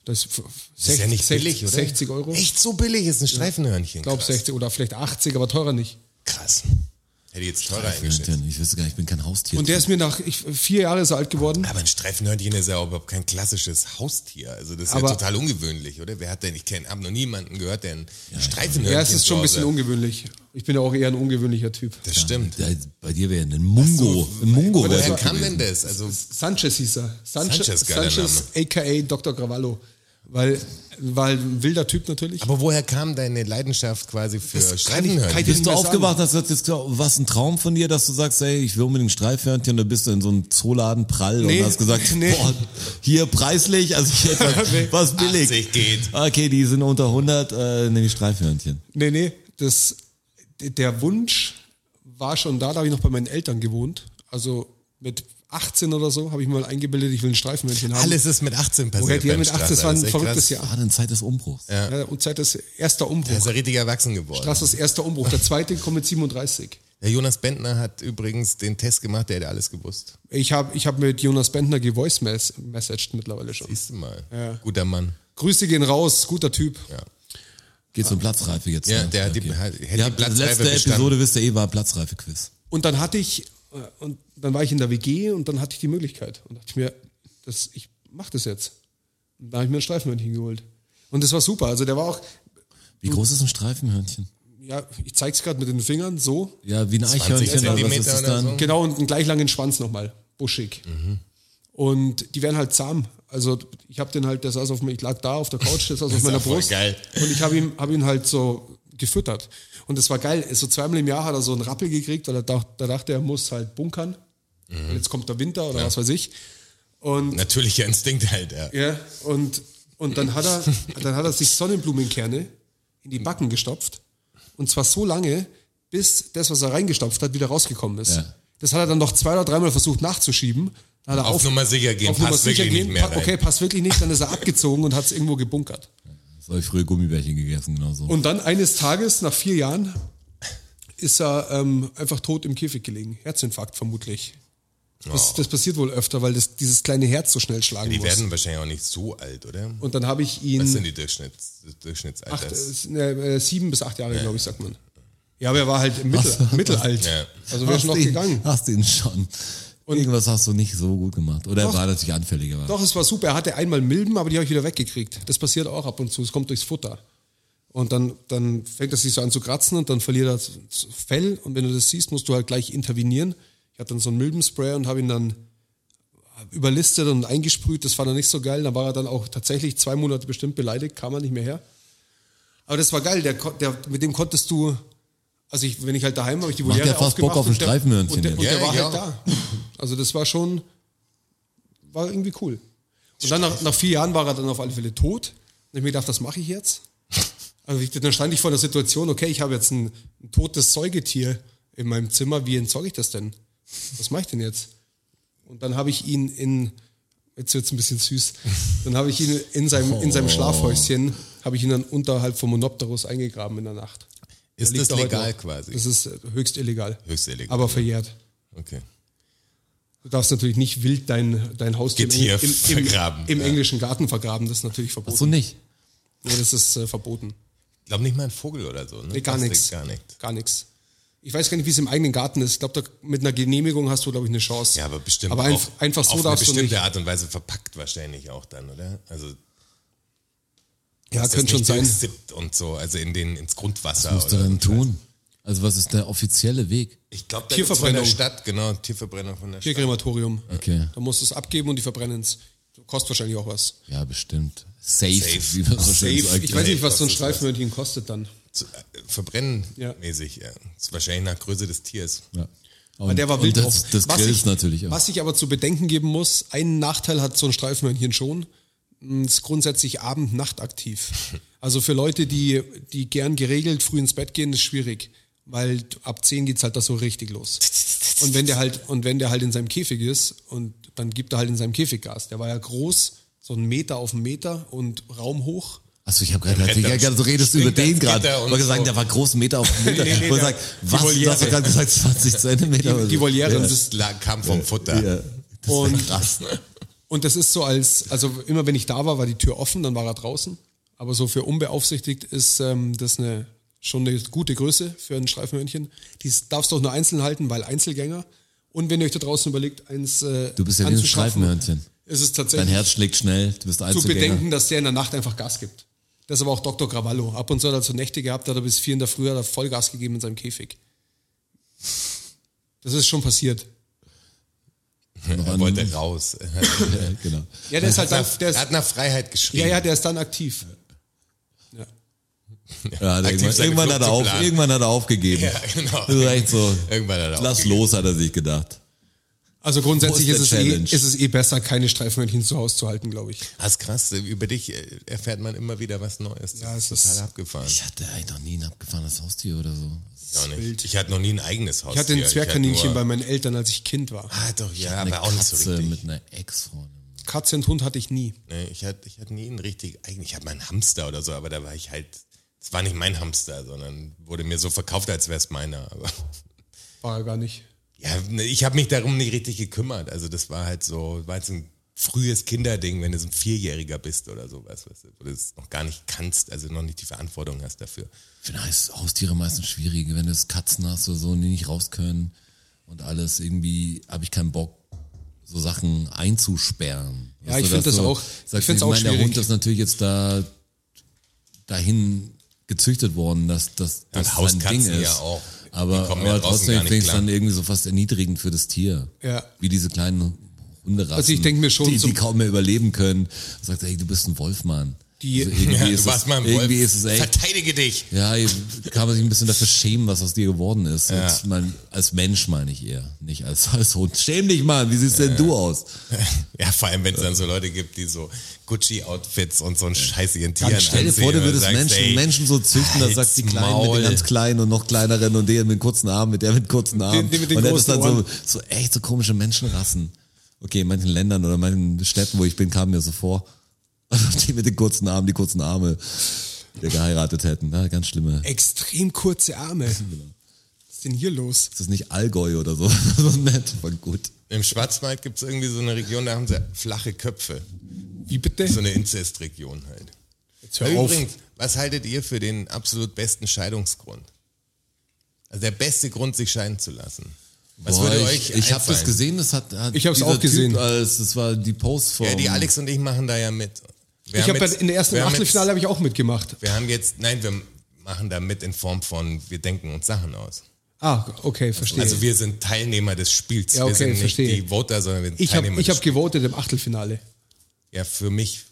Speaker 2: Das, ist f-
Speaker 3: Das ist ja nicht
Speaker 2: 60
Speaker 3: billig, oder?
Speaker 2: 60 Euro? Ich
Speaker 3: Echt so billig ist ein Streifenhörnchen.
Speaker 2: glaube
Speaker 3: Krass.
Speaker 2: 60 oder vielleicht 80, aber teurer nicht.
Speaker 3: Krass. Hätte ich jetzt teurer eingeschätzt.
Speaker 4: Streifenhörnchen, Ich wüsste gar nicht, ich bin kein Haustier.
Speaker 2: Und der ist mir nach ich, vier Jahre ist er alt geworden.
Speaker 3: Aber ein Streifenhörnchen ist ja auch überhaupt kein klassisches Haustier. Also das ist
Speaker 2: Aber-
Speaker 3: ja total ungewöhnlich, oder? Wer hat denn, ich kenne, habe noch niemanden gehört, der ein Streifenhörnchen
Speaker 2: Ja, es ist
Speaker 3: zu
Speaker 2: schon ein
Speaker 3: Hause
Speaker 2: bisschen
Speaker 3: hat.
Speaker 2: ungewöhnlich. Ich bin ja auch eher ein ungewöhnlicher Typ.
Speaker 3: Das stimmt.
Speaker 4: Der, bei dir wäre ein Mungo. ein Mungo wäre
Speaker 3: Woher
Speaker 4: gut
Speaker 3: kam denn
Speaker 4: gewesen.
Speaker 3: das? Also
Speaker 2: Sanchez hieß er. Sanchez,
Speaker 3: Sanchez,
Speaker 2: Sanchez,
Speaker 3: geiler
Speaker 2: a.k.a. Dr. Gravallo. Weil, weil ein wilder Typ natürlich.
Speaker 3: aber woher kam deine Leidenschaft quasi für
Speaker 2: kann ich- kann
Speaker 3: Streifenhörnchen?
Speaker 2: ich
Speaker 4: Bist du
Speaker 2: Mir sagen.
Speaker 4: aufgewacht, hast du jetzt was ein Traum von dir, dass du sagst, ey, ich will unbedingt Streifhörnchen und dann bist du in so einem Zooladen prall
Speaker 2: Nee,
Speaker 4: und hast gesagt,
Speaker 2: nee.
Speaker 4: boah, hier preislich, also ich hätte gesagt, was billig.
Speaker 3: 80 geht.
Speaker 4: Okay, die sind unter 100, äh, nehme ich Streifhörnchen.
Speaker 2: Nee, nee, das, d- der Wunsch war schon da, da habe ich noch bei meinen Eltern gewohnt. Also mit 18 oder so, habe ich mir mal eingebildet, ich will ein Streifenmännchen haben.
Speaker 3: Alles ist mit 18 passiert.
Speaker 2: Woher die
Speaker 3: beim
Speaker 2: mit 18, das
Speaker 3: Strasser,
Speaker 2: war ein
Speaker 3: ist echt
Speaker 2: verrücktes
Speaker 3: krass.
Speaker 2: Jahr.
Speaker 4: Gerade in Zeit des Umbruchs.
Speaker 2: Ja. Und seit das erster
Speaker 3: Er ist
Speaker 2: Umbruch.
Speaker 3: ja richtig erwachsen geworden.
Speaker 2: Das ist erster Umbruch. Der zweite kommt mit 37.
Speaker 3: Der Jonas Bentner hat übrigens den Test gemacht, der hätte alles gewusst.
Speaker 2: Ich habe ich hab mit Jonas Bentner gevoice-messaged mittlerweile schon.
Speaker 3: Siehst du mal. Guter Mann.
Speaker 2: Grüße gehen raus, guter Typ.
Speaker 4: Geht's um Platzreife jetzt?
Speaker 3: Ja,
Speaker 4: ne?
Speaker 3: der hat die- halt-
Speaker 4: okay.
Speaker 3: hat- hätte
Speaker 4: ja,
Speaker 3: die Platzreife
Speaker 4: letzte
Speaker 3: bestanden.
Speaker 4: Episode, wisst ihr eh, war Platzreife-Quiz.
Speaker 2: Und dann hatte ich, äh, und dann war ich in der WG und dann hatte ich die Möglichkeit. Und dachte ich mir, das, ich mach das jetzt. Und da habe ich mir ein Streifenmännchen geholt. Und das war super. Also der war auch,
Speaker 4: Wie
Speaker 2: Hm.
Speaker 4: groß ist ein Streifenhörnchen?
Speaker 2: ja, ich zeig's gerade mit den Fingern, so.
Speaker 4: Ja, wie ein
Speaker 3: 20
Speaker 4: Eichhörnchen, aber was
Speaker 3: Zentimeter
Speaker 4: ist das
Speaker 3: oder
Speaker 4: dann?
Speaker 3: so.
Speaker 2: Genau, und einen gleich langen Schwanz nochmal. Buschig. Und die werden halt zahm. Also ich habe den halt, der saß auf mir, ich lag da auf der Couch, der saß auf
Speaker 3: ist
Speaker 2: meiner
Speaker 3: auch voll
Speaker 2: Brust.
Speaker 3: geil.
Speaker 2: Und ich habe ihn, hab ihn halt so gefüttert. Und das war geil. So zweimal im Jahr hat er so einen Rappel gekriegt, weil er dacht, da dachte, er muss halt bunkern.
Speaker 3: Mhm.
Speaker 2: Jetzt kommt der Winter oder was weiß ich. Und
Speaker 3: Natürlicher Instinkt halt, ja.
Speaker 2: ja, und, und dann, hat er, dann hat er sich Sonnenblumenkerne in die Backen gestopft. Und zwar so lange, bis das, was er reingestopft hat, wieder rausgekommen ist.
Speaker 4: Ja.
Speaker 2: Das hat er dann noch zwei oder dreimal versucht nachzuschieben. Dann hat er
Speaker 3: Auf Nummer sicher gehen,
Speaker 2: auf Nummer
Speaker 3: passt
Speaker 2: sicher
Speaker 3: wirklich
Speaker 2: gehen,
Speaker 3: nicht mehr
Speaker 2: pa-
Speaker 3: rein.
Speaker 2: Okay, passt wirklich nicht. Dann ist er abgezogen und hat es irgendwo gebunkert.
Speaker 4: Das habe ich früher Gummibärchen gegessen, genau so.
Speaker 2: Und dann eines Tages, nach vier Jahren, ist er ähm, einfach tot im Käfig gelegen. Herzinfarkt vermutlich. Das, das passiert wohl öfter, weil das, dieses kleine Herz so schnell schlagen
Speaker 3: Die
Speaker 2: muss.
Speaker 3: werden wahrscheinlich auch nicht so alt, oder?
Speaker 2: und dann habe ich ihn...
Speaker 3: Was sind die Durchschnitts,
Speaker 2: acht,
Speaker 3: Durchschnittsalters?
Speaker 2: äh, ne, äh, sieben bis acht Jahre, glaube ich, sagt man. Ja, aber er war halt im Mittel, mittelalt.
Speaker 3: Ja.
Speaker 2: Also wäre schon noch
Speaker 4: ihn,
Speaker 2: gegangen.
Speaker 4: Hast ihn schon. Irgendwas hast du nicht so gut gemacht. Oder er war natürlich anfälliger. aber-
Speaker 2: Doch, es war super. Er hatte einmal Milben, aber die habe ich wieder weggekriegt. Das passiert auch ab und zu. Es kommt durchs Futter. Und dann, dann fängt er sich so an zu kratzen und dann verliert er das Fell. Und wenn du das siehst, musst du halt gleich intervenieren. Ich hatte dann so ein Milbenspray und habe ihn dann überlistet und eingesprüht. Das fand er nicht so geil. Da war er dann auch tatsächlich zwei Monate bestimmt beleidigt, kam er nicht mehr her. Aber das war geil. Der, ko- der, mit dem konntest du. Also ich, wenn ich halt daheim war, habe ich die
Speaker 4: Macht
Speaker 2: Voliere
Speaker 4: ja fast
Speaker 2: aufgemacht
Speaker 4: Bock auf ein
Speaker 2: und der-
Speaker 4: Streifenhörnchen
Speaker 2: Und der, und
Speaker 4: jetzt.
Speaker 2: der
Speaker 3: Ja,
Speaker 2: war
Speaker 3: ja,
Speaker 2: halt da. Also das war schon, war irgendwie cool. Und dann nach, nach vier Jahren war er dann auf alle Fälle tot. Und ich mir gedacht, das mache ich jetzt. Also ich, dann stand ich vor der Situation, okay, ich habe jetzt ein, ein totes Säugetier in meinem Zimmer, wie entsorge ich das denn? Was mache ich denn jetzt? Und dann habe ich ihn in, jetzt wird's ein bisschen süß, dann habe ich ihn in seinem, in
Speaker 3: Oh.
Speaker 2: seinem Schlafhäuschen, habe ich ihn dann unterhalb vom Monopterus eingegraben in der Nacht.
Speaker 3: Ist
Speaker 2: Da
Speaker 3: das
Speaker 2: liegt er heute
Speaker 3: legal
Speaker 2: noch.
Speaker 3: quasi?
Speaker 2: Das ist äh, höchst illegal.
Speaker 3: Höchst illegal,
Speaker 2: Aber
Speaker 3: ja.
Speaker 2: verjährt.
Speaker 3: okay.
Speaker 2: Du darfst natürlich nicht wild dein, dein Haustier
Speaker 3: Getier
Speaker 2: im, im, im,
Speaker 3: vergraben,
Speaker 2: im
Speaker 3: ja.
Speaker 2: englischen Garten vergraben. Das ist natürlich verboten.
Speaker 4: So nicht.
Speaker 2: Nee, das ist äh, verboten.
Speaker 3: Ich glaube nicht mal ein Vogel oder so, ne?
Speaker 2: Nee, gar
Speaker 3: Plastik,
Speaker 2: nichts.
Speaker 3: Gar nichts.
Speaker 2: Gar nichts. Ich weiß gar nicht, wie es im eigenen Garten ist. Ich glaube, da- mit einer Genehmigung hast du, glaube ich, eine Chance.
Speaker 3: Ja, aber bestimmt
Speaker 2: Aber
Speaker 3: auch,
Speaker 2: einf einfach so
Speaker 3: auf eine
Speaker 2: darfst du
Speaker 3: bestimmte
Speaker 2: nicht.
Speaker 3: Art und Weise verpackt wahrscheinlich auch dann, oder? Also
Speaker 2: Ja,
Speaker 3: dass das
Speaker 2: könnte schon
Speaker 3: nicht
Speaker 2: sein.
Speaker 3: durchsippt und so, also in den ins Grundwasser
Speaker 4: Was musst du
Speaker 3: oder
Speaker 4: dann
Speaker 3: so.
Speaker 4: tun? Also was ist der offizielle Weg?
Speaker 3: Ich glaube, da gibt's von der
Speaker 2: Tierverbrennung.
Speaker 3: Stadt, genau, Tierverbrennung von der Stadt.
Speaker 2: Tierkrematorium.
Speaker 4: Okay.
Speaker 2: Da musst du es abgeben und die verbrennen es. Kostet wahrscheinlich auch was.
Speaker 4: Ja, bestimmt. Safe,
Speaker 3: Safe.
Speaker 4: wie man so schön
Speaker 2: Safe.
Speaker 4: sagt.
Speaker 2: Ich weiß nicht, was so ein
Speaker 3: kostet was.
Speaker 2: Streifenhörnchen kostet dann.
Speaker 3: Zu- äh, verbrennen
Speaker 2: Ja.
Speaker 3: mäßig, ja. Ist wahrscheinlich nach Größe des Tiers.
Speaker 4: Ja.
Speaker 2: Und,
Speaker 4: Und,
Speaker 2: der war wild
Speaker 4: und
Speaker 2: drauf.
Speaker 4: das, das
Speaker 2: Was
Speaker 4: Grill
Speaker 2: ich-
Speaker 4: ist natürlich auch.
Speaker 2: Was ich aber zu bedenken geben muss, einen Nachteil hat so ein Streifenhörnchen schon, m, ist grundsätzlich abend-nachtaktiv. Also für Leute, die, die gern geregelt früh ins Bett gehen, ist schwierig, weil ab 10 geht's halt da so richtig los. Und wenn der halt, und wenn der halt in seinem Käfig ist und dann gibt er halt in seinem Käfig Gas. Der war ja groß, so einen Meter auf einen Meter und raumhoch.
Speaker 4: Achso, ich habe gerade gedacht,
Speaker 3: Rennt
Speaker 4: ja,
Speaker 3: dann-
Speaker 4: du redest über
Speaker 3: stinkt
Speaker 4: den
Speaker 3: das
Speaker 4: gerade.
Speaker 3: Gitter
Speaker 4: Ich
Speaker 3: und
Speaker 4: wollte sagen,
Speaker 3: so.
Speaker 4: der war großen Meter auf Meter.
Speaker 2: Nee, nee,
Speaker 4: Ich wollte
Speaker 2: nee.
Speaker 4: sagen, was? Du hast
Speaker 2: Voliere.
Speaker 4: doch gerade gesagt, 20 Zentimeter. oder so.
Speaker 2: Die Voliere,
Speaker 4: Ja.
Speaker 2: das ist
Speaker 3: Das lag- kam vom Futter.
Speaker 4: Ja. Das
Speaker 2: Und-
Speaker 4: ist krass.
Speaker 2: Und das ist so als, also immer wenn ich da war, war die Tür offen, dann war er draußen. Aber so für unbeaufsichtigt ist ähm, das eine schon eine gute Größe für ein Streifenhörnchen. Die darfst du auch nur einzeln halten, weil Einzelgänger. Und wenn ihr euch da draußen überlegt, eins äh,
Speaker 4: Du bist ja wie ein
Speaker 2: anzuschaffen,
Speaker 4: Streifenhörnchen.
Speaker 2: Ist es
Speaker 4: Dein
Speaker 2: tatsächlich
Speaker 4: Herz schlägt schnell, du bist
Speaker 2: zu bedenken,
Speaker 4: Einzelgänger.
Speaker 2: dass der in der Nacht einfach Gas gibt. Das ist aber auch Dr. Gravallo. Ab und zu hat er so Nächte gehabt, da hat er bis vier in der Früh hat er Vollgas gegeben in seinem Käfig. Das ist schon passiert.
Speaker 3: Er wollte raus. Er
Speaker 4: genau.
Speaker 2: Ja, der ist halt dann,
Speaker 3: hat,
Speaker 2: der
Speaker 3: nach,
Speaker 2: ist,
Speaker 3: er hat nach Freiheit
Speaker 2: ja,
Speaker 3: geschrien.
Speaker 2: ja, der ist dann aktiv. Ja.
Speaker 4: Ja, hat er
Speaker 3: Aktiv
Speaker 4: irgendwann,
Speaker 3: seine
Speaker 4: irgendwann,
Speaker 3: Flucht
Speaker 4: hat er
Speaker 3: zu
Speaker 4: auf,
Speaker 3: planen.
Speaker 4: irgendwann hat er aufgegeben.
Speaker 3: Ja, genau.
Speaker 4: Das ist echt so.
Speaker 3: Irgendwann hat er
Speaker 4: Lass
Speaker 3: aufgegeben.
Speaker 4: los, hat er sich gedacht.
Speaker 2: Also grundsätzlich
Speaker 4: Wo ist
Speaker 2: ist es,
Speaker 4: der
Speaker 2: eh,
Speaker 4: Challenge?
Speaker 2: ist es eh besser, keine Streifenhörnchen zu Hause zu halten, glaube ich.
Speaker 3: Das ist krass, über dich äh, erfährt man immer wieder was Neues. Das
Speaker 2: Ja,
Speaker 3: ist
Speaker 2: es ist-
Speaker 3: total abgefahren.
Speaker 4: Ich hatte eigentlich noch nie ein abgefahrenes Haustier oder so.
Speaker 3: Ich, auch nicht. ich hatte noch nie ein eigenes Haus.
Speaker 2: Ich hatte ein Zwergkaninchen bei meinen Eltern, als ich Kind war.
Speaker 3: Ah, doch, ja,
Speaker 4: eine
Speaker 3: aber auch nicht so
Speaker 4: Katze
Speaker 3: richtig.
Speaker 4: mit einer Ex-Freundin.
Speaker 2: Katze und Hund hatte ich nie.
Speaker 3: Nee, ich, hatte, ich hatte nie einen richtig eigenen. Ich hatte mal einen Hamster oder so, aber da war ich halt. Es war nicht mein Hamster, sondern wurde mir so verkauft, als wäre es meiner. Aber
Speaker 2: War er gar nicht.
Speaker 3: ja, ne, ich habe mich darum nicht richtig gekümmert. Also das war halt so, war jetzt ein frühes Kinderding, wenn du so ein Vierjähriger bist oder sowas, weißt du, wo du es noch gar nicht kannst, also noch nicht die Verantwortung hast dafür.
Speaker 4: Ich finde Haus- Haustiere meistens schwierig, wenn du es Katzen hast oder so und die nicht raus können und alles. Irgendwie habe ich keinen Bock, so Sachen einzusperren.
Speaker 2: Ja, ich find das auch- ich
Speaker 4: Sagst,
Speaker 2: find's
Speaker 4: ich
Speaker 2: auch
Speaker 4: meine, der
Speaker 2: schwierig.
Speaker 4: Hund ist natürlich jetzt da dahin gezüchtet worden, dass das
Speaker 3: Ja, und
Speaker 4: das sein Ding
Speaker 3: Hauskatzen
Speaker 4: ist.
Speaker 3: ja auch. Die
Speaker 4: Aber,
Speaker 3: kommen ja
Speaker 4: aber
Speaker 3: draußen gar
Speaker 4: trotzdem
Speaker 3: nicht
Speaker 4: finde ich es
Speaker 3: klar.
Speaker 4: dann irgendwie so fast erniedrigend für das Tier.
Speaker 2: Ja.
Speaker 4: Wie diese kleinen Hunderassen,
Speaker 2: Also ich denk mir schon
Speaker 4: die, die
Speaker 2: zum-
Speaker 4: kaum mehr überleben können. Sagt, ey, du bist ein Wolfmann.
Speaker 2: Die-
Speaker 4: also irgendwie
Speaker 3: Ja,
Speaker 4: ist
Speaker 3: du
Speaker 4: es-
Speaker 3: warst mal im
Speaker 4: irgendwie
Speaker 3: Wolf.
Speaker 4: ist es echt
Speaker 3: Verteidige dich!
Speaker 4: ja, jetzt kann man sich ein bisschen dafür schämen, was aus dir geworden ist.
Speaker 3: Ja.
Speaker 4: Und man, als Mensch meine ich eher, nicht als, als Hund. Schäm dich, Mann, wie siehst denn du aus?
Speaker 3: Ja, vor allem, wenn es dann so Leute gibt, die so Gucci-Outfits und so ein Scheiß ihren Tieren
Speaker 4: Dann stell dir vor, du
Speaker 3: anziehen und
Speaker 4: würdest
Speaker 3: sagst,
Speaker 4: Menschen,
Speaker 3: ey,
Speaker 4: Menschen so züchten, dann
Speaker 3: halt's
Speaker 4: sagst du die Kleinen mit
Speaker 3: Maul.
Speaker 4: den ganz Kleinen und noch Kleineren und der mit kurzen Armen, mit der mit kurzen Armen.
Speaker 2: den mit den
Speaker 4: und dann ist dann
Speaker 2: großen
Speaker 4: so, so echt so komische Menschenrassen. Okay, in manchen Ländern oder in manchen Städten, wo ich bin, kam mir so vor, die mit den kurzen Armen, die kurzen Arme, die geheiratet hätten. Ja, ganz schlimme.
Speaker 2: Extrem kurze Arme. Was
Speaker 3: Genau.
Speaker 2: ist denn hier los?
Speaker 4: Ist das nicht Allgäu oder so? so nett, aber gut.
Speaker 3: Im Schwarzwald gibt es irgendwie so eine Region, da haben sie flache Köpfe.
Speaker 2: Wie bitte?
Speaker 3: So eine Inzestregion halt.
Speaker 2: Jetzt
Speaker 3: Übrigens, was haltet ihr für den absolut besten Scheidungsgrund? Also der beste Grund, sich scheiden zu lassen. Was
Speaker 4: Boah,
Speaker 3: würde euch
Speaker 4: ich ich habe das
Speaker 3: einfallen?
Speaker 4: gesehen, das hat, hat
Speaker 2: Ich hab's
Speaker 4: dieser
Speaker 2: auch gesehen.
Speaker 4: Typ, als, das war die Post von
Speaker 3: Ja, die Alex und ich machen da ja mit. Wir
Speaker 2: Ich
Speaker 3: haben
Speaker 2: habe
Speaker 3: jetzt-
Speaker 2: in der ersten
Speaker 3: wir haben
Speaker 2: Achtelfinale habe ich auch mitgemacht.
Speaker 3: jetzt- Wir haben jetzt, nein, wir machen da mit in Form von, wir denken uns Sachen aus.
Speaker 2: Ah, okay, verstehe.
Speaker 3: Also wir sind Teilnehmer des Spiels.
Speaker 2: Ja, okay,
Speaker 3: wir sind nicht
Speaker 2: verstehe.
Speaker 3: die Voter, sondern wir sind
Speaker 2: ich habe
Speaker 3: Teilnehmer
Speaker 2: ich
Speaker 3: des
Speaker 2: hab gewotet im Achtelfinale.
Speaker 3: Ja, für mich.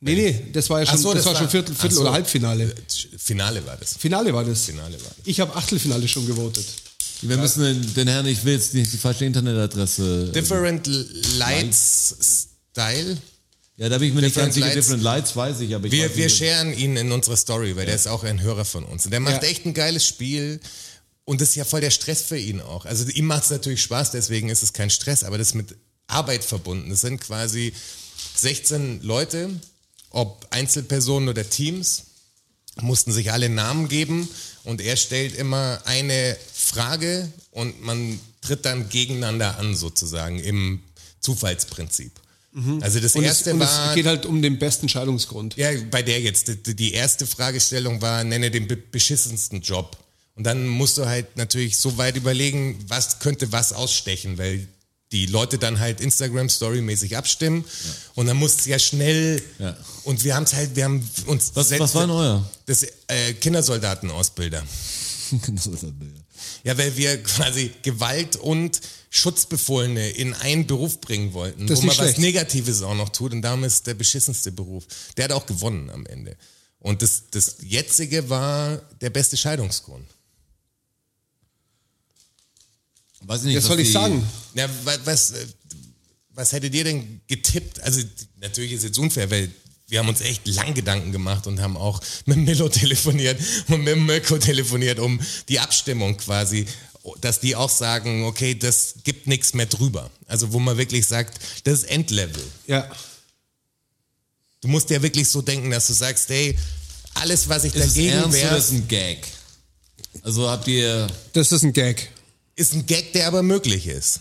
Speaker 2: Nee, nee, das war ja schon,
Speaker 3: Ach so,
Speaker 2: das war schon Viertel,
Speaker 3: ach
Speaker 2: Viertel
Speaker 3: so.
Speaker 2: oder Halbfinale.
Speaker 3: Finale war das.
Speaker 2: Finale war das.
Speaker 3: Finale war das.
Speaker 2: Ich habe Achtelfinale schon gewotet.
Speaker 4: Wir müssen den, den Herrn, ich will jetzt nicht die falsche Internetadresse.
Speaker 3: Different Lights Style.
Speaker 4: ja, da bin ich mir nicht
Speaker 3: Different
Speaker 4: ganz sicher.
Speaker 3: Lights.
Speaker 4: Different Lights weiß ich, aber ich weiß
Speaker 3: Wir, wir
Speaker 4: nicht.
Speaker 3: sharen ihn in unsere Story, weil der ist auch ein Hörer von uns. Und der macht
Speaker 2: Ja.
Speaker 3: echt ein geiles Spiel. Und das ist ja voll der Stress für ihn auch. Also ihm macht es natürlich Spaß, deswegen ist es kein Stress, aber das ist mit Arbeit verbunden. Das sind quasi 16 Leute, ob Einzelpersonen oder Teams, mussten sich alle Namen geben und er stellt immer eine Frage und man tritt dann gegeneinander an sozusagen im Zufallsprinzip. Also das
Speaker 2: Mhm. Und, es,
Speaker 3: erste
Speaker 2: und es
Speaker 3: war
Speaker 2: geht halt um den besten Scheidungsgrund.
Speaker 3: ja, bei der jetzt. Die, die erste Fragestellung war, nenne den be- beschissensten Job. Und dann musst du halt natürlich so weit überlegen, was könnte was ausstechen, weil die Leute dann halt Instagram-Story-mäßig abstimmen. Und dann musst du ja schnell.
Speaker 4: Ja.
Speaker 3: Und wir haben es halt, wir haben uns.
Speaker 4: Was- was war denn euer?
Speaker 3: Das äh, Kindersoldatenausbilder.
Speaker 4: Genau, Das ist ein Bild.
Speaker 3: Ja, weil wir quasi Gewalt und Schutzbefohlene in einen Beruf bringen wollten,
Speaker 2: Das ist
Speaker 3: wo man
Speaker 2: nicht
Speaker 3: was
Speaker 2: schlecht.
Speaker 3: Negatives auch noch tut und darum ist der beschissenste Beruf. Der hat auch gewonnen am Ende. Und das, das jetzige war der beste Scheidungsgrund.
Speaker 4: Weiß ich nicht,
Speaker 2: Das
Speaker 4: was
Speaker 2: soll ich
Speaker 4: die-
Speaker 2: sagen.
Speaker 3: Na, wa- was, äh, was hättet ihr denn getippt? Also natürlich ist jetzt unfair, weil wir haben uns echt lang Gedanken gemacht und haben auch mit Milo telefoniert und mit Mirko telefoniert, um die Abstimmung quasi, dass die auch sagen, okay, das gibt nichts mehr drüber. Also wo man wirklich sagt, das ist Endlevel.
Speaker 2: Ja.
Speaker 3: Du musst ja wirklich so denken, dass du sagst, hey, alles, was ich
Speaker 4: Ist es
Speaker 3: dagegen
Speaker 4: ernst oder
Speaker 3: wäre,
Speaker 4: ist es ein Gag? Also habt ihr.
Speaker 2: Das ist ein Gag.
Speaker 3: ist ein Gag, der aber möglich ist.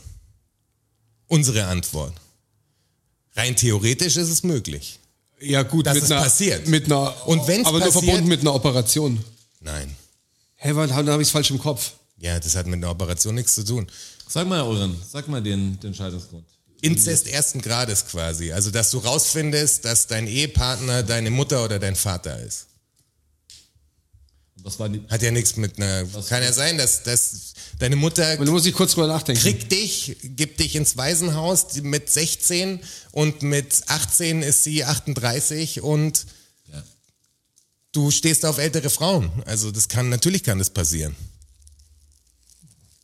Speaker 3: Unsere Antwort. Rein theoretisch ist es möglich.
Speaker 2: Ja, gut,
Speaker 3: Dass
Speaker 2: mit
Speaker 3: es
Speaker 2: einer,
Speaker 3: passiert.
Speaker 2: Mit einer,
Speaker 3: Und wenn's
Speaker 2: aber nur
Speaker 3: passiert-
Speaker 2: verbunden mit einer Operation.
Speaker 3: Nein.
Speaker 2: Hä, hey, dann habe ich es falsch im Kopf.
Speaker 3: Ja, das hat mit einer Operation nichts zu tun.
Speaker 4: Sag mal euren, sag mal den, den Scheidungsgrund.
Speaker 3: Inzest ersten Grades quasi. Also, dass du rausfindest, dass dein Ehepartner deine Mutter oder dein Vater ist.
Speaker 4: Was war die.
Speaker 3: Hat ja nichts mit einer. Kann ja sein, dass, dass deine Mutter
Speaker 2: Und da muss ich kurz drüber nachdenken.
Speaker 3: kriegt dich, gibt dich ins Waisenhaus die- mit 16 und mit 18 ist sie 38 und
Speaker 4: Ja.
Speaker 3: du stehst auf ältere Frauen. Also, das kann, natürlich kann das passieren.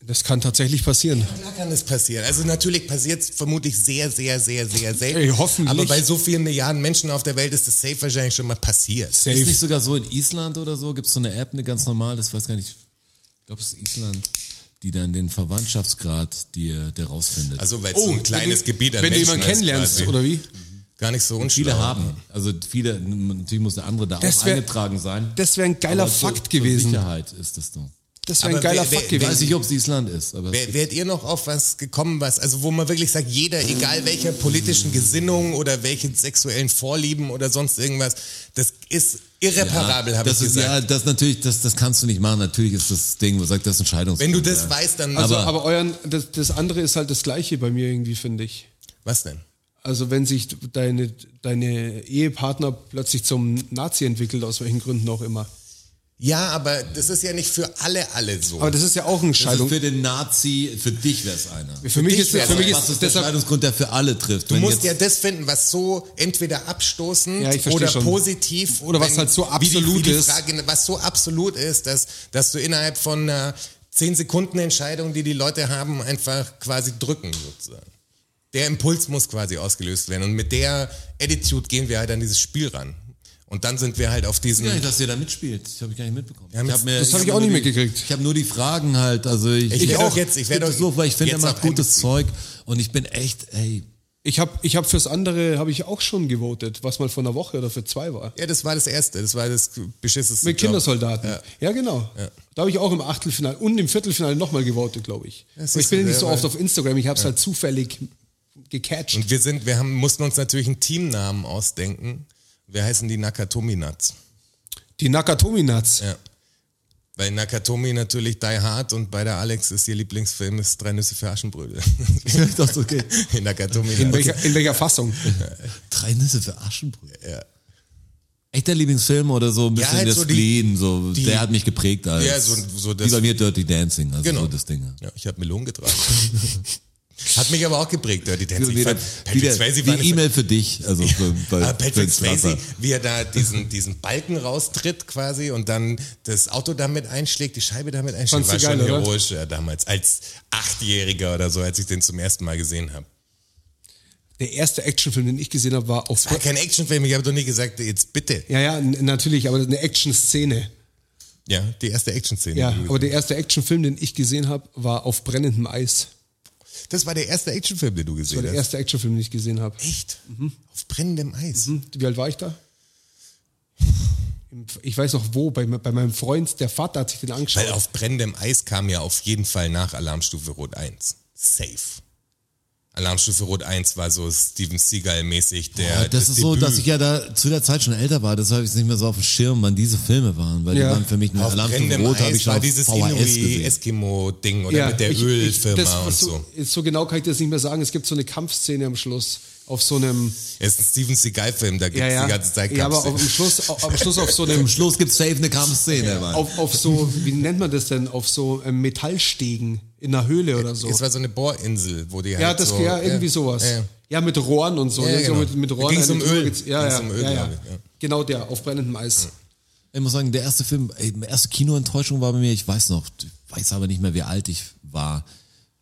Speaker 2: Das kann tatsächlich passieren.
Speaker 3: Klar kann es passieren. Also natürlich passiert es vermutlich sehr, sehr, sehr, sehr selten.
Speaker 2: Ey, hoffentlich.
Speaker 3: Aber bei so vielen Milliarden Menschen auf der Welt ist es safe wahrscheinlich schon mal passiert.
Speaker 4: Ist nicht sogar so in Island oder so? Gibt es so eine App, eine ganz normale, ich weiß gar nicht, ich glaube, es ist Island, die dann den Verwandtschaftsgrad dir der rausfindet.
Speaker 3: Also weil es so ein kleines
Speaker 2: Oh, wenn du-
Speaker 3: Gebiet an
Speaker 2: Wenn du
Speaker 3: Menschen
Speaker 2: jemanden
Speaker 3: ist
Speaker 2: kennenlernst,
Speaker 3: quasi.
Speaker 2: oder wie?
Speaker 3: Gar nicht so unschlau.
Speaker 4: viele haben. Also viele, natürlich muss eine andere da
Speaker 2: Das
Speaker 4: auch
Speaker 2: wär-
Speaker 4: eingetragen sein.
Speaker 2: Das wäre ein geiler
Speaker 4: Aber zur-
Speaker 2: Fakt
Speaker 4: zur
Speaker 2: gewesen.
Speaker 4: Sicherheit ist das doch.
Speaker 2: Das wäre ein
Speaker 3: Aber
Speaker 2: geiler
Speaker 3: wer- wer-
Speaker 2: Fakt
Speaker 3: wer-
Speaker 2: gewesen.
Speaker 4: Weiß nicht, ob es Island ist, aber
Speaker 3: Wer- Wärt ihr noch auf was gekommen, was, also wo man wirklich sagt, jeder, egal welcher politischen Gesinnung oder welchen sexuellen Vorlieben oder sonst irgendwas, das ist irreparabel, habe ich
Speaker 4: das ist,
Speaker 3: gesagt.
Speaker 4: Ja, das natürlich, das, das kannst du nicht machen. Natürlich ist das Ding, wo sagt, das ist Entscheidungs.
Speaker 3: Wenn du das
Speaker 4: ja.
Speaker 3: weißt, dann.
Speaker 2: Also, aber euren, das, das andere ist halt das Gleiche bei mir irgendwie, finde ich.
Speaker 3: was denn?
Speaker 2: Also wenn sich deine, deine Ehepartner plötzlich zum Nazi entwickelt, aus welchen Gründen auch immer.
Speaker 3: Ja, aber das ist ja nicht für alle alle so.
Speaker 2: Aber das ist ja auch eine
Speaker 4: Also
Speaker 2: Scheidung.
Speaker 4: für den Nazi, für dich wäre es einer. Also
Speaker 2: Für mich
Speaker 3: dich
Speaker 2: ist, für
Speaker 3: wär's
Speaker 2: mich
Speaker 3: einfach.
Speaker 4: Was
Speaker 2: ist
Speaker 4: ist der
Speaker 2: deshalb
Speaker 4: Entscheidungsgrund, der für alle trifft?
Speaker 3: Du musst ja das finden, was so entweder abstoßend
Speaker 2: Ja, ich verstehe
Speaker 3: oder
Speaker 2: schon.
Speaker 3: positiv
Speaker 2: Oder was halt so absolut
Speaker 3: wie die, wie die
Speaker 2: ist.
Speaker 3: Frage, was so absolut ist, dass, dass du innerhalb von einer 10 Sekunden Entscheidung, die die Leute haben, einfach quasi drücken sozusagen. Der Impuls muss quasi ausgelöst werden und mit der Attitude gehen wir halt an dieses Spiel ran. Und dann sind wir halt auf diesen
Speaker 4: gar nicht, dass ihr da mitspielt. Das habe ich gar nicht mitbekommen.
Speaker 3: Ja,
Speaker 4: hab mir-
Speaker 2: das hab ich
Speaker 4: hab
Speaker 2: auch
Speaker 4: nur
Speaker 2: nicht
Speaker 4: die-
Speaker 2: mitgekriegt.
Speaker 4: Ich habe nur die Fragen halt. Also ich,
Speaker 3: Ich werd
Speaker 4: auch
Speaker 3: doch jetzt- ich werd
Speaker 4: guck
Speaker 3: doch
Speaker 4: das so, weil ich finde, er
Speaker 3: jetzt
Speaker 4: macht
Speaker 3: auch
Speaker 4: gutes Zeug und ich bin echt, ey,
Speaker 2: ich habe ich hab fürs andere habe ich auch schon gewotet, was mal vor einer Woche oder für zwei war.
Speaker 3: Ja, das war das Erste. Das war das beschisseste.
Speaker 2: Mit
Speaker 3: Job.
Speaker 2: Kindersoldaten. Ja, genau. Da habe ich auch im Achtelfinale und im Viertelfinale nochmal gewotet, glaube ich.
Speaker 3: Das
Speaker 2: Aber ich
Speaker 3: ist
Speaker 2: bin ja nicht
Speaker 3: sehr
Speaker 2: so oft
Speaker 3: weit.
Speaker 2: auf Instagram, ich habe es halt zufällig gecatcht.
Speaker 3: Und wir sind, wir haben, mussten uns natürlich einen Teamnamen ausdenken. Wir heißen die Nakatomi Nuts.
Speaker 2: Die Nakatomi Nuts.
Speaker 3: Ja. Weil Nakatomi natürlich Die Hard und bei der Alex ist ihr Lieblingsfilm ist Drei Nüsse für Aschenbrödel.
Speaker 4: ich dachte, okay,
Speaker 3: Nakatomi
Speaker 2: In,
Speaker 3: Nuts.
Speaker 2: welcher, in welcher Fassung?
Speaker 4: drei Nüsse für Aschenbrödel.
Speaker 3: Ja.
Speaker 4: Echter Lieblingsfilm oder so ein bisschen
Speaker 3: halt
Speaker 4: der
Speaker 3: so die-
Speaker 4: Spleen, so, der hat mich geprägt als,
Speaker 3: Ja, so- so
Speaker 4: wie
Speaker 3: das-
Speaker 4: bei mir Dirty Dancing, also
Speaker 3: Genau.
Speaker 4: so das Ding.
Speaker 3: Ja, ich habe Melonen getragen. Hat mich aber auch geprägt, Dirty Dancing. Ich
Speaker 4: wieder,
Speaker 3: fand,
Speaker 4: wieder,
Speaker 3: Patrick Swayze war eine
Speaker 4: die E-Mail für dich. Also für, bei,
Speaker 3: Ah, Patrick
Speaker 4: für-
Speaker 3: Swayze, wie er da diesen, diesen Balken raustritt quasi und dann das Auto damit einschlägt, die Scheibe damit einschlägt,
Speaker 2: Fandst du
Speaker 3: war
Speaker 2: geil,
Speaker 3: schon
Speaker 2: oder?
Speaker 3: heroisch ja, damals, als Achtjähriger oder so, als ich den zum ersten Mal gesehen habe.
Speaker 2: Der erste Actionfilm, den ich gesehen habe, war auf
Speaker 3: War kein Actionfilm, ich habe doch nie gesagt, jetzt bitte.
Speaker 2: Ja, ja, n- natürlich, aber eine Action-Szene.
Speaker 3: Ja, die erste Action-Szene.
Speaker 2: Ja,
Speaker 3: die du
Speaker 2: aber der
Speaker 3: gesehen
Speaker 2: erste Actionfilm, den ich gesehen habe, war auf brennendem Eis.
Speaker 3: hast. das war der erste Actionfilm, den du
Speaker 2: Das
Speaker 3: gesehen
Speaker 2: war der Mhm.
Speaker 3: hast.
Speaker 2: erste Actionfilm, den ich gesehen habe.
Speaker 3: Echt? Auf brennendem Eis.
Speaker 2: Wie alt war ich da? Im- Ich weiß noch wo, bei, me- bei meinem Freund, der Vater hat sich den angeschaut.
Speaker 3: Weil auf brennendem Eis kam ja auf jeden Fall nach Alarmstufe Rot 1. Safe. Alarmstufe Rot 1 war so Steven Seagal-mäßig der.
Speaker 4: Ja, das, ist so,
Speaker 3: Debüt.
Speaker 4: dass ich ja da zu der Zeit schon älter war, deshalb ich es nicht mehr so auf dem Schirm, wann diese Filme waren, weil
Speaker 2: Ja.
Speaker 4: die waren für mich eine
Speaker 3: Auf
Speaker 4: Alarmstufe
Speaker 3: brennendem
Speaker 4: Rot, habe
Speaker 3: Eis
Speaker 4: ich schon
Speaker 3: war
Speaker 4: auf
Speaker 3: dieses
Speaker 4: VHS
Speaker 3: Inui
Speaker 4: gesehen.
Speaker 3: Eskimo Ding oder mit der Ölfirma
Speaker 2: das-
Speaker 3: und
Speaker 2: so,
Speaker 3: so.
Speaker 2: So genau kann ich das nicht mehr sagen. Es gibt so eine Kampfszene am Schluss auf so einem.
Speaker 3: Es ist ein Steven Seagal Film, da gibt
Speaker 2: Ja,
Speaker 3: es
Speaker 2: ja.
Speaker 3: die ganze Zeit
Speaker 2: ja aber
Speaker 3: Kampfszenen.
Speaker 2: auf, am, Schluss, auf, am Schluss auf so
Speaker 4: Zum
Speaker 2: einem.
Speaker 4: Schluss gibt's safe eine Kampfszene, Mann.
Speaker 2: Auf, auf so, wie nennt man das denn? Auf so ähm, Metallstegen in einer Höhle oder so.
Speaker 3: Es war so eine Bohrinsel, wo die halt
Speaker 2: Ja, das
Speaker 3: so,
Speaker 2: ja, irgendwie sowas.
Speaker 3: Ja.
Speaker 2: Ja. mit Rohren und so.
Speaker 3: Ja,
Speaker 2: ne?
Speaker 3: genau.
Speaker 2: so mit, mit
Speaker 3: Da
Speaker 2: Rohren.
Speaker 3: ging's
Speaker 2: eine
Speaker 3: um
Speaker 2: Tür
Speaker 3: Öl.
Speaker 2: gez- Ja,
Speaker 3: Ging's
Speaker 2: ja,
Speaker 3: um Öl,
Speaker 2: ja, ja.
Speaker 3: glaub ich, ja.
Speaker 2: Genau der, auf brennendem Eis.
Speaker 4: Ich muss sagen, der erste Film, ey, meine erste Kinoenttäuschung war bei mir, ich weiß noch, ich weiß aber nicht mehr, wie alt ich war.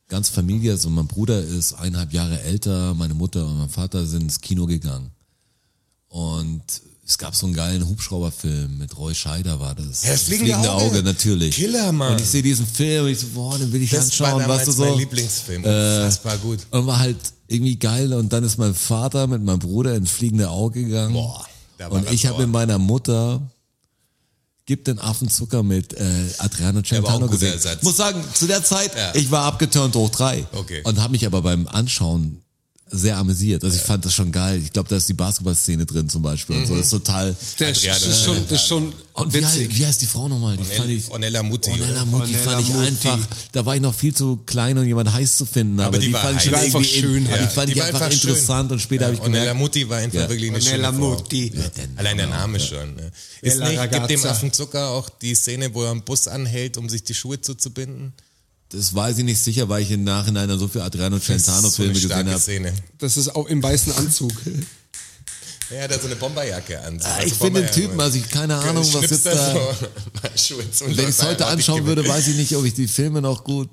Speaker 4: Ganz Familie, also mein Bruder ist eineinhalb Jahre älter, meine Mutter und mein Vater sind ins Kino gegangen. Und es gab so einen geilen Hubschrauberfilm mit Roy Scheider war das.
Speaker 3: Ja, das fliegende Auge.
Speaker 4: natürlich.
Speaker 3: Killer, Mann.
Speaker 4: Und ich sehe diesen Film und ich so, boah, den will ich
Speaker 3: Das war
Speaker 4: anschauen,
Speaker 3: damals
Speaker 4: weißt du so. Äh,
Speaker 3: mein Lieblingsfilm. das war gut.
Speaker 4: Und war halt irgendwie geil. Und dann ist mein Vater mit meinem Bruder ins fliegende Auge gegangen.
Speaker 3: Boah, da war
Speaker 4: und
Speaker 3: er
Speaker 4: ich habe
Speaker 3: sauer.
Speaker 4: mit meiner Mutter Gib den Affen Zucker mit äh, Adriano
Speaker 3: war auch
Speaker 4: Celentano
Speaker 3: ein guter
Speaker 4: gesehen.
Speaker 3: Ersatz.
Speaker 4: Muss sagen, zu der Zeit,
Speaker 3: Ja.
Speaker 4: ich war abgeturnt hoch drei.
Speaker 3: Okay.
Speaker 4: Und habe mich aber beim Anschauen sehr amüsiert. Also ich fand das schon geil. Ich glaube, da ist die Basketballszene drin zum Beispiel. Und so.
Speaker 3: Mhm.
Speaker 4: Das ist total...
Speaker 2: Das,
Speaker 3: Adriano.
Speaker 2: ist schon, das ist schon
Speaker 4: Und wie,
Speaker 2: witzig.
Speaker 4: hei- wie heißt die Frau nochmal? Die fand ich...
Speaker 3: Onella Mutti. oder?
Speaker 4: Ornella Mutti
Speaker 2: Ornella
Speaker 4: fand ich
Speaker 2: Mutti.
Speaker 4: einfach, da war ich noch viel zu klein, um jemand heiß zu finden. Aber,
Speaker 3: die
Speaker 4: die,
Speaker 3: war
Speaker 4: fand ich schon
Speaker 3: heiß. Die war
Speaker 4: irgendwie
Speaker 2: einfach schön,
Speaker 4: in- Die
Speaker 3: Ja,
Speaker 4: fand
Speaker 3: die
Speaker 4: ich
Speaker 3: war
Speaker 4: einfach,
Speaker 3: einfach schön.
Speaker 4: interessant und später habe ich
Speaker 3: Onella
Speaker 4: gemerkt,
Speaker 3: Mutti war einfach
Speaker 4: Ja.
Speaker 3: wirklich eine
Speaker 2: Ornella
Speaker 3: schöne Frau.
Speaker 2: Mutti.
Speaker 3: Ja. Allein der Name schon. Ne? Ist
Speaker 2: Bella
Speaker 3: nicht, gibt dem
Speaker 2: Ragazza.
Speaker 3: Affen Zucker auch die Szene, wo er am Bus anhält, um sich die Schuhe zuzubinden?
Speaker 4: das weiß ich nicht sicher, weil ich im Nachhinein dann so viel Adriano
Speaker 3: Das ist so
Speaker 4: Celentano-Filme
Speaker 3: eine
Speaker 4: gesehen
Speaker 3: starke
Speaker 4: habe.
Speaker 3: Szene.
Speaker 2: Das ist auch im weißen Anzug.
Speaker 3: Ja, er hat so eine Bomberjacke an. So
Speaker 4: Ah, Ich
Speaker 3: also
Speaker 4: bin den
Speaker 3: Bomberjacke.
Speaker 4: Typen, also ich keine Ahnung, was
Speaker 3: Schnippst
Speaker 4: jetzt da.
Speaker 3: so mal Schuhe zu und
Speaker 4: Wenn ich
Speaker 3: sagst,
Speaker 4: es heute
Speaker 3: ah,
Speaker 4: anschauen
Speaker 3: ich-
Speaker 4: würde, weiß ich nicht, ob ich die Filme noch gut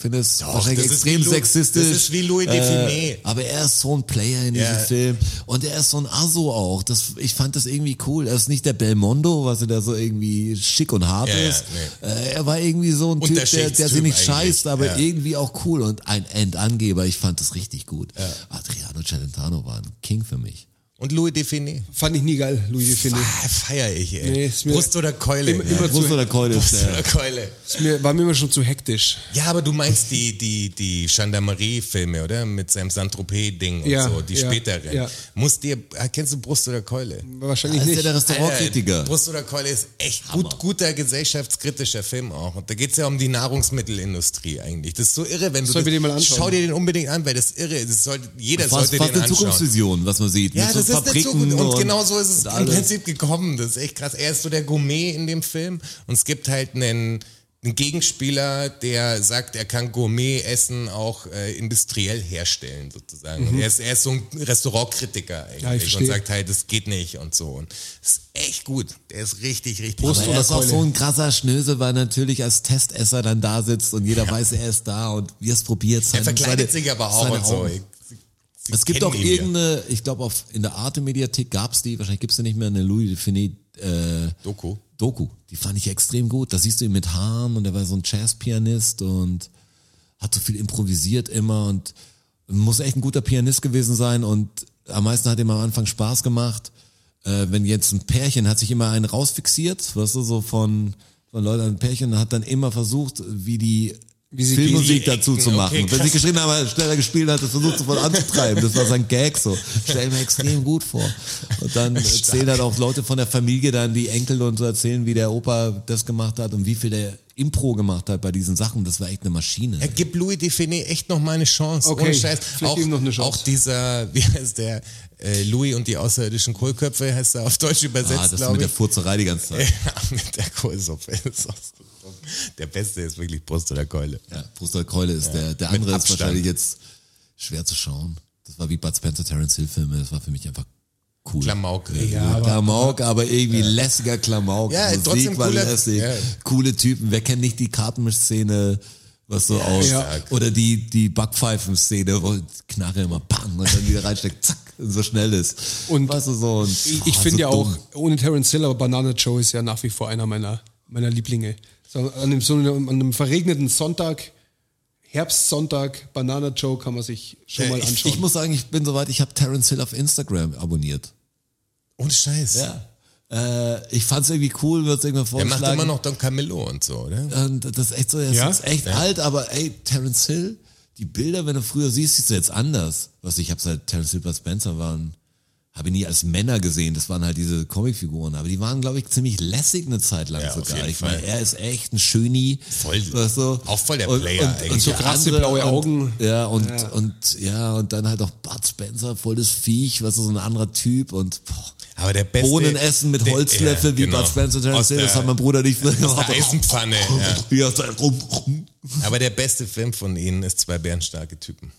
Speaker 4: Finde es
Speaker 3: Doch, das
Speaker 4: wahrscheinlich
Speaker 3: ist
Speaker 4: extrem
Speaker 3: wie Lu-
Speaker 4: sexistisch.
Speaker 3: das ist wie Louis Define.
Speaker 4: Äh, Aber er ist so ein Player in diesem
Speaker 3: Ja.
Speaker 4: Film. Und er ist so ein Aso auch. Das, ich fand das irgendwie cool. Er ist nicht der Belmondo, was er da so irgendwie schick und hart
Speaker 3: Ja, ja,
Speaker 4: ist. Äh, er war irgendwie so ein Typ, der, der,
Speaker 3: Unterschichtstyp
Speaker 4: sich nicht
Speaker 3: eigentlich.
Speaker 4: scheißt, aber
Speaker 3: Ja.
Speaker 4: irgendwie auch cool. Und ein Endangeber. Ich fand das richtig gut. Adriano Celentano war ein King für mich.
Speaker 3: Und Louis Define.
Speaker 2: Fand ich nie geil, Louis Define.
Speaker 3: Ah, Feier ich, ey.
Speaker 2: Nee, ist mir-
Speaker 3: Brust oder Keule.
Speaker 2: Immer-
Speaker 3: ja.
Speaker 2: immer zu-
Speaker 4: Brust oder Keule ist
Speaker 3: Brust
Speaker 4: der.
Speaker 3: oder Keule.
Speaker 2: Ist mir, war mir immer schon zu hektisch.
Speaker 3: Ja, aber du meinst die, die, die Gendarmerie-Filme, oder? Mit seinem Saint-Tropez-Ding und
Speaker 2: Ja,
Speaker 3: so, die
Speaker 2: ja,
Speaker 3: späteren.
Speaker 2: ja.
Speaker 3: Musst dir, ah, kennst du Brust oder Keule?
Speaker 2: Wahrscheinlich
Speaker 4: Er ist ja
Speaker 2: nicht.
Speaker 4: der
Speaker 3: Alter,
Speaker 4: Restaurantkritiker.
Speaker 3: Brust oder Keule ist echt
Speaker 4: Hammer.
Speaker 3: gut, guter gesellschaftskritischer Film auch. Und da geht's ja um die Nahrungsmittelindustrie eigentlich. Das ist so irre, wenn du.
Speaker 2: Soll
Speaker 3: das-
Speaker 2: ich mir den mal anschauen?
Speaker 3: Schau dir den unbedingt an, weil das ist irre. Das sollte, jeder
Speaker 4: Fast,
Speaker 3: sollte
Speaker 4: fast
Speaker 3: den
Speaker 4: eine
Speaker 3: anschauen.
Speaker 4: Zukunftsvision, was man sieht.
Speaker 3: Ja,
Speaker 4: Mit
Speaker 3: das
Speaker 4: so
Speaker 3: ist der Zug. Und,
Speaker 4: Fabriken
Speaker 3: und genau so ist es im
Speaker 4: alles.
Speaker 3: Prinzip gekommen. Das ist echt krass. Er ist so der Gourmet in dem Film und es gibt halt einen, einen Gegenspieler, der sagt, er kann Gourmet-Essen auch äh, industriell herstellen sozusagen.
Speaker 4: Mhm.
Speaker 3: Und er ist, er ist so ein Restaurantkritiker
Speaker 2: Ja, ich
Speaker 3: eigentlich
Speaker 2: verstehe.
Speaker 3: und sagt halt, das geht nicht und so. Und ist echt gut. Der ist richtig, richtig
Speaker 4: Aber
Speaker 3: gut.
Speaker 4: er ist auch
Speaker 2: Keule?
Speaker 4: so ein krasser Schnösel, weil er natürlich als Testesser dann da sitzt und jeder weiß, er ist da und wir es probiert.
Speaker 3: Er verkleidet sich aber auch und so. Ich- Sie
Speaker 4: Es gibt
Speaker 3: kennen
Speaker 4: auch
Speaker 3: ihn ja.
Speaker 4: irgendeine, ich glaube auf in der Arte-Mediathek gab's die, wahrscheinlich gibt's die nicht mehr, eine Louis Define äh,
Speaker 3: Doku.
Speaker 4: Doku. Die fand ich extrem gut. Da siehst du ihn mit Haaren und er war so ein Jazzpianist und hat so viel improvisiert immer und muss echt ein guter Pianist gewesen sein und am meisten hat ihm am Anfang Spaß gemacht. Äh, wenn jetzt ein Pärchen hat sich immer einen rausfixiert, weißt du, so von, von Leuten ein Pärchen und hat dann immer versucht, wie die
Speaker 2: Wie sie-
Speaker 4: Filmmusik
Speaker 3: wie die
Speaker 4: dazu zu
Speaker 3: Ecken,
Speaker 4: machen.
Speaker 3: okay,
Speaker 4: wenn sie
Speaker 3: krass.
Speaker 4: geschrieben haben, aber schneller gespielt hat, das versucht sofort anzutreiben. Das war sein Gag so. Stell ich mir extrem gut vor. Und dann erzählen halt auch Leute von der Familie dann die Enkel und so erzählen, wie der Opa das gemacht hat und wie viel der Impro gemacht hat bei diesen Sachen. Das war echt eine Maschine.
Speaker 3: Ja, gib Louis Define echt noch mal eine Chance.
Speaker 2: Okay,
Speaker 3: Ohne Scheiß.
Speaker 2: vielleicht
Speaker 3: Auch,
Speaker 2: ihm noch eine Chance.
Speaker 3: auch dieser, wie heißt der, äh, Louis und die außerirdischen Kohlköpfe, heißt er auf Deutsch übersetzt,
Speaker 4: Ah, das mit
Speaker 3: glaube
Speaker 4: der
Speaker 3: ich.
Speaker 4: Furzerei die ganze Zeit.
Speaker 3: ja, mit der Kohlsuppe. Ist auch so dumm. Der Beste ist wirklich Brust oder Keule.
Speaker 4: Ja, Brustol Keule ist der, der
Speaker 3: Mit
Speaker 4: andere ist
Speaker 3: Abstand.
Speaker 4: wahrscheinlich jetzt schwer zu schauen. Das war wie Bud Spencer, Terence Hill Filme. Das war für mich einfach cool.
Speaker 3: Klamauk.
Speaker 4: Ja, Äh, Klamauk, aber irgendwie lässiger Klamauk.
Speaker 3: Ja,
Speaker 4: Musik
Speaker 3: trotzdem
Speaker 4: war
Speaker 3: cooler-
Speaker 4: lässig.
Speaker 3: ja.
Speaker 4: Coole Typen. Wer kennt nicht die Kartenmischszene? Was so aus.
Speaker 2: ja.
Speaker 4: Oder die, die Backpfeifen-Szene, wo Knarre immer bang und dann wieder reinsteckt, zack, und so schnell ist.
Speaker 2: Und
Speaker 4: weißt du, so und,
Speaker 2: Ich,
Speaker 4: boah,
Speaker 2: ich finde
Speaker 4: so
Speaker 2: ja
Speaker 4: dumm.
Speaker 2: auch, ohne Terence Hill, aber Banana Joe ist ja nach wie vor einer meiner, meiner Lieblinge. So, an, dem, so einem, an einem verregneten Sonntag, Herbstsonntag, Banana Joe kann man sich schon
Speaker 3: Äh,
Speaker 2: mal
Speaker 3: ich-
Speaker 2: anschauen.
Speaker 4: Ich muss sagen, ich bin soweit, ich habe Terence Hill auf Instagram abonniert.
Speaker 3: Ohne Scheiß.
Speaker 4: Ja. Äh, ich fand's irgendwie cool, wird's irgendwann
Speaker 3: Der macht
Speaker 4: vorgeschlagen.
Speaker 3: immer noch Don Camillo und so, ne? oder?
Speaker 4: Und Ähm, das ist echt so, das
Speaker 2: Ja?
Speaker 4: ist echt alt, aber ey, Terence Hill, die Bilder, wenn du früher siehst, siehst du jetzt anders. Was ich habe seit Terence Hill bei Spencer waren, habe ich nie als Männer gesehen. Das waren halt diese Comicfiguren, aber die waren, glaube ich, ziemlich lässig eine Zeit lang
Speaker 3: Ja, auf
Speaker 4: sogar.
Speaker 3: jeden
Speaker 4: Ich meine,
Speaker 3: Fall.
Speaker 4: er ist echt ein Schöni.
Speaker 3: Voll-
Speaker 4: weißt du?
Speaker 3: auch voll der
Speaker 4: Und-
Speaker 3: Player
Speaker 4: Und, und
Speaker 3: eigentlich.
Speaker 4: so
Speaker 3: Ja,
Speaker 4: krasse
Speaker 2: blaue Augen.
Speaker 4: ja, und, und ja, und dann halt auch Bud Spencer, voll das Viech, was so ein anderer Typ und boah.
Speaker 3: Aber der beste.
Speaker 4: Bohnen essen mit
Speaker 3: der-
Speaker 4: Holzlöffel
Speaker 3: ja,
Speaker 4: wie
Speaker 3: genau.
Speaker 4: Bud Spencer und
Speaker 3: Aus
Speaker 4: Terence Hill,
Speaker 3: der-
Speaker 4: das hat mein Bruder nicht mehr
Speaker 3: aus
Speaker 4: gemacht.
Speaker 3: der Eisenpfanne. ja.
Speaker 4: Ja, so rum, rum.
Speaker 3: Aber der beste Film von ihnen ist zwei bärenstarke Typen.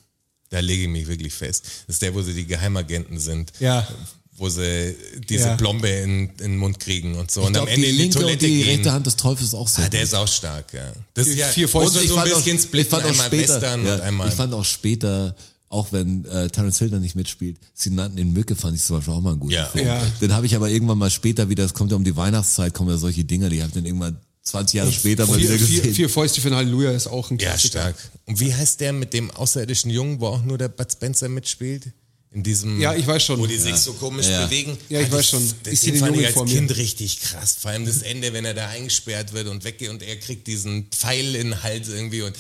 Speaker 3: Da lege ich mich wirklich fest. Das ist der, wo sie die Geheimagenten sind.
Speaker 2: Ja.
Speaker 3: Wo sie diese
Speaker 2: Ja.
Speaker 3: Blombe in, in den Mund kriegen und so.
Speaker 4: Ich
Speaker 3: und
Speaker 4: glaub,
Speaker 3: am Ende
Speaker 4: die
Speaker 3: in die
Speaker 4: linke und
Speaker 3: Toilette
Speaker 4: die
Speaker 3: gehen.
Speaker 4: rechte Hand des Teufels ist auch so.
Speaker 3: Ah, der ist auch stark, ja. Das ist ja
Speaker 2: vier Fäuste.
Speaker 3: und so ein bisschen Split, einmal Western
Speaker 4: ja,
Speaker 3: und einmal.
Speaker 4: ich fand auch später, auch wenn äh, Terence Hill da nicht mitspielt, sie nannten ihn Mücke, fand ich zum Beispiel auch mal einen guten
Speaker 3: Ja.
Speaker 4: Film.
Speaker 2: Ja.
Speaker 4: Den habe ich aber irgendwann mal später wieder, es kommt ja um die Weihnachtszeit, kommen ja solche Dinger, die habe ich dann irgendwann 20 Jahre später mal wieder
Speaker 2: vier,
Speaker 4: gesehen.
Speaker 2: vier, vier Fäuste für ein Halleluja ist auch ein
Speaker 3: ja,
Speaker 2: Klassiker.
Speaker 3: stark. Und wie heißt der mit dem außerirdischen Jungen, wo auch nur der Bud Spencer mitspielt? In diesem,
Speaker 2: Ja, ich weiß schon.
Speaker 3: Wo die sich so komisch
Speaker 4: Ja.
Speaker 3: bewegen.
Speaker 2: Ja, ich
Speaker 3: Ah,
Speaker 2: weiß
Speaker 3: das-
Speaker 2: schon.
Speaker 3: Das
Speaker 2: Ich sehe
Speaker 3: den
Speaker 2: den
Speaker 3: fand
Speaker 2: Jungen
Speaker 3: ich
Speaker 2: vor
Speaker 3: als
Speaker 2: mir.
Speaker 3: Kind richtig krass. Vor allem das Ende, wenn er da eingesperrt wird und weggeht und er kriegt diesen Pfeil in den Hals irgendwie und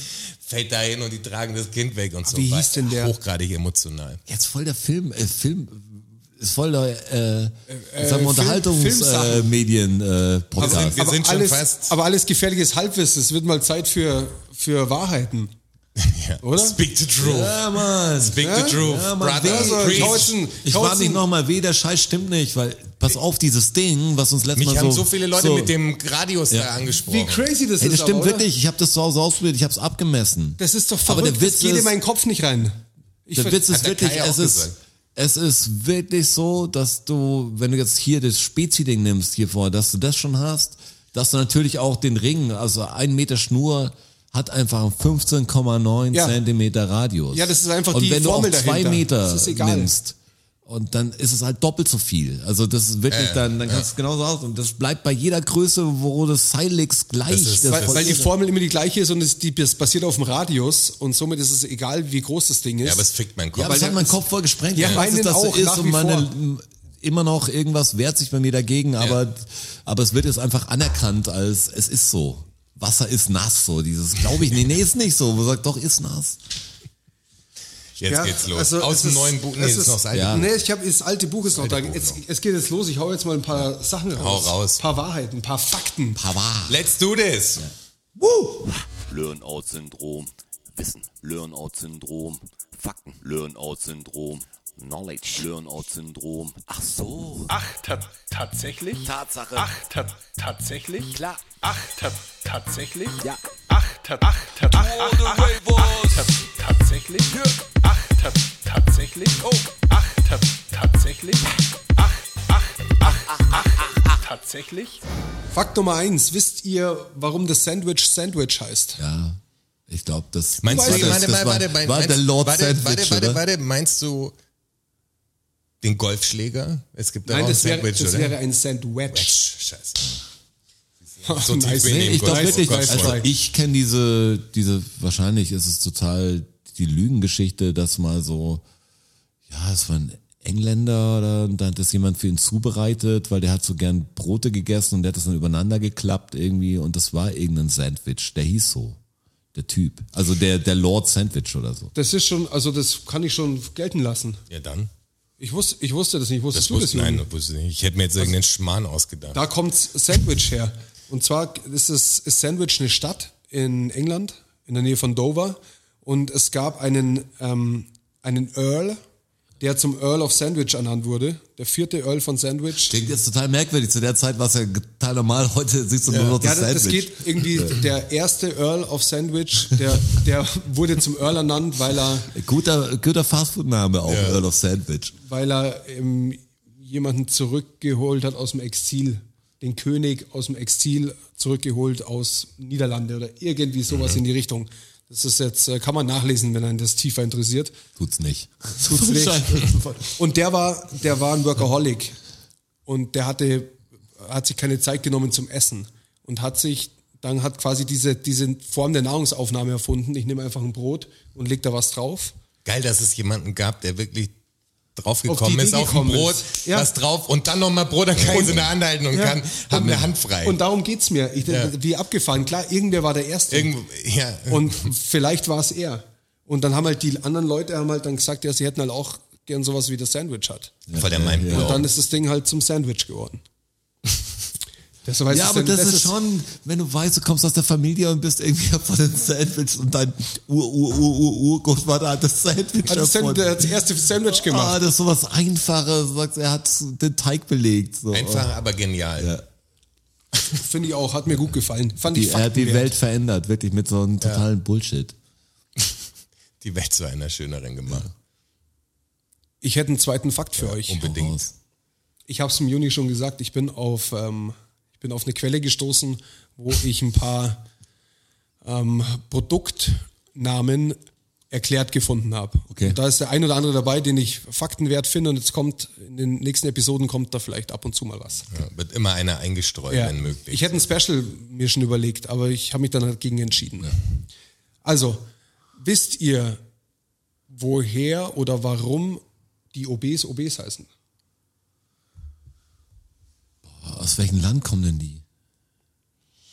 Speaker 3: fällt da hin und die tragen das Kind weg und so.
Speaker 2: Wie
Speaker 3: War
Speaker 2: hieß denn der?
Speaker 3: Hochgradig emotional.
Speaker 4: Jetzt voll der Film, äh, Film ist voll der äh, sagen
Speaker 2: Film-
Speaker 4: wir Unterhaltungsmedien äh,
Speaker 2: Filmsachen. Also,
Speaker 4: Medien, äh,
Speaker 3: Wir
Speaker 4: Podcast.
Speaker 3: sind, wir sind schon
Speaker 2: alles,
Speaker 3: fast.
Speaker 2: aber alles gefährliches Halbwissen. Es wird mal Zeit für, für Wahrheiten.
Speaker 3: Ja.
Speaker 2: oder?
Speaker 3: Speak the truth.
Speaker 4: Ja, Mann.
Speaker 3: Speak the truth.
Speaker 4: Ja, Mann,
Speaker 2: Also,
Speaker 3: Brother,
Speaker 4: Wege.
Speaker 3: preach.
Speaker 2: Kauzen,
Speaker 4: Ich war
Speaker 2: Kauzen,
Speaker 4: nicht nochmal weh, der Scheiß stimmt nicht, weil pass auf, dieses Ding, was uns letztes
Speaker 3: Mich
Speaker 4: Mal
Speaker 3: haben
Speaker 4: so...
Speaker 3: so viele Leute mit dem Radius
Speaker 4: Ja.
Speaker 3: da angesprochen.
Speaker 2: Wie crazy das
Speaker 4: Ey,
Speaker 2: ist.
Speaker 4: das stimmt
Speaker 2: aber, oder?
Speaker 4: wirklich, ich habe das zu Hause ausprobiert, ich habe es abgemessen.
Speaker 2: Das ist doch
Speaker 4: Aber
Speaker 2: verrückt.
Speaker 4: der Witz
Speaker 2: das geht
Speaker 4: ist-
Speaker 2: in meinen Kopf nicht rein. Ich
Speaker 4: Der
Speaker 2: ver-
Speaker 4: Witz ist
Speaker 3: hat der
Speaker 4: wirklich,
Speaker 3: Kai auch
Speaker 4: es ist,
Speaker 3: gesagt.
Speaker 4: es ist wirklich so, dass du, wenn du jetzt hier das Spezi-Ding nimmst hier vor, dass du das schon hast, dass du natürlich auch den Ring, also ein Meter Schnur hat einfach einen 15,9
Speaker 2: Ja.
Speaker 4: Zentimeter Radius.
Speaker 2: Ja, das ist einfach
Speaker 4: und
Speaker 2: die
Speaker 4: wenn
Speaker 2: Formel
Speaker 4: du auch zwei
Speaker 2: dahinter.
Speaker 4: Meter
Speaker 2: Das ist egal.
Speaker 4: nimmst, und dann ist es halt doppelt so viel. Also das ist wirklich
Speaker 3: Äh,
Speaker 4: dann, dann kannst du es genauso aus. Und das bleibt bei jeder Größe, wo das Silex gleich.
Speaker 3: Das ist-
Speaker 4: das
Speaker 2: Weil,
Speaker 4: voll
Speaker 2: weil die
Speaker 4: irre.
Speaker 2: Formel immer die gleiche ist und es, die das basiert auf dem Radius und somit ist es egal, wie groß das Ding ist.
Speaker 3: Ja, aber es fickt meinen Kopf.
Speaker 4: Ja, aber es
Speaker 2: Weil
Speaker 4: hat
Speaker 2: der-
Speaker 4: meinen Kopf voll gesprengt.
Speaker 2: Ja,
Speaker 4: dass
Speaker 2: meinen
Speaker 4: es das so
Speaker 2: auch,
Speaker 4: ist
Speaker 2: nach
Speaker 4: und
Speaker 2: wie
Speaker 4: meine
Speaker 2: vor.
Speaker 4: m, immer noch irgendwas wehrt sich bei mir dagegen, aber, aber es wird jetzt einfach anerkannt als es ist so. Wasser ist nass, so dieses glaube ich nicht. Nee, ist nicht so. Wo sagt doch ist nass.
Speaker 3: Jetzt
Speaker 2: Ja,
Speaker 3: geht's los.
Speaker 2: also
Speaker 3: Aus
Speaker 2: es
Speaker 3: dem
Speaker 2: ist-
Speaker 3: neuen Buch, nee,
Speaker 2: es
Speaker 3: das ist noch das alte
Speaker 4: Ja.
Speaker 3: Buch.
Speaker 2: Nee, ich habe das alte Buch ist noch da.
Speaker 3: alte Buch
Speaker 2: Jetzt,
Speaker 3: noch.
Speaker 2: es geht jetzt los. Ich hau jetzt mal ein paar Sachen raus.
Speaker 3: raus.
Speaker 2: Ein paar Wahrheiten, ein paar Fakten.
Speaker 4: Pava.
Speaker 3: Let's do this!
Speaker 1: Learn-out-Syndrom. Wissen. Learn-out-Syndrom. Fakten. Learn-out-Syndrom. Knowledge. Learn-out-Syndrom. Ach so.
Speaker 5: Ach, ta tatsächlich?
Speaker 1: Tatsache.
Speaker 5: Ach, ta tatsächlich?
Speaker 1: Klar.
Speaker 5: Ach, ta tatsächlich?
Speaker 1: Ja.
Speaker 5: Ach, ta ach, ta ach, ach, ach, ach, ta tatsächlich? Ach, ta tatsächlich? Oh. Ach, ta tatsächlich? Ach, ach, ach, ach, ach, ach, tatsächlich?
Speaker 2: Fakt Nummer eins. Wisst ihr, warum das Sandwich Sandwich heißt?
Speaker 4: Ja, ich glaube das.
Speaker 3: Meinst
Speaker 4: war
Speaker 3: du,
Speaker 4: das,
Speaker 3: warte,
Speaker 4: das
Speaker 3: warte,
Speaker 4: war,
Speaker 3: warte,
Speaker 4: war
Speaker 3: meinst-
Speaker 4: der Lord
Speaker 3: warte,
Speaker 4: Sandwich,
Speaker 3: warte, warte,
Speaker 4: oder?
Speaker 3: warte, meinst du den Golfschläger? Es gibt da
Speaker 2: Nein,
Speaker 3: auch ein
Speaker 2: das, wäre,
Speaker 3: Sandwich,
Speaker 2: das
Speaker 3: oder?
Speaker 2: wäre ein Sandwich.
Speaker 3: Scheiße. So tief bin
Speaker 4: Nee,
Speaker 3: Nee,
Speaker 4: ich glaube
Speaker 3: Golf-
Speaker 2: oh
Speaker 4: wirklich,
Speaker 3: Golfschläger.
Speaker 4: also ich kenne diese, diese, wahrscheinlich ist es total die Lügengeschichte, dass mal so, ja, es war ein Engländer oder dann das jemand für ihn zubereitet, weil der hat so gern Brote gegessen und der hat das dann übereinander geklappt irgendwie und das war irgendein Sandwich, der hieß so. Der Typ. Also der, der Lord Sandwich oder so.
Speaker 2: Das ist schon, also das kann ich schon gelten lassen.
Speaker 3: Ja, dann.
Speaker 2: Ich wusste, ich wusste das nicht. Wusstest du
Speaker 3: Das
Speaker 2: das,
Speaker 3: wusste,
Speaker 2: Jürgen?
Speaker 3: nein, das wusste ich nicht. Ich hätte mir jetzt irgendeinen Schmarrn ausgedacht.
Speaker 2: Da kommt Sandwich her. Und zwar ist, es, ist Sandwich eine Stadt in England, in der Nähe von Dover. Und es gab einen, ähm, einen Earl, der zum Earl of Sandwich ernannt wurde. Der vierte Earl von Sandwich.
Speaker 4: Klingt jetzt total merkwürdig. Zu der Zeit war es ja total normal. Heute siehst du nur noch
Speaker 2: Ja,
Speaker 4: das
Speaker 2: das,
Speaker 4: Sandwich.
Speaker 2: das geht irgendwie, der erste Earl of Sandwich, der, der wurde zum Earl ernannt, weil er,
Speaker 4: Guter, guter Fastfood-Name auch, Earl of Sandwich.
Speaker 2: weil er ähm, jemanden zurückgeholt hat aus dem Exil. Den König aus dem Exil zurückgeholt aus Niederlande oder irgendwie sowas in die Richtung. Das ist jetzt, äh, kann man nachlesen, wenn einen das tiefer interessiert.
Speaker 4: Tut's nicht.
Speaker 2: Tut's nicht. Und der war, der war ein Workaholic. Und der hatte, hat sich keine Zeit genommen zum Essen. Und hat sich, dann hat quasi diese, diese Form der Nahrungsaufnahme erfunden. Ich nehme einfach ein Brot und leg da was drauf.
Speaker 3: Geil, dass es jemanden gab, der wirklich
Speaker 2: Auf die
Speaker 3: draufgekommen
Speaker 2: Idee
Speaker 3: ist auf ein
Speaker 2: gekommen
Speaker 3: Brot,
Speaker 2: ist. Ja.
Speaker 3: was drauf und dann nochmal Brot, dann kann ich sie in der Hand halten und
Speaker 2: Ja.
Speaker 3: kann, haben eine Hand frei.
Speaker 2: Und darum geht's mir. Ich,
Speaker 3: Ja.
Speaker 2: Wie abgefahren. Klar, irgendwer war der Erste.
Speaker 3: Irgendwo, ja.
Speaker 2: Und vielleicht war es er. Und dann haben halt die anderen Leute haben halt dann gesagt, ja, sie hätten halt auch gern sowas wie das Sandwich hat.
Speaker 3: Voll der Mindblow.
Speaker 2: Und dann ist das Ding halt zum Sandwich geworden. Das weiß ich
Speaker 4: Ja, aber
Speaker 2: denn-
Speaker 4: das, ist schon, wenn du weißt, du kommst aus der Familie und bist irgendwie von den Sandwich und dein ur ur ur ur ur Großvater hat das Sandwich
Speaker 2: Hat das, Sand-
Speaker 4: erfunden.
Speaker 2: der hat das erste Sandwich gemacht.
Speaker 4: Ah, das ist sowas Einfaches. Sagst, er hat den Teig belegt. So.
Speaker 2: oh.
Speaker 3: Einfach, aber genial.
Speaker 2: Finde ich auch, hat mir gut gefallen. Fand
Speaker 4: Ah. Die,
Speaker 2: ich
Speaker 4: er hat die
Speaker 2: faktenwert.
Speaker 4: Welt verändert, wirklich mit so einem totalen Bullshit.
Speaker 3: Die Welt zu einer schöneren gemacht.
Speaker 2: Ich hätte einen zweiten Fakt für euch.
Speaker 3: Unbedingt.
Speaker 4: Raus.
Speaker 2: Ich habe es im Juni schon gesagt, ich bin auf, ähm, ich bin auf eine Quelle gestoßen, wo ich ein paar ähm, Produktnamen erklärt gefunden habe.
Speaker 4: Okay.
Speaker 2: Und Da ist der ein oder andere dabei, den ich faktenwert finde und jetzt kommt, in den nächsten Episoden kommt da vielleicht ab und zu mal was.
Speaker 3: Ja, wird immer einer eingestreut, wenn möglich.
Speaker 2: Ich hätte ein Special mir schon überlegt, aber ich habe mich dann dagegen entschieden. Also, wisst ihr, woher oder warum die OBs OBs heißen?
Speaker 4: Aus welchem Land kommen denn die?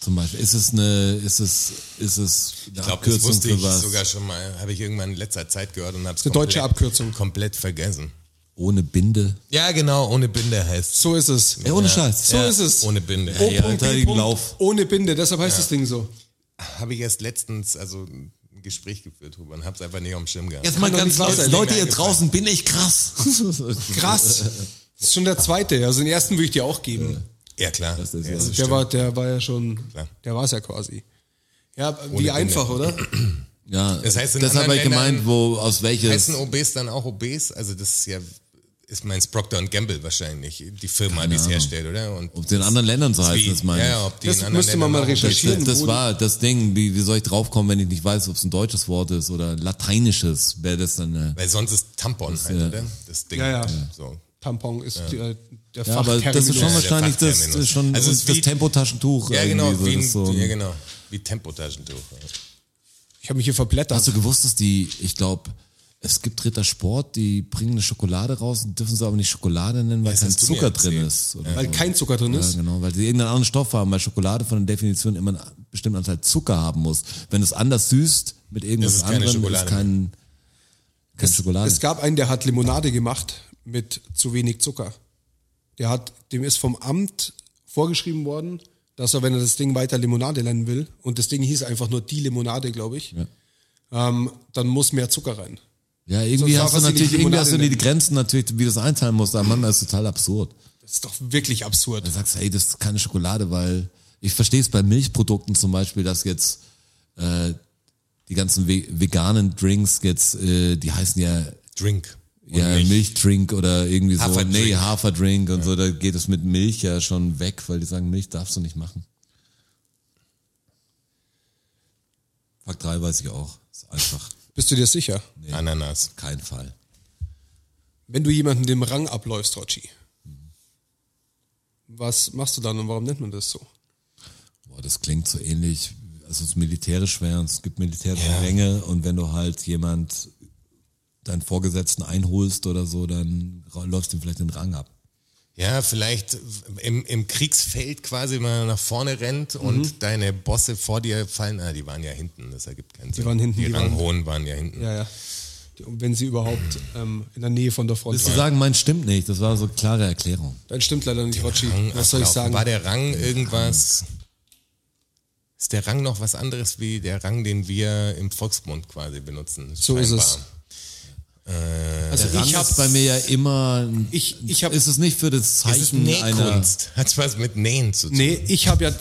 Speaker 4: Zum Beispiel, ist es eine, ist es, ist es eine
Speaker 3: Ich glaube, das
Speaker 4: Abkürzung
Speaker 3: wusste ich
Speaker 4: für was?
Speaker 3: sogar schon mal. Habe ich irgendwann in letzter Zeit gehört und habe es
Speaker 2: Eine deutsche Abkürzung.
Speaker 3: komplett vergessen.
Speaker 4: Ohne Binde.
Speaker 3: Ja, genau, ohne Binde heißt
Speaker 2: So ist es.
Speaker 4: Ey, ohne
Speaker 3: Ja.
Speaker 4: Scheiß.
Speaker 2: So
Speaker 3: Ja,
Speaker 2: ist Oh, es.
Speaker 3: ohne Binde.
Speaker 2: O.
Speaker 3: Ja,
Speaker 4: Alter,
Speaker 2: B.
Speaker 4: die Lauf.
Speaker 2: Ohne Binde, deshalb heißt das Ding so. oh.
Speaker 3: Habe ich erst letztens also ein Gespräch geführt drüber und habe es einfach nicht auf dem Schirm gehabt.
Speaker 4: Jetzt mal
Speaker 2: doch
Speaker 4: ganz
Speaker 2: nicht wahr
Speaker 4: kurz,
Speaker 2: sein.
Speaker 4: Leute, ihr
Speaker 3: Mir eingefallen.
Speaker 4: draußen bin ich krass.
Speaker 2: Krass. Das ist schon der zweite. Also den ersten würde ich dir auch geben.
Speaker 3: Ja, klar.
Speaker 4: ist
Speaker 3: ja,
Speaker 4: ja-
Speaker 3: das
Speaker 2: der,
Speaker 3: stimmt.
Speaker 2: war, der war ja schon,
Speaker 3: Klar.
Speaker 2: der war es ja quasi. Ja, wie
Speaker 3: Binde.
Speaker 2: einfach, oder?
Speaker 4: Ja,
Speaker 3: Das heißt, in
Speaker 4: das habe ich
Speaker 3: anderen Ländern
Speaker 4: gemeint, wo, aus welches.
Speaker 3: heißen OBs dann auch OBs? Also das ist ja ist meins Procter Gamble wahrscheinlich, die Firma, die es
Speaker 4: Ahnung.
Speaker 3: herstellt, oder? Und
Speaker 4: Ob die in anderen Ländern so heißen,
Speaker 3: wie,
Speaker 4: das meine ich.
Speaker 3: ja, ob die
Speaker 2: Das
Speaker 3: in anderen
Speaker 2: müsste man mal
Speaker 3: Ländern auch-
Speaker 4: Das, das,
Speaker 2: recherchieren.
Speaker 4: das
Speaker 2: wo-
Speaker 4: war das Ding. Wie, wie soll ich draufkommen, wenn ich nicht weiß, ob es ein deutsches Wort ist oder ein lateinisches? Wäre das dann äh, eine.
Speaker 3: Weil sonst ist Tampon halt,
Speaker 4: ja.
Speaker 3: oder? Das Ding.
Speaker 2: Ja, ja.
Speaker 3: So.
Speaker 2: Tampon ist die, äh, der
Speaker 4: Ja, aber das ist
Speaker 3: der
Speaker 4: schon
Speaker 2: Fachterminus.
Speaker 4: wahrscheinlich das,
Speaker 3: Fachterminus.
Speaker 4: das ist schon
Speaker 3: Also es
Speaker 4: das,
Speaker 3: ist
Speaker 4: das
Speaker 3: wie-
Speaker 4: Tempotaschentuch.
Speaker 3: Ja, genau,
Speaker 4: irgendwie so,
Speaker 3: wie,
Speaker 4: das
Speaker 3: ein,
Speaker 4: ist so ein-
Speaker 3: ja, genau. Wie Tempotaschentuch.
Speaker 2: Ich habe mich hier verblättert.
Speaker 4: Hast du gewusst, dass die, ich glaube, es gibt Ritter Sport, die bringen eine Schokolade raus und dürfen sie aber nicht Schokolade nennen, weil
Speaker 3: das
Speaker 4: kein
Speaker 3: hast du mir
Speaker 4: Zucker drin
Speaker 3: erzählt.
Speaker 4: ist. Oder
Speaker 2: weil
Speaker 4: so.
Speaker 2: kein Zucker drin ist.
Speaker 4: Ja, genau, weil sie irgendeinen anderen Stoff haben, weil Schokolade von der Definition immer einen bestimmten Anteil Zucker haben muss. Wenn du es anders süßt, mit irgendwas
Speaker 3: Es ist keine
Speaker 4: anderem, ist
Speaker 3: Schokolade
Speaker 4: kein, kein Schokolade.
Speaker 2: Es gab einen, der hat Limonade gemacht mit zu wenig Zucker. Der hat, dem ist vom Amt vorgeschrieben worden, dass er, wenn er das Ding weiter Limonade nennen will, und das Ding hieß einfach nur die Limonade, glaube ich, ähm, dann muss mehr Zucker rein.
Speaker 4: ja, irgendwie
Speaker 2: sonst darf
Speaker 4: hast du
Speaker 2: man sie
Speaker 4: natürlich,
Speaker 2: nicht
Speaker 4: irgendwie hast du
Speaker 2: Limonade
Speaker 4: die Grenzen natürlich, wie du es einteilen musst. Aber Mann, das ist total absurd.
Speaker 2: Das ist doch wirklich absurd.
Speaker 3: Also
Speaker 4: Du sagst, hey, das ist keine Schokolade, weil ich verstehe es bei Milchprodukten zum Beispiel, dass jetzt äh, die ganzen ve veganen Drinks jetzt, äh, die heißen ja,
Speaker 3: Drink. Und
Speaker 4: ja
Speaker 3: Milch.
Speaker 4: Milchdrink oder irgendwie so,
Speaker 3: Haferdrink.
Speaker 4: nee, Haferdrink und so, da geht es mit Milch ja schon weg, weil die sagen, Milch darfst du nicht machen. Fakt 3 weiß ich auch, ist einfach
Speaker 2: Bist du dir sicher?
Speaker 3: Ananas.
Speaker 4: kein Fall.
Speaker 2: Wenn du jemanden dem Rang abläufst, Rotschi, was machst du dann und warum nennt man das so?
Speaker 4: Boah, das klingt so ähnlich, als es militärisch wäre und es gibt militärische Ränge und wenn du halt jemand, deinen Vorgesetzten einholst oder so, dann ra- läufst du ihm vielleicht den Rang ab.
Speaker 3: Ja, vielleicht im, im Kriegsfeld quasi, wenn man nach vorne rennt
Speaker 2: Mhm.
Speaker 3: und deine Bosse vor dir fallen. Ah, die waren ja hinten, das ergibt keinen Sinn.
Speaker 2: waren hinten,
Speaker 3: Die,
Speaker 2: die waren-
Speaker 3: Ranghohen waren ja hinten.
Speaker 2: Ja, ja. Und wenn sie überhaupt ähm, in der Nähe von der Front
Speaker 4: Willst du
Speaker 2: waren.
Speaker 4: sagen, mein stimmt nicht? Das war so eine klare Erklärung.
Speaker 2: Dann stimmt leider nicht, Rotschi.
Speaker 3: Rang
Speaker 2: Was soll ich
Speaker 3: ablaufen.
Speaker 2: sagen?
Speaker 3: War der Rang irgendwas? Ist der Rang noch was anderes wie der Rang, den wir im Volksmund quasi benutzen?
Speaker 2: So ist es.
Speaker 4: Also Rang
Speaker 2: ich hab-
Speaker 4: ist bei mir ja immer, ein-
Speaker 2: Ich- ich hab-
Speaker 4: ist es nicht für das
Speaker 3: Es ist
Speaker 4: Zeichen einer,
Speaker 3: Nähkunst. Hat was mit Nähen zu tun.
Speaker 2: Nee, ich habe ja,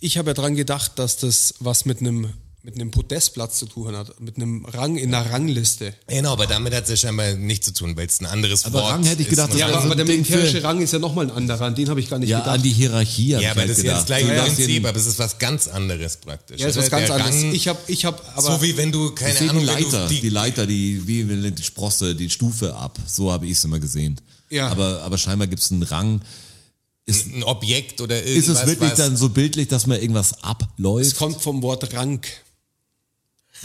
Speaker 2: ich hab ja dran gedacht, dass das was mit einem mit einem Podestplatz zu tun hat, mit einem Rang in der Rangliste.
Speaker 3: Genau, aber damit hat es ja scheinbar nichts zu tun, weil es ein anderes
Speaker 4: Aber
Speaker 3: Wort
Speaker 4: Rang hätte ich gedacht,
Speaker 3: ist.
Speaker 4: das
Speaker 2: Ja,
Speaker 4: Ja,
Speaker 2: aber,
Speaker 4: also
Speaker 2: aber der
Speaker 4: Ding
Speaker 2: militärische
Speaker 4: für-
Speaker 2: Rang ist ja nochmal ein anderer, an den habe ich gar nicht
Speaker 4: ja,
Speaker 2: gedacht.
Speaker 4: an die Hierarchie. hab
Speaker 3: ja,
Speaker 4: ich
Speaker 3: aber
Speaker 4: halt
Speaker 3: das ist ja das
Speaker 4: gedacht.
Speaker 3: gleiche
Speaker 4: Du darfst
Speaker 3: Prinzip,
Speaker 4: den-
Speaker 3: aber es ist was ganz anderes praktisch.
Speaker 2: ja, ist was
Speaker 3: Also
Speaker 2: ganz
Speaker 3: der
Speaker 2: anderes.
Speaker 3: Rang-
Speaker 2: Ich habe, ich habe, aber
Speaker 3: so wie wenn du, keine
Speaker 4: Deswegen
Speaker 3: Ahnung, wenn
Speaker 4: Leiter,
Speaker 3: du
Speaker 4: die, Leiter, die, wie will die Sprosse, die Stufe ab. So habe ich es immer gesehen.
Speaker 2: Ja.
Speaker 4: Aber, aber scheinbar gibt es einen Rang.
Speaker 3: ein Objekt oder
Speaker 4: Ist
Speaker 3: irgendwas.
Speaker 4: es wirklich
Speaker 3: was,
Speaker 4: dann so bildlich, dass mir irgendwas abläuft?
Speaker 2: es kommt vom Wort Rang.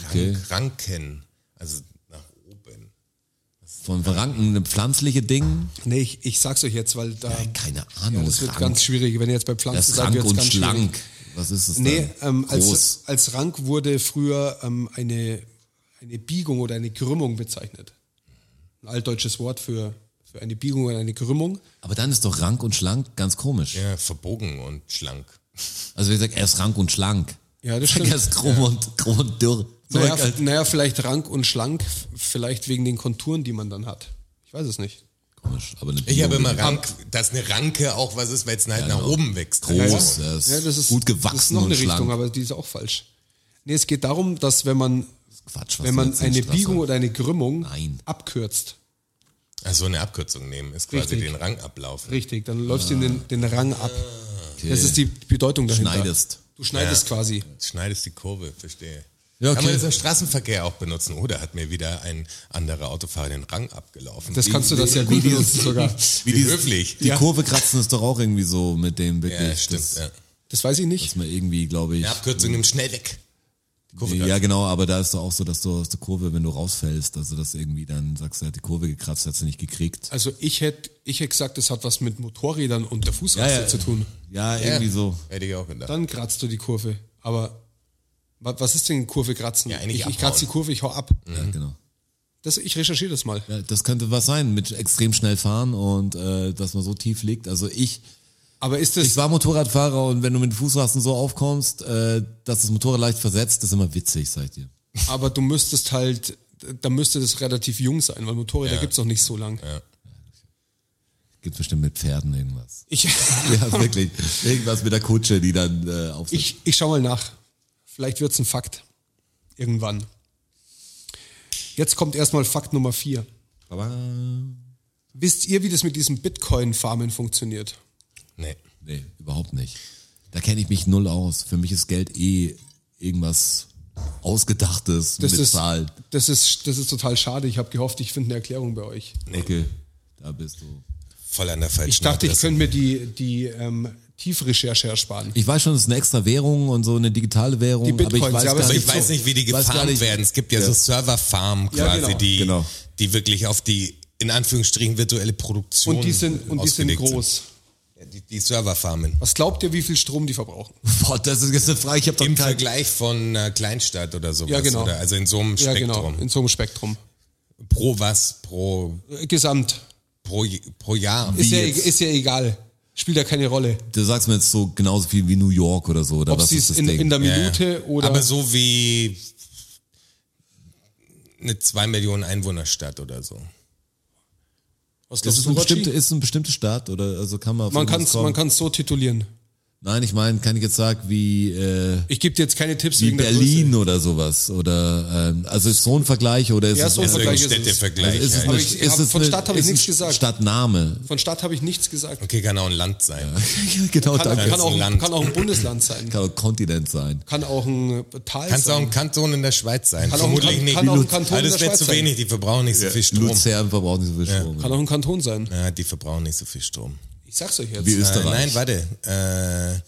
Speaker 4: okay.
Speaker 3: Ranken, also nach oben.
Speaker 4: Von Ranken, ein pflanzliche Ding?
Speaker 2: Nee, ich, ich sag's euch jetzt, weil da
Speaker 4: Keine Ahnung.
Speaker 2: das wird
Speaker 4: Rank.
Speaker 2: ganz schwierig, wenn ihr jetzt bei
Speaker 4: das
Speaker 2: Pflanzen
Speaker 4: ist
Speaker 2: seid,
Speaker 4: rank
Speaker 2: wird es
Speaker 4: und
Speaker 2: ganz schwierig.
Speaker 4: schlank. Was ist es
Speaker 2: Nee,
Speaker 4: dann?
Speaker 2: ähm, als,
Speaker 4: Groß.
Speaker 2: als Rank wurde früher ähm, eine, eine Biegung oder eine Krümmung bezeichnet. Ein altdeutsches Wort für, für eine Biegung oder eine Krümmung.
Speaker 4: Aber dann ist doch rank und schlank ganz komisch.
Speaker 3: Ja, verbogen und schlank.
Speaker 4: Also wie gesagt, er ist rank und schlank.
Speaker 2: Ja, das
Speaker 4: Er
Speaker 2: stimmt.
Speaker 4: ist krumm und, krumm und dürr.
Speaker 2: Naja,
Speaker 4: Zurück als-
Speaker 2: f- naja, vielleicht rank und schlank, f- vielleicht wegen den Konturen, die man dann hat. Ich weiß es nicht.
Speaker 4: komisch, aber eine
Speaker 3: Ich habe immer
Speaker 4: Biologie-
Speaker 3: Rank, dass eine Ranke auch was ist, weil es halt
Speaker 2: genau.
Speaker 3: nach oben wächst. Also,
Speaker 4: Groß,
Speaker 2: Ja,
Speaker 4: er ist,
Speaker 2: ja, das ist
Speaker 4: gut gewachsen
Speaker 2: das ist noch
Speaker 4: und
Speaker 2: eine
Speaker 4: schlank.
Speaker 2: Richtung, aber die ist auch falsch. Nee, es geht darum, dass wenn man,
Speaker 4: Quatsch, was
Speaker 2: wenn
Speaker 4: du
Speaker 2: man
Speaker 4: erzählst,
Speaker 2: eine
Speaker 4: Strasser.
Speaker 2: Biegung oder eine Krümmung
Speaker 4: Nein.
Speaker 2: abkürzt,
Speaker 3: Also eine Abkürzung nehmen, ist quasi
Speaker 2: Richtig.
Speaker 3: den Rang ablaufen.
Speaker 2: richtig, dann läufst du in den, den Rang ab.
Speaker 4: Ah. Okay.
Speaker 2: Das ist die Bedeutung dahinter.
Speaker 4: Schneidest.
Speaker 2: Du schneidest quasi.
Speaker 3: Jetzt Schneidest die Kurve, verstehe.
Speaker 4: Ja,
Speaker 3: Kann man
Speaker 4: okay.
Speaker 3: das im Straßenverkehr auch benutzen? Oder hat mir wieder ein anderer Autofahrer den Rang abgelaufen?
Speaker 2: Das
Speaker 3: Wie-
Speaker 2: kannst du das ja
Speaker 4: wie
Speaker 2: gut
Speaker 4: dieses-
Speaker 2: benutzen sogar.
Speaker 3: Wie die höflich.
Speaker 4: Die Kurve kratzen ist doch auch irgendwie so mit dem wirklich.
Speaker 3: Ja, stimmt.
Speaker 4: Das,
Speaker 3: ja.
Speaker 2: Das weiß ich nicht.
Speaker 4: Dass man irgendwie, glaube ich.
Speaker 3: Eine Abkürzung nimm schnell weg. Kurve
Speaker 4: ja, genau, aber da ist doch auch so, dass du aus der Kurve, wenn du rausfällst, also dass irgendwie dann sagst du, er hat die Kurve gekratzt, hat sie nicht gekriegt.
Speaker 2: Also ich hätte ich hätt gesagt, das hat was mit Motorrädern und der Fußraste
Speaker 4: Ja, ja.
Speaker 2: zu tun.
Speaker 4: Ja, irgendwie so.
Speaker 3: Hätte ich auch gedacht.
Speaker 2: Dann kratzt du die Kurve. Aber wa- was ist denn Kurve kratzen?
Speaker 3: Ja, eigentlich
Speaker 2: ich ich kratze
Speaker 3: abhauen. Mhm.
Speaker 2: die Kurve, ich hau ab.
Speaker 4: Ja, genau.
Speaker 2: Das, ich recherchiere das mal.
Speaker 4: Ja, das könnte was sein mit extrem schnell fahren und äh, dass man so tief liegt. Also ich,
Speaker 2: Aber ist
Speaker 4: ich
Speaker 2: das,
Speaker 4: war Motorradfahrer und wenn du mit den Fußrasten so aufkommst, äh, dass das Motorrad leicht versetzt, ist immer witzig, sag ich dir.
Speaker 2: aber du müsstest halt, da müsste das relativ jung sein, weil Motorräder
Speaker 3: Ja.
Speaker 2: gibt's noch nicht so lang.
Speaker 4: Gibt bestimmt mit Pferden irgendwas.
Speaker 2: Ich,
Speaker 4: Ja, wirklich. Irgendwas mit der Kutsche, die dann äh, auf
Speaker 2: ich, ich schau mal nach. Vielleicht wird's ein Fakt. Irgendwann. Jetzt kommt erstmal Fakt Nummer vier. Wisst ihr, wie das mit diesem Bitcoin-Farmen funktioniert?
Speaker 3: Nee.
Speaker 4: Nee, überhaupt nicht. Da kenne ich mich null aus. Für mich ist Geld eh irgendwas Ausgedachtes
Speaker 2: Das
Speaker 4: mit
Speaker 2: ist,
Speaker 4: Zahlen.
Speaker 2: das, ist, das ist total schade. Ich habe gehofft, ich finde eine Erklärung bei euch.
Speaker 4: Okay, da bist du.
Speaker 3: Voll an der falschen
Speaker 2: Ich dachte, ich
Speaker 3: Adresse.
Speaker 2: könnte mir die, die ähm, Tiefrecherche ersparen.
Speaker 4: Ich weiß schon, es ist eine extra Währung und so eine digitale Währung,
Speaker 2: Die
Speaker 4: aber ich
Speaker 2: Bitcoins,
Speaker 4: weiß
Speaker 2: ja, aber
Speaker 4: gar
Speaker 2: es
Speaker 3: Aber
Speaker 4: nicht.
Speaker 3: Also ich weiß nicht, wie die
Speaker 4: weiß gar
Speaker 3: gefarmt
Speaker 4: nicht-
Speaker 3: werden. Es gibt ja,
Speaker 4: Ja.
Speaker 3: so Serverfarmen
Speaker 2: Ja,
Speaker 3: quasi,
Speaker 2: genau.
Speaker 3: die,
Speaker 4: Genau.
Speaker 3: die wirklich auf die in Anführungsstrichen virtuelle Produktion
Speaker 2: Und die sind, und die sind
Speaker 3: ausgelegt
Speaker 2: groß.
Speaker 3: Ja, Die, die Serverfarmen.
Speaker 2: Was glaubt ihr, wie viel Strom die verbrauchen?
Speaker 4: Boah, das ist jetzt eine Frage. Ich habe doch
Speaker 3: Im
Speaker 4: kein,
Speaker 3: Vergleich von einer Kleinstadt oder sowas.
Speaker 2: Ja, genau.
Speaker 3: Oder, also in so einem
Speaker 2: Ja,
Speaker 3: Spektrum.
Speaker 2: genau, in so einem Spektrum.
Speaker 3: Pro was? Pro,
Speaker 2: Äh, Gesamt.
Speaker 3: pro, pro Jahr?
Speaker 2: Ist ja, e-,
Speaker 4: jetzt?
Speaker 2: ist ja egal. Spielt ja keine Rolle.
Speaker 4: Du sagst mir jetzt so genauso viel wie New York oder so. Oder
Speaker 2: Ob
Speaker 4: was
Speaker 2: sie
Speaker 4: ist
Speaker 2: es
Speaker 4: das
Speaker 2: in,
Speaker 4: Ding?
Speaker 2: in der
Speaker 3: Ja, ja.
Speaker 2: Minute oder.
Speaker 3: Aber so wie eine 2 Millionen Einwohnerstadt oder so.
Speaker 2: was
Speaker 4: ist
Speaker 2: glaubst
Speaker 4: es
Speaker 2: du,
Speaker 4: ein
Speaker 2: Rotschi?
Speaker 4: bestimmte, ist es ein bestimmtes Staat oder also kann man. auf
Speaker 2: man
Speaker 4: irgendwas
Speaker 2: kann es
Speaker 4: kommen?
Speaker 2: man kann's so titulieren.
Speaker 4: Nein, ich meine, kann ich jetzt sagen wie äh,
Speaker 2: Ich gebe dir jetzt keine Tipps
Speaker 4: wie
Speaker 2: wegen der
Speaker 4: Berlin
Speaker 2: Größe.
Speaker 4: oder sowas oder ähm, also ist so ein Vergleich oder ist
Speaker 2: Ja,
Speaker 4: es
Speaker 2: so ein
Speaker 4: ist es-
Speaker 3: Also ein
Speaker 2: Vergleich ist es.
Speaker 3: Städtevergleich. halt.
Speaker 4: ist es
Speaker 3: ja,
Speaker 4: eine,
Speaker 2: ich
Speaker 4: ist
Speaker 2: hab-
Speaker 4: es
Speaker 2: von
Speaker 4: eine,
Speaker 2: Stadt habe ich
Speaker 4: ist es
Speaker 2: nichts
Speaker 4: ein
Speaker 2: gesagt.
Speaker 4: Stadtname.
Speaker 2: Von Stadt habe ich nichts gesagt.
Speaker 3: okay, kann auch ein Land sein.
Speaker 2: Kann,
Speaker 4: genau, danke.
Speaker 2: kann,
Speaker 4: Kann
Speaker 2: auch,
Speaker 3: Land.
Speaker 2: kann auch ein Bundesland sein.
Speaker 4: auch Kontinent sein.
Speaker 2: Kann auch ein äh, Tal
Speaker 3: Kannst auch
Speaker 2: sein.
Speaker 3: ein Kanton in der Schweiz sein.
Speaker 2: Kann auch ein
Speaker 3: Vermutlich
Speaker 2: Kan-
Speaker 3: nicht.
Speaker 2: kann auch ein Kanton
Speaker 3: Aber
Speaker 2: in
Speaker 3: das
Speaker 2: der
Speaker 3: wäre
Speaker 2: Schweiz
Speaker 3: zu
Speaker 2: sein.
Speaker 3: wenig. Die verbrauchen nicht so viel Strom.
Speaker 4: Luzern verbraucht nicht so viel Strom.
Speaker 2: kann auch ein Kanton sein.
Speaker 3: Ja, die verbrauchen nicht so viel Strom.
Speaker 2: Ich sag's euch jetzt.
Speaker 4: Wie
Speaker 3: Äh,
Speaker 4: Österreich.
Speaker 3: nein, warte. Äh,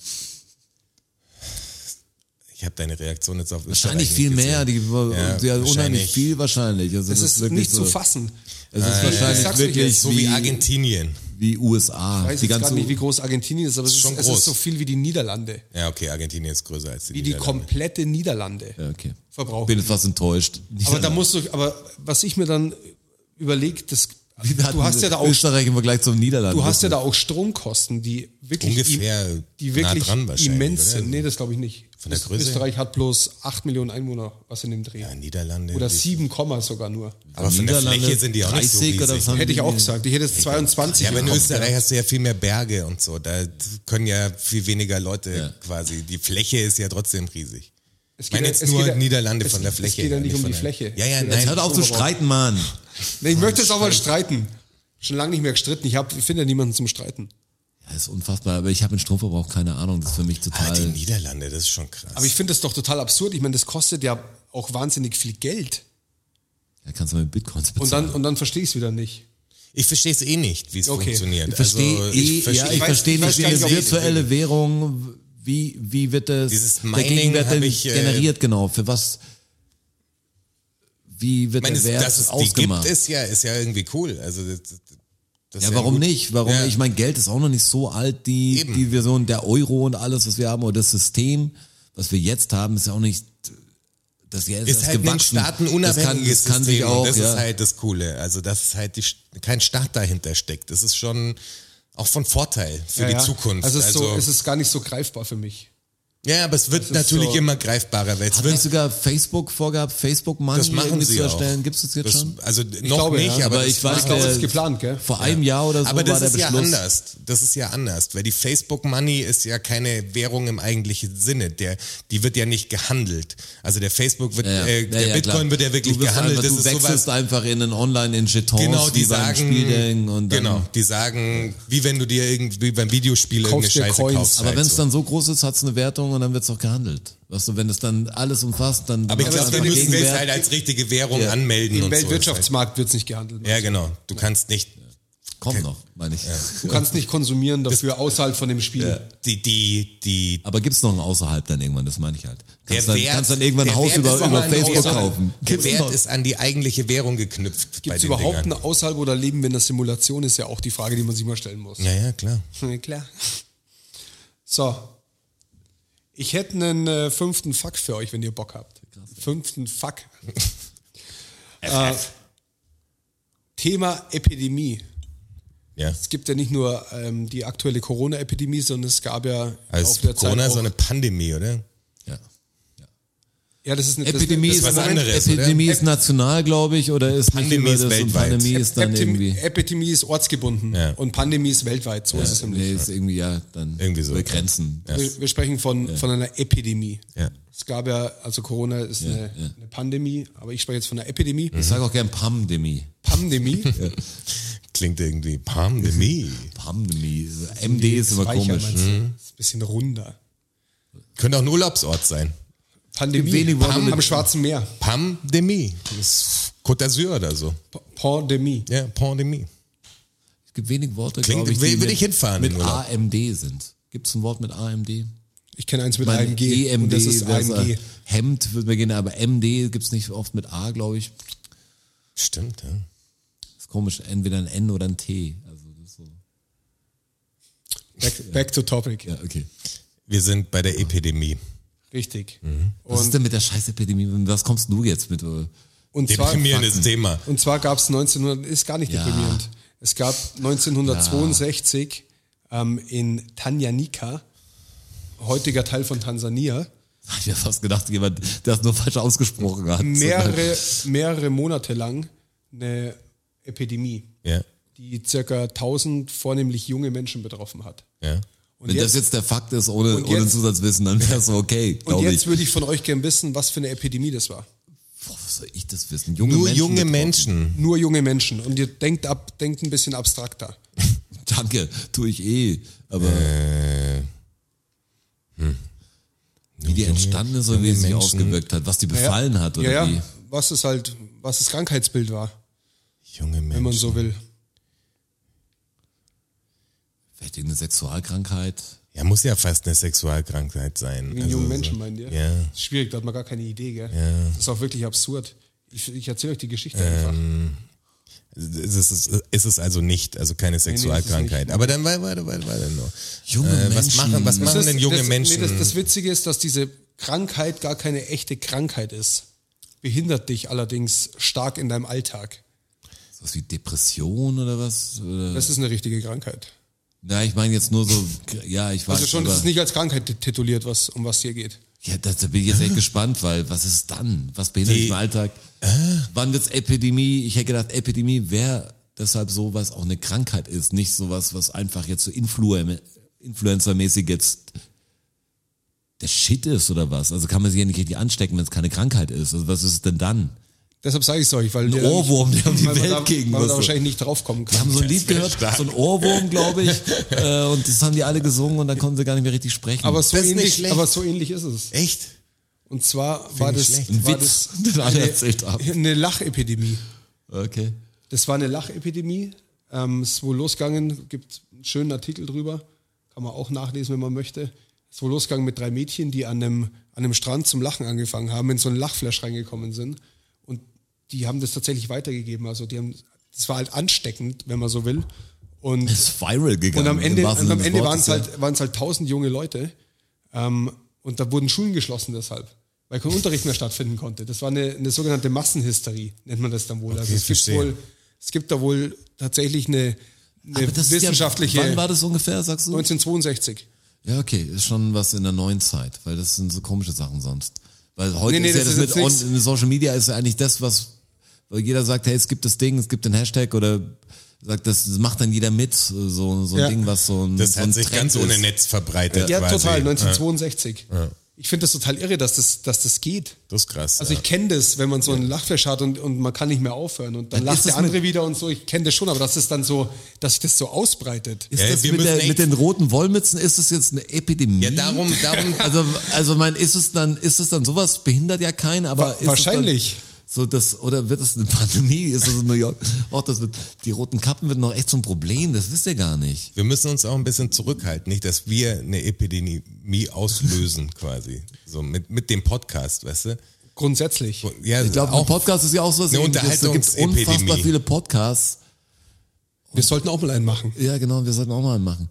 Speaker 3: ich habe deine Reaktion jetzt auf Österreich
Speaker 4: wahrscheinlich viel
Speaker 3: nicht
Speaker 4: mehr.
Speaker 3: gesehen.
Speaker 4: Die,
Speaker 3: Ja,
Speaker 4: die hat unheimlich
Speaker 3: wahrscheinlich.
Speaker 4: viel wahrscheinlich. Also
Speaker 2: Das ist
Speaker 4: wirklich
Speaker 2: nicht
Speaker 4: so,
Speaker 2: zu fassen.
Speaker 4: Es ist
Speaker 2: Ich
Speaker 4: wahrscheinlich
Speaker 2: sag's euch
Speaker 4: wirklich
Speaker 2: jetzt,
Speaker 3: So wie
Speaker 4: wie,
Speaker 3: Argentinien.
Speaker 4: wie USA.
Speaker 2: Ich weiß
Speaker 4: die
Speaker 2: jetzt gerade
Speaker 4: ganze
Speaker 2: nicht, wie groß Argentinien ist, aber es ist,
Speaker 3: schon
Speaker 2: es
Speaker 3: groß.
Speaker 2: ist so viel wie die Niederlande.
Speaker 3: Ja, okay, Argentinien ist größer als die,
Speaker 2: Wie die
Speaker 3: Niederlande.
Speaker 2: komplette Niederlande
Speaker 4: ja, okay.
Speaker 2: verbraucht.
Speaker 4: Bin jetzt fast enttäuscht.
Speaker 2: Aber da musst du, aber was ich mir dann überlegt, das,
Speaker 4: Wir hatten
Speaker 2: du hast ja da auch,
Speaker 4: Österreich im Vergleich zum Niederlanden.
Speaker 2: du hast ja da auch Stromkosten, die wirklich,
Speaker 3: Ungefähr
Speaker 2: im-
Speaker 3: nah
Speaker 2: die wirklich
Speaker 3: dran wahrscheinlich,
Speaker 2: immens
Speaker 3: oder?
Speaker 2: sind. Nee, das glaube ich nicht.
Speaker 3: Von der
Speaker 2: Öst-
Speaker 3: Größe her?
Speaker 2: Österreich hat bloß 8 Millionen Einwohner, was in dem Dreh.
Speaker 3: Ja, Niederlande.
Speaker 2: Oder
Speaker 3: die-
Speaker 2: 7, Komma sogar nur.
Speaker 3: Aber von der
Speaker 4: Niederlande
Speaker 3: Fläche sind die auch nicht so
Speaker 4: 30
Speaker 3: riesig. ne?
Speaker 4: oder was haben
Speaker 2: Hätte ich auch
Speaker 4: die-
Speaker 2: gesagt. Ich hätte jetzt 22
Speaker 3: ja, aber in
Speaker 2: gekommen.
Speaker 3: Österreich hast du ja viel mehr Berge und so. Da können ja viel weniger Leute
Speaker 4: Ja.
Speaker 3: quasi. Die Fläche ist ja trotzdem riesig.
Speaker 2: Es
Speaker 3: Ich meine
Speaker 2: ja-
Speaker 3: jetzt
Speaker 2: es
Speaker 3: nur
Speaker 2: ja-
Speaker 3: Niederlande
Speaker 2: es-
Speaker 3: von der Fläche.
Speaker 2: Es geht ja
Speaker 3: her,
Speaker 2: nicht um
Speaker 3: von
Speaker 2: die
Speaker 3: der-
Speaker 2: Fläche.
Speaker 3: Ja, ja,
Speaker 2: Es geht
Speaker 3: nein.
Speaker 4: Hört auf zu streiten, Mann.
Speaker 2: Nee, ich möchte jetzt auch mal streiten. Schon lange nicht mehr gestritten. Ich, hab- ich finde ja niemanden zum Streiten.
Speaker 4: Das ist unfassbar, aber ich habe mit Stromverbrauch keine Ahnung. Das ist für mich
Speaker 2: Halt
Speaker 3: Ah, die
Speaker 4: total.
Speaker 3: Niederlande, das ist schon krass.
Speaker 2: Aber ich finde das doch total absurd. Ich meine, das kostet ja auch wahnsinnig viel Geld.
Speaker 4: Da kannst du mit Bitcoins bezahlen.
Speaker 2: Und dann, und dann verstehe ich es wieder nicht.
Speaker 3: ich verstehe es eh nicht, wie es
Speaker 2: Okay.
Speaker 3: funktioniert.
Speaker 4: Ich verstehe
Speaker 3: also,
Speaker 4: eh,
Speaker 3: ich verstehe
Speaker 4: ja, ich
Speaker 2: weiß-
Speaker 4: verstehe
Speaker 2: ich weiß
Speaker 4: nicht, wie
Speaker 2: gar nicht,
Speaker 4: eine
Speaker 2: ob ich-
Speaker 4: virtuelle Währung, wie, wie wird das,
Speaker 3: Dieses
Speaker 4: der
Speaker 3: Mining
Speaker 4: Gegenwert
Speaker 3: hab
Speaker 4: denn
Speaker 3: ich, äh,
Speaker 4: generiert, genau, für was, wie wird
Speaker 3: Ich meine,
Speaker 4: der Wert
Speaker 3: dass es die gibt,
Speaker 4: ausgemacht?
Speaker 3: ist ja, ist ja irgendwie cool. Also, das, das das ist
Speaker 4: ja, warum
Speaker 3: gut.
Speaker 4: nicht? Warum?
Speaker 3: Ja.
Speaker 4: Ich mein, Geld ist auch noch nicht so alt, die,
Speaker 3: Eben.
Speaker 4: die Version der Euro und alles, was wir haben, oder das System, was wir jetzt haben, ist ja auch nicht, das ja
Speaker 3: Ist
Speaker 4: erst
Speaker 3: halt ein
Speaker 4: gewachsen.
Speaker 3: staatenunabhängiges
Speaker 4: das kann, das kann
Speaker 3: System.
Speaker 4: sich auch,
Speaker 3: und das
Speaker 4: ja.
Speaker 3: ist halt das Coole. Also, dass halt die, kein Staat dahinter steckt. Das ist schon auch von Vorteil für
Speaker 2: Ja,
Speaker 3: die
Speaker 2: ja.
Speaker 3: Zukunft.
Speaker 2: Also, es ist, so,
Speaker 3: Also-
Speaker 2: es ist gar nicht so greifbar für mich.
Speaker 3: Ja, aber es wird
Speaker 2: ist
Speaker 3: natürlich
Speaker 2: so-
Speaker 3: immer greifbarer, weil es
Speaker 4: Hat nicht
Speaker 3: wird,
Speaker 4: sogar Facebook vorgehabt, Facebook Money
Speaker 3: das machen
Speaker 4: irgendwie
Speaker 3: sie
Speaker 4: zu
Speaker 3: auch.
Speaker 4: erstellen? Gibt's das jetzt
Speaker 3: das,
Speaker 4: schon?
Speaker 3: Also noch
Speaker 2: glaube, ja,
Speaker 3: nicht, aber, das
Speaker 4: aber ich weiß,
Speaker 3: machen
Speaker 2: Ich glaube,
Speaker 4: äh,
Speaker 2: es ist geplant, gell?
Speaker 4: Vor einem Jahr oder so
Speaker 3: aber das
Speaker 4: war
Speaker 3: ist
Speaker 4: der
Speaker 3: ja
Speaker 4: Beschluss.
Speaker 3: anders. Das ist ja anders, weil die Facebook Money ist ja keine Währung im eigentlichen Sinne. Der, die wird ja nicht gehandelt. Also der Facebook wird,
Speaker 4: Ja, ja.
Speaker 3: Äh,
Speaker 4: Ja,
Speaker 3: der
Speaker 4: ja,
Speaker 3: Bitcoin
Speaker 4: klar.
Speaker 3: wird ja wirklich
Speaker 4: du bist
Speaker 3: gehandelt.
Speaker 4: Einfach,
Speaker 3: das
Speaker 4: du
Speaker 3: ist
Speaker 4: wechselst
Speaker 3: sowas.
Speaker 4: einfach in den Online in Jetons,
Speaker 3: Genau, die
Speaker 4: wie beim
Speaker 3: sagen,
Speaker 4: Spielding und dann,
Speaker 3: genau, die sagen, wie wenn du dir irgendwie beim Videospiel
Speaker 2: Kauf
Speaker 3: irgendeine
Speaker 2: dir
Speaker 3: Scheiße
Speaker 2: Coins.
Speaker 3: kaufst.
Speaker 4: Aber
Speaker 3: halt
Speaker 4: wenn es
Speaker 3: so.
Speaker 4: dann so groß ist, hat es eine Wertung und dann wird es auch gehandelt. Weißt du, wenn es dann alles umfasst, dann
Speaker 3: aber ich
Speaker 4: macht's
Speaker 3: glaube,
Speaker 4: einfach
Speaker 3: dann müssen wir es
Speaker 4: Gegenwert.
Speaker 3: halt als richtige Währung
Speaker 4: Ja.
Speaker 3: anmelden
Speaker 2: Im
Speaker 3: und so. halt-
Speaker 2: Weltwirtschaftsmarkt wird es nicht gehandelt.
Speaker 3: Ja, genau. Du kannst nicht
Speaker 4: Komm noch, meine ich.
Speaker 2: Du
Speaker 3: äh,
Speaker 2: kannst nicht konsumieren dafür außerhalb von dem Spiel.
Speaker 3: die die die
Speaker 4: Aber gibt es noch einen außerhalb dann irgendwann, das meine ich halt. Kannst,
Speaker 3: Der
Speaker 4: dann,
Speaker 3: Wert-
Speaker 4: kannst dann irgendwann ein
Speaker 3: der
Speaker 4: Haus
Speaker 3: Wert
Speaker 4: über,
Speaker 3: ist
Speaker 4: über
Speaker 3: aber ein
Speaker 4: Facebook
Speaker 3: Außerhalb.
Speaker 4: kaufen.
Speaker 3: Der
Speaker 4: Gibt's
Speaker 3: Wert
Speaker 4: noch?
Speaker 3: ist an die eigentliche Währung geknüpft. bei
Speaker 2: Gibt es
Speaker 3: den
Speaker 2: überhaupt
Speaker 3: Dingern.
Speaker 2: ein Außerhalb oder Leben, wenn das Simulation ist, ja auch die Frage, die man sich mal stellen muss.
Speaker 3: Ja, ja, klar.
Speaker 2: Ja, klar. So. Ich hätte einen äh, fünften Fuck für euch, wenn ihr Bock habt. Fünften Fuck. äh, Thema Epidemie.
Speaker 3: Ja.
Speaker 2: Es gibt ja nicht nur ähm, die aktuelle Corona-Epidemie, sondern es gab ja auf
Speaker 3: Also
Speaker 2: der
Speaker 3: Corona
Speaker 2: Zeit
Speaker 3: ist so
Speaker 2: auch,
Speaker 3: eine Pandemie, oder?
Speaker 4: Ja.
Speaker 2: ja, das ist eine
Speaker 4: Epidemie,
Speaker 2: das,
Speaker 4: ist,
Speaker 2: das
Speaker 3: was
Speaker 4: Moment,
Speaker 3: anderes,
Speaker 4: Epidemie ist national, glaube ich, oder ist nicht
Speaker 3: Pandemie
Speaker 4: über
Speaker 3: ist
Speaker 4: das und
Speaker 3: weltweit.
Speaker 4: Pandemie ist dann
Speaker 2: Epidemie-
Speaker 4: irgendwie.
Speaker 2: Epidemie ist ortsgebunden
Speaker 3: Ja.
Speaker 2: und Pandemie ist weltweit, so ist es nämlich.
Speaker 4: Nee, ist irgendwie ja dann
Speaker 3: Irgendwie so, ja.
Speaker 4: begrenzen.
Speaker 2: Wir, wir sprechen von, von einer Epidemie.
Speaker 3: Ja.
Speaker 2: Es gab ja, also Corona ist eine,
Speaker 4: ja.
Speaker 2: eine Pandemie, aber ich spreche jetzt von einer Epidemie.
Speaker 4: Ich sage auch gern Pandemie.
Speaker 2: Pandemie.
Speaker 3: klingt irgendwie Pandemie.
Speaker 4: Pandemie. MD ist immer
Speaker 2: Weicher,
Speaker 4: komisch. Mhm.
Speaker 2: meinst du? Ist ein bisschen runder.
Speaker 3: Könnte auch ein Urlaubsort sein.
Speaker 2: Pandemie
Speaker 4: wenig Worte
Speaker 2: am,
Speaker 4: mit-
Speaker 2: am Schwarzen Meer.
Speaker 3: Pandemie. Das ist Côte d'Azur oder so.
Speaker 2: P- Pandemie.
Speaker 3: Ja, Pandemie.
Speaker 4: Es gibt wenig Worte,
Speaker 3: Klingt-
Speaker 4: glaube ich,
Speaker 3: will-
Speaker 4: die
Speaker 3: will
Speaker 4: mit-
Speaker 3: ich hinfahren
Speaker 4: mit
Speaker 3: in Urlaub.
Speaker 4: AMD sind. Gibt es ein Wort mit AMD?
Speaker 2: Ich kenne eins mit
Speaker 4: Mein
Speaker 2: einem G.
Speaker 4: EMD,
Speaker 2: und das ist
Speaker 4: wär's,
Speaker 2: AMG.
Speaker 4: äh, Hemd würde mir gehen, aber MD gibt es nicht oft mit A, glaube ich.
Speaker 3: Stimmt, ja.
Speaker 4: Ist komisch, entweder ein N oder ein T. Also das ist so.
Speaker 2: Back, back to topic.
Speaker 4: Ja, okay.
Speaker 3: Wir sind bei der Epidemie.
Speaker 2: Richtig.
Speaker 4: Was Mhm. ist
Speaker 2: Und,
Speaker 4: denn mit der Scheißepidemie? Was kommst du jetzt mit? äh,
Speaker 2: und zwar,
Speaker 3: Deprimierendes
Speaker 4: Fakten.
Speaker 3: Thema.
Speaker 2: und zwar gab es 1900, ist gar nicht
Speaker 4: Ja.
Speaker 2: deprimierend. Es gab 1962 ähm, in Tanganyika, heutiger Teil von Tansania,
Speaker 4: Hab ich mir fast gedacht, jemand, der es nur falsch ausgesprochen hat.
Speaker 2: mehrere, mehrere Monate lang eine Epidemie,
Speaker 3: Ja,
Speaker 2: die circa 1000 vornehmlich junge Menschen betroffen hat.
Speaker 3: ja.
Speaker 2: Und
Speaker 4: Wenn das jetzt der Fakt ist, ohne,
Speaker 2: Und
Speaker 4: ohne
Speaker 2: jetzt-
Speaker 4: Zusatzwissen, dann wäre es okay,
Speaker 2: und
Speaker 4: glaube
Speaker 2: jetzt
Speaker 4: ich.
Speaker 2: würde ich von euch gern wissen, was für eine Epidemie das war.
Speaker 4: Boah, was soll ich das wissen? Junge
Speaker 3: Nur
Speaker 4: Menschen
Speaker 3: junge
Speaker 4: betroffen.
Speaker 3: Menschen.
Speaker 2: Nur junge Menschen. Und ihr denkt ab, denkt ein bisschen abstrakter.
Speaker 4: Danke, tue ich eh. Aber Hm.
Speaker 3: Äh,
Speaker 2: hm.
Speaker 4: wie die entstanden ist oder wie
Speaker 3: junge
Speaker 4: es sich
Speaker 3: Menschen.
Speaker 4: ausgewirkt hat, was die befallen hat oder
Speaker 2: ja,
Speaker 4: wie.
Speaker 2: ja. Was es halt, was das Krankheitsbild war,
Speaker 3: junge
Speaker 2: wenn man
Speaker 3: Menschen.
Speaker 2: so will.
Speaker 4: Vielleicht irgendeine Sexualkrankheit.
Speaker 3: Ja, muss ja fast eine Sexualkrankheit sein.
Speaker 2: Wegen
Speaker 3: Also
Speaker 2: jungen
Speaker 3: so-
Speaker 2: Menschen, meint ihr?
Speaker 3: Ja.
Speaker 2: Das ist schwierig, da hat man gar keine Idee, gell?
Speaker 3: Ja.
Speaker 2: Das ist auch wirklich absurd. Ich, ich erzähle euch die Geschichte
Speaker 4: Ähm,
Speaker 2: einfach.
Speaker 3: Es ist, es ist es also nicht, also keine Sexualkrankheit. Aber dann weiter, weiter, weiter, weiter nur.
Speaker 4: Junge
Speaker 3: Äh, was
Speaker 4: Menschen.
Speaker 3: machen, was machen denn junge
Speaker 2: das,
Speaker 3: Menschen?
Speaker 2: Nee, das, das Witzige ist, dass diese Krankheit gar keine echte Krankheit ist. Behindert dich allerdings stark in deinem Alltag.
Speaker 4: Was wie Depression oder was? Oder?
Speaker 2: Das ist eine richtige Krankheit.
Speaker 4: Na, ich meine jetzt nur so, ja, ich weiß
Speaker 2: Also schon,
Speaker 4: aber,
Speaker 2: das ist nicht als Krankheit tituliert, was, um was hier geht.
Speaker 4: ja, das, da bin ich jetzt
Speaker 2: Ah.
Speaker 4: echt gespannt, weil was ist dann? Was behindert
Speaker 3: Die-
Speaker 4: mich im Alltag? Wann wird's Epidemie? Ich hätte gedacht, Epidemie wäre deshalb so, was auch eine Krankheit ist, nicht sowas, was einfach jetzt so Influ Influencer-mäßig jetzt der Shit ist oder was. Also kann man sich ja nicht richtig anstecken, wenn es keine Krankheit ist. Also was ist es denn dann?
Speaker 2: Deshalb sage ich es euch, weil
Speaker 4: Ein Ohrwurm, der um die
Speaker 2: weil man da,
Speaker 4: Welt
Speaker 2: weil
Speaker 4: gegen
Speaker 2: man da
Speaker 4: muss.
Speaker 2: wahrscheinlich nicht draufkommen
Speaker 4: Wir
Speaker 2: kann.
Speaker 4: haben so ein Lied gehört, so ein Ohrwurm, glaube ich, äh, und das haben die alle gesungen und dann konnten sie gar nicht mehr richtig sprechen.
Speaker 2: Aber so,
Speaker 3: Das ist nicht
Speaker 2: ähnlich,
Speaker 3: schlecht.
Speaker 2: aber so ähnlich ist es.
Speaker 3: Echt?
Speaker 2: Und zwar war
Speaker 3: ich
Speaker 2: das,
Speaker 3: schlecht.
Speaker 4: ein
Speaker 2: war
Speaker 4: Witz,
Speaker 2: das
Speaker 4: den alle erzählt haben.
Speaker 2: eine Lachepidemie.
Speaker 4: Okay.
Speaker 2: Das war eine Lachepidemie. Ähm, ist wohl losgegangen, gibt einen schönen Artikel drüber, kann man auch nachlesen, wenn man möchte. Ist wohl losgegangen mit drei Mädchen, die an einem, an einem Strand zum Lachen angefangen haben, in so einen Lachflash reingekommen sind. Und die haben das tatsächlich weitergegeben. Also die haben, das war halt ansteckend, wenn man so will. Und
Speaker 4: Ist viral gegangen.
Speaker 2: Und am Ende,
Speaker 4: im
Speaker 2: und
Speaker 4: wahrsten
Speaker 2: am
Speaker 4: Sinne des
Speaker 2: Ende waren
Speaker 4: Wortes,
Speaker 2: es halt, waren's halt tausend junge Leute. Ähm, und da wurden Schulen geschlossen deshalb, weil kein Unterricht mehr stattfinden konnte. Das war eine, eine sogenannte Massenhysterie, nennt man das dann wohl. also es gibt,
Speaker 3: verstehe.
Speaker 2: wohl, es gibt da wohl tatsächlich eine,
Speaker 4: ja.
Speaker 2: eine
Speaker 4: Aber das ist
Speaker 2: wissenschaftliche.
Speaker 4: Ja, wann war das ungefähr, sagst du?
Speaker 2: 1962.
Speaker 4: Ja, okay, ist schon was in der neuen Zeit, weil das sind so komische Sachen sonst. Weil
Speaker 2: Nee,
Speaker 4: heute
Speaker 2: nee,
Speaker 4: ist ja
Speaker 2: das
Speaker 4: das,
Speaker 2: ist jetzt
Speaker 4: mit
Speaker 2: nix.
Speaker 4: on, in Social Media ist ja eigentlich das, was weil jeder sagt, hey, es gibt das Ding, es gibt den Hashtag oder sagt, das macht dann jeder mit, so, so ein
Speaker 2: Ja.
Speaker 4: Ding, was so ein
Speaker 3: Das
Speaker 4: so ein
Speaker 3: hat sich
Speaker 4: Trend
Speaker 3: ganz ohne
Speaker 4: ist.
Speaker 3: Netz verbreitet.
Speaker 2: Ja,
Speaker 3: quasi.
Speaker 2: total,
Speaker 3: Ja,
Speaker 2: 1962. Ich finde das total irre, dass das, dass das geht.
Speaker 3: Das ist krass.
Speaker 2: Also
Speaker 3: ja.
Speaker 2: ich kenne das, wenn man so einen Lachflash hat und, und man kann nicht mehr aufhören und dann
Speaker 4: Dann
Speaker 2: lacht
Speaker 4: ist
Speaker 2: der
Speaker 4: das
Speaker 2: andere wieder und so. Ich kenne das schon, aber dass es dann so, dass sich das so ausbreitet.
Speaker 4: Ist
Speaker 3: Ja,
Speaker 4: das
Speaker 3: wir
Speaker 4: mit,
Speaker 3: müssen
Speaker 4: der,
Speaker 3: echt-
Speaker 4: mit den roten Wollmützen, ist das jetzt eine Epidemie?
Speaker 3: ja, darum, darum.
Speaker 4: Also, also mein, ist es dann, ist es dann sowas, behindert ja keinen, aber
Speaker 2: Wa-
Speaker 4: ist es
Speaker 2: wahrscheinlich.
Speaker 4: Dann, so das, oder wird es eine Pandemie? Ist es in New York? Och, das wird, die roten Kappen wird noch echt so ein Problem, das wisst ihr gar nicht.
Speaker 3: Wir müssen uns auch ein bisschen zurückhalten, nicht, dass wir eine Epidemie auslösen quasi. So mit, mit dem Podcast, weißt du?
Speaker 2: Grundsätzlich.
Speaker 3: Ja,
Speaker 4: Ich glaube, ein Podcast ist ja auch so was
Speaker 3: Eine
Speaker 4: ähnliches. Da gibt
Speaker 3: Unterhaltungsepidemie.
Speaker 4: unfassbar viele Podcasts.
Speaker 2: Wir sollten auch mal einen machen.
Speaker 4: Ja, genau, wir sollten auch mal einen machen.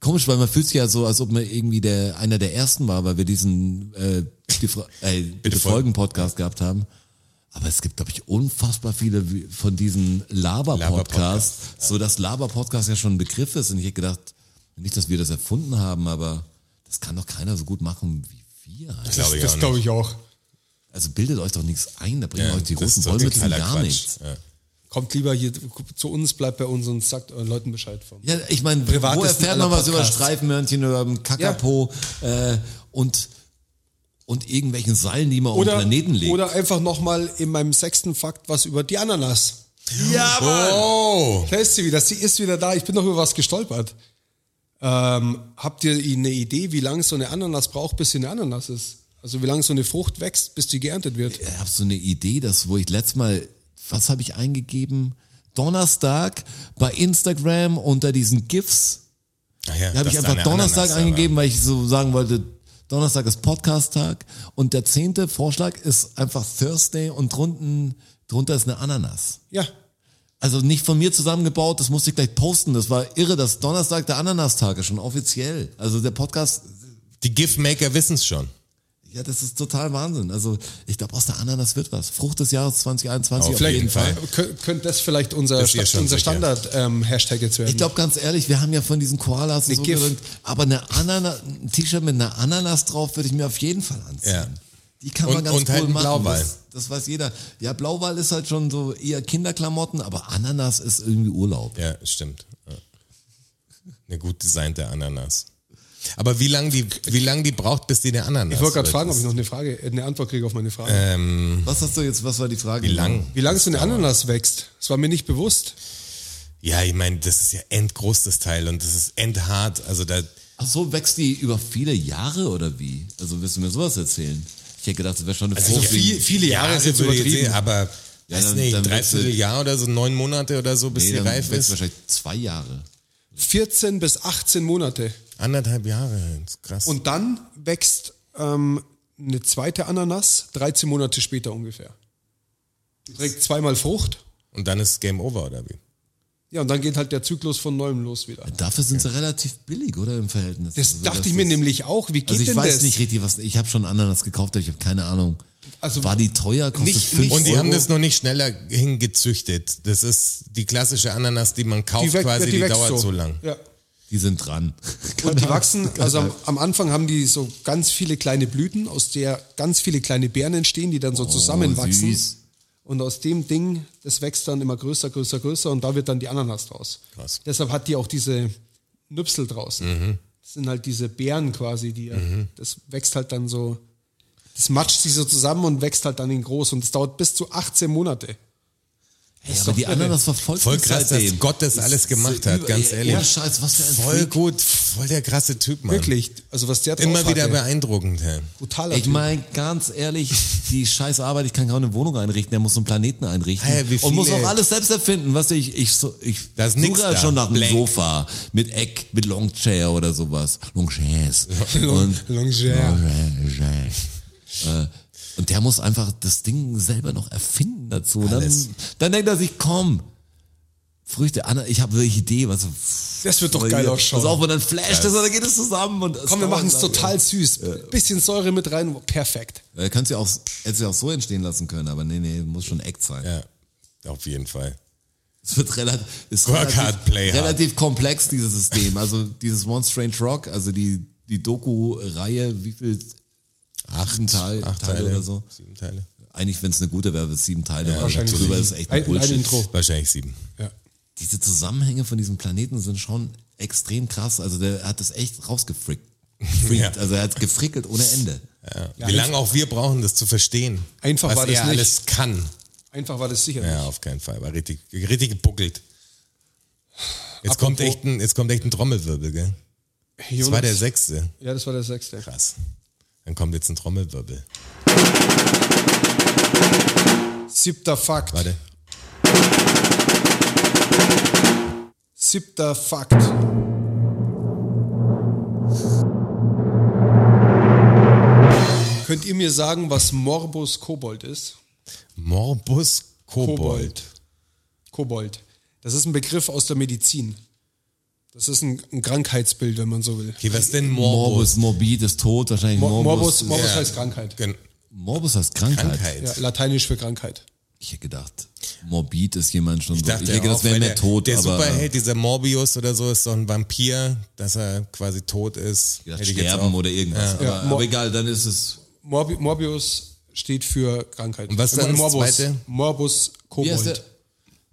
Speaker 4: Komisch, weil man fühlt sich ja so, als ob man irgendwie der, einer der ersten war, weil wir diesen äh, die, Fro- äh, bitte
Speaker 3: folgen.
Speaker 4: Folgen-Podcast gehabt haben. Aber es gibt, glaube ich, unfassbar viele wie- von diesen
Speaker 3: Laber-Podcasts,
Speaker 4: Laber-Podcasts, so dass Laber-Podcast ja schon ein Begriff ist. Und ich hätte gedacht, nicht, dass wir das erfunden haben, aber das kann doch keiner so gut machen wie wir.
Speaker 3: Glaub ich auch
Speaker 2: das
Speaker 3: nicht.
Speaker 2: glaube ich auch.
Speaker 4: Also bildet euch doch nichts ein, da bringen
Speaker 3: Ja,
Speaker 4: euch die
Speaker 3: das
Speaker 4: roten
Speaker 3: ist doch
Speaker 4: Wollmützen
Speaker 3: totaler
Speaker 4: gar
Speaker 3: Quatsch.
Speaker 4: nichts.
Speaker 3: Ja.
Speaker 2: Kommt lieber hier zu uns, bleibt bei uns und sagt euren Leuten Bescheid von.
Speaker 4: Ja, ich meine,
Speaker 2: Privat
Speaker 4: wo
Speaker 2: ist ein
Speaker 4: erfährt
Speaker 2: aller
Speaker 4: man was über
Speaker 2: Podcast.
Speaker 4: Streifenhörnchen, über einen Kakapo äh, und, und irgendwelchen Seilen, die man auf den
Speaker 2: Oder,
Speaker 4: Planeten legt?
Speaker 2: oder einfach nochmal in meinem sechsten Fakt was über die Ananas.
Speaker 4: Ja,
Speaker 3: Oh,
Speaker 2: Da ist sie wieder. Sie ist wieder da. Ich bin noch über was gestolpert. Ähm, habt ihr eine Idee, wie lange so eine Ananas braucht, bis sie eine Ananas ist? Also wie lange so eine Frucht wächst, bis die geerntet wird?
Speaker 4: Ich habe so eine Idee, dass wo ich letztes Mal, was habe ich eingegeben? Donnerstag bei Instagram unter diesen GIFs.
Speaker 3: Ah ja,
Speaker 4: Da habe
Speaker 3: dass
Speaker 4: ich
Speaker 3: da
Speaker 4: einfach
Speaker 3: eine
Speaker 4: Donnerstag
Speaker 3: Ananas da war.
Speaker 4: eingegeben, weil ich so sagen wollte, Donnerstag ist Podcast-Tag und der zehnte Vorschlag ist einfach Thursday und drunten, drunter ist eine Ananas.
Speaker 2: Ja.
Speaker 4: Also nicht von mir zusammengebaut, das musste ich gleich posten. Das war irre, dass Donnerstag der Ananastag ist, schon offiziell. Also der Podcast,
Speaker 3: Die Giftmaker wissen es schon.
Speaker 4: ja, das ist total Wahnsinn. Also ich glaube, aus der Ananas wird was. Frucht des Jahres 2021
Speaker 3: Auf
Speaker 4: auf
Speaker 3: jeden
Speaker 4: jeden Fall.
Speaker 3: Fall.
Speaker 2: Kön äh, könnte das vielleicht unser,
Speaker 3: Das ist ja
Speaker 2: Sta
Speaker 3: schon
Speaker 2: unser
Speaker 3: sicher.
Speaker 2: Standard-Hashtag jetzt werden?
Speaker 4: Ich glaube ganz ehrlich, wir haben ja von diesen Koalas und so
Speaker 2: GIF.
Speaker 4: gerückt, aber eine Ananas, ein T-Shirt mit einer Ananas drauf würde ich mir auf jeden Fall anziehen.
Speaker 3: Ja.
Speaker 4: Die kann
Speaker 3: Und-
Speaker 4: man ganz
Speaker 3: und
Speaker 4: cool
Speaker 3: halt ein
Speaker 4: machen.
Speaker 3: Blauwal.
Speaker 4: Das, das weiß jeder. Ja, Blauwal ist halt schon so eher Kinderklamotten, aber Ananas ist irgendwie Urlaub.
Speaker 3: Ja, stimmt. Ja. Eine gut designte Ananas. Aber wie lange die, wie lang die braucht, bis die eine Ananas
Speaker 2: ich wollte gerade
Speaker 3: wird,
Speaker 2: fragen, ob
Speaker 3: ist-
Speaker 2: ich noch eine Frage, äh, eine Antwort kriege auf meine Frage.
Speaker 4: Was hast du jetzt, was war die Frage?
Speaker 3: Wie lang?
Speaker 2: wie lange so eine Ananas wächst? Das war mir nicht bewusst.
Speaker 3: Ja, ich meine, das ist ja endgroß, das Teil. Und das ist endhart. Also da,
Speaker 4: Ach so, wächst die über viele Jahre oder wie? Also willst du mir sowas erzählen? Ich hätte gedacht, das wäre schon eine
Speaker 3: Also
Speaker 4: Frucht
Speaker 3: viel-
Speaker 4: wegen-
Speaker 2: viele
Speaker 3: Jahre würde ich jetzt sehen, aber
Speaker 4: Ja,
Speaker 3: weiß
Speaker 4: dann-
Speaker 3: nicht,
Speaker 4: dann
Speaker 3: dreiviertel
Speaker 4: wechselt-
Speaker 3: Jahr oder so, neun Monate oder so, bis
Speaker 4: Nee,
Speaker 3: sie
Speaker 4: dann
Speaker 3: reif
Speaker 4: wächst
Speaker 3: ist.
Speaker 4: wahrscheinlich zwei Jahre.
Speaker 2: 14 bis 18 Monate.
Speaker 3: Anderthalb Jahre, das ist krass.
Speaker 2: Und dann wächst ähm, eine zweite Ananas 13 Monate später ungefähr. Trägt zweimal Frucht.
Speaker 3: Und dann ist Game Over, oder wie?
Speaker 2: Ja, und dann geht halt der Zyklus von neuem los wieder.
Speaker 4: Dafür sind sie relativ billig, oder im Verhältnis?
Speaker 2: Das
Speaker 4: Also,
Speaker 2: dachte
Speaker 4: das
Speaker 2: ich mir
Speaker 4: ist-
Speaker 2: nämlich auch. Wie geht
Speaker 4: Also ich
Speaker 2: denn
Speaker 4: weiß
Speaker 2: das?
Speaker 4: nicht richtig, was. Ich habe schon Ananas gekauft, aber ich habe keine Ahnung.
Speaker 2: Also-
Speaker 4: war die teuer? Kostet
Speaker 2: Nicht-
Speaker 4: fünf
Speaker 2: nicht-
Speaker 3: Und die
Speaker 4: Euro?
Speaker 3: haben das noch nicht schneller hingezüchtet. Das ist die klassische Ananas, die man kauft
Speaker 2: die wächst,
Speaker 3: quasi,
Speaker 2: die
Speaker 3: die,
Speaker 2: wächst
Speaker 3: dauert so,
Speaker 2: so.
Speaker 3: lang.
Speaker 2: Ja.
Speaker 4: Die sind dran.
Speaker 2: Und die wachsen, also am, am Anfang haben die so ganz viele kleine Blüten, aus der ganz viele kleine Beeren entstehen, die dann so zusammenwachsen.
Speaker 4: Oh, süß.
Speaker 2: Und aus dem Ding, das wächst dann immer größer, größer, größer und da wird dann die Ananas draus.
Speaker 3: Krass. Mhm.
Speaker 2: Deshalb hat die auch diese Nüpsel draußen. Das sind halt diese Beeren quasi, die äh, das wächst halt dann so, das matscht sich so zusammen und wächst halt dann in groß und das dauert bis zu 18 Monate.
Speaker 4: Ja, aber die Ananas verfolgt
Speaker 3: Voll
Speaker 4: uns
Speaker 3: krass,
Speaker 4: seitdem.
Speaker 3: dass Gott das alles gemacht hat,
Speaker 4: Über-
Speaker 3: ganz
Speaker 4: ja,
Speaker 3: ehrlich.
Speaker 4: ohne Scheiß, was für ein
Speaker 3: Voll
Speaker 4: Freak.
Speaker 3: gut, voll der krasse Typ, Mann.
Speaker 2: Wirklich, also was der drauf
Speaker 3: Immer wieder
Speaker 2: hatte,
Speaker 3: beeindruckend, hä?
Speaker 2: brutaler
Speaker 4: Ich
Speaker 2: Typ.
Speaker 4: meine, ganz ehrlich, die scheiß Arbeit, ich kann kaum eine Wohnung einrichten, der muss einen Planeten einrichten.
Speaker 3: Hey, wie
Speaker 4: und muss
Speaker 3: viele-
Speaker 4: auch alles selbst erfinden. Was ich, ich, so, ich
Speaker 3: Da ist nix
Speaker 4: suche halt
Speaker 3: da.
Speaker 4: schon nach einem
Speaker 3: Blank.
Speaker 4: Sofa mit Eck, mit Longchair oder sowas. Longchairs. Und,
Speaker 2: Longchair.
Speaker 4: Longchair. Äh, und der muss einfach das Ding selber noch erfinden dazu. Und
Speaker 3: Alles.
Speaker 4: Dann, dann denkt er sich, komm, Früchte, Anna, ich habe eine Idee. Was,
Speaker 2: Das wird doch geil ausschauen.
Speaker 4: Pass auf, und dann flasht es und dann geht es zusammen. Und
Speaker 2: Komm, wir machen es total süß. Bisschen Säure mit rein, perfekt.
Speaker 4: Äh, Kannst ja auch, hättest ja auch so entstehen lassen können, aber nee, nee, muss schon Act sein.
Speaker 3: Ja, auf jeden Fall.
Speaker 4: Es wird relativ, ist
Speaker 3: Work
Speaker 4: relativ,
Speaker 3: hard, play hard.
Speaker 4: relativ komplex, dieses System. Also dieses One Strange Rock, also die, die Doku-Reihe, wie viel? Acht, Teil,
Speaker 3: Acht
Speaker 4: Teile,
Speaker 3: Teile
Speaker 4: oder so.
Speaker 3: Sieben Teile.
Speaker 4: Eigentlich, wenn es eine gute wäre, wäre es sieben Teile. Ja,
Speaker 2: wahrscheinlich.
Speaker 4: Drüber ist echt
Speaker 2: Ein- ein
Speaker 4: Bullshit.
Speaker 2: Intro.
Speaker 3: Wahrscheinlich sieben.
Speaker 4: Diese Zusammenhänge von diesem Planeten sind schon extrem krass. Also der hat das echt rausgefrickt.
Speaker 3: Ja.
Speaker 4: Also er hat gefrickelt ohne Ende.
Speaker 3: Wie lange auch wir brauchen, das zu verstehen.
Speaker 2: Einfach
Speaker 3: was
Speaker 2: war das
Speaker 3: er
Speaker 2: nicht.
Speaker 3: alles kann.
Speaker 2: Einfach war das sicher.
Speaker 3: Ja, auf keinen Fall. War richtig, richtig gebuckelt. Jetzt kommt, echt ein, jetzt kommt echt ein Trommelwirbel, gell? Das
Speaker 2: Jonas-
Speaker 3: war der sechste.
Speaker 2: ja, das war der sechste.
Speaker 3: Krass. Dann kommt jetzt ein Trommelwirbel.
Speaker 2: Siebter Fakt.
Speaker 3: Warte.
Speaker 2: Siebter Fakt. Könnt ihr mir sagen, was Morbus Kobold ist?
Speaker 3: Morbus Kobold.
Speaker 2: Kobold. Das ist ein Begriff aus der Medizin. Das ist ein, ein Krankheitsbild, wenn man so will.
Speaker 3: Okay, was ist denn Morbus?
Speaker 4: Morbus, morbid ist tot, wahrscheinlich
Speaker 2: Mor-
Speaker 4: Morbus.
Speaker 2: Morbus,
Speaker 4: ist-
Speaker 2: Morbus
Speaker 3: Ja.
Speaker 2: heißt Krankheit.
Speaker 3: Gen-
Speaker 4: Morbus heißt Krankheit.
Speaker 3: Krankheit.
Speaker 2: Ja, lateinisch für Krankheit.
Speaker 4: Ich hätte gedacht, morbid ist jemand schon
Speaker 3: Ich
Speaker 4: so.
Speaker 3: dachte,
Speaker 4: ich denke,
Speaker 3: auch,
Speaker 4: das wäre
Speaker 3: weil
Speaker 4: mehr
Speaker 3: der,
Speaker 4: tot,
Speaker 3: Der
Speaker 4: aber äh,
Speaker 3: Superheld, dieser Morbius oder so, ist so ein Vampir, dass er quasi tot ist.
Speaker 4: ich dachte,
Speaker 3: Hätte ich jetzt
Speaker 4: sterben
Speaker 3: auch.
Speaker 4: oder irgendwas. Aber,
Speaker 2: Ja, Mor-
Speaker 4: aber egal, dann ist es.
Speaker 2: Morbi Morbius steht für Krankheit.
Speaker 3: Und was ist dann das
Speaker 2: Morbus,
Speaker 3: Zweite?
Speaker 2: Morbus
Speaker 4: Wie heißt
Speaker 2: Kobold.
Speaker 4: der?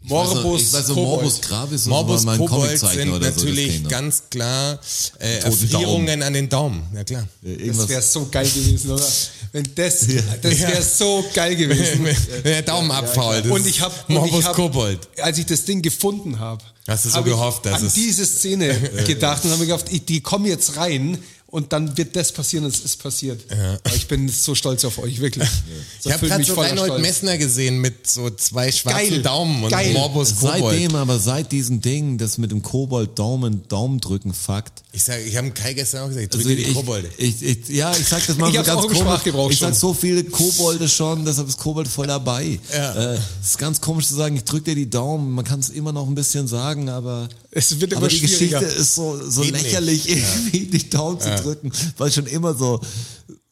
Speaker 2: Morbus,
Speaker 4: also, ich weiß noch,
Speaker 2: Kobold.
Speaker 4: Morbus Gravis
Speaker 3: Morbus
Speaker 4: oder mal ein
Speaker 3: Kobold sind
Speaker 4: Comiczeichner oder so. das
Speaker 3: natürlich
Speaker 4: kenn ich noch.
Speaker 3: ganz klar äh,
Speaker 4: Toten Daumen.
Speaker 3: Erfrierungen an den Daumen. Ja klar.
Speaker 4: Äh,
Speaker 2: Das wäre
Speaker 4: Irgendwas.
Speaker 2: so geil gewesen, oder? Wenn das, das
Speaker 3: Ja.
Speaker 2: wäre so geil gewesen.
Speaker 3: Wenn der Daumen abfault.
Speaker 2: Und ich habe
Speaker 3: Morbus
Speaker 2: hab,
Speaker 3: Kobold.
Speaker 2: Als ich das Ding gefunden habe,
Speaker 3: Hast du so
Speaker 2: hab ich
Speaker 3: gehofft, dass
Speaker 2: an
Speaker 3: es-
Speaker 2: diese Szene gedacht und habe mir gedacht, ich, die kommen jetzt rein und dann wird das passieren, und es ist passiert. Aber Ich bin so stolz auf euch, wirklich. Das
Speaker 3: Ich habe
Speaker 2: erfüllt
Speaker 3: gerade
Speaker 2: mich
Speaker 3: so
Speaker 2: voller
Speaker 3: Reinhold
Speaker 2: Stolz.
Speaker 3: Messner gesehen mit so zwei schwarzen
Speaker 2: Geil.
Speaker 3: Daumen und
Speaker 2: Geil.
Speaker 3: Morbus Kobold.
Speaker 4: Seitdem, aber seit diesem Ding, das mit dem Kobold Daumen, Daumen drücken, Fakt.
Speaker 3: Ich sage, ich habe Kai gestern auch gesagt, ich drücke
Speaker 4: Also
Speaker 3: die
Speaker 4: ich,
Speaker 3: Kobolde.
Speaker 4: ich, ich, ja, ich sag das mal
Speaker 2: Ich
Speaker 4: so
Speaker 2: hab's
Speaker 4: ganz
Speaker 2: auch im Sprachgebrauch
Speaker 4: komisch. Ich sag
Speaker 2: schon.
Speaker 4: so viele Kobolde schon, deshalb ist Kobold voll dabei.
Speaker 3: Ja.
Speaker 4: Äh, ist ganz komisch zu sagen, ich drück dir die Daumen. Man kann es immer noch ein bisschen sagen, aber,
Speaker 2: Es wird
Speaker 4: aber
Speaker 2: immer
Speaker 4: die
Speaker 2: schwieriger.
Speaker 4: Geschichte ist so, so
Speaker 3: Geht nicht.
Speaker 4: lächerlich, irgendwie die Daumen zu drücken, weil schon immer so,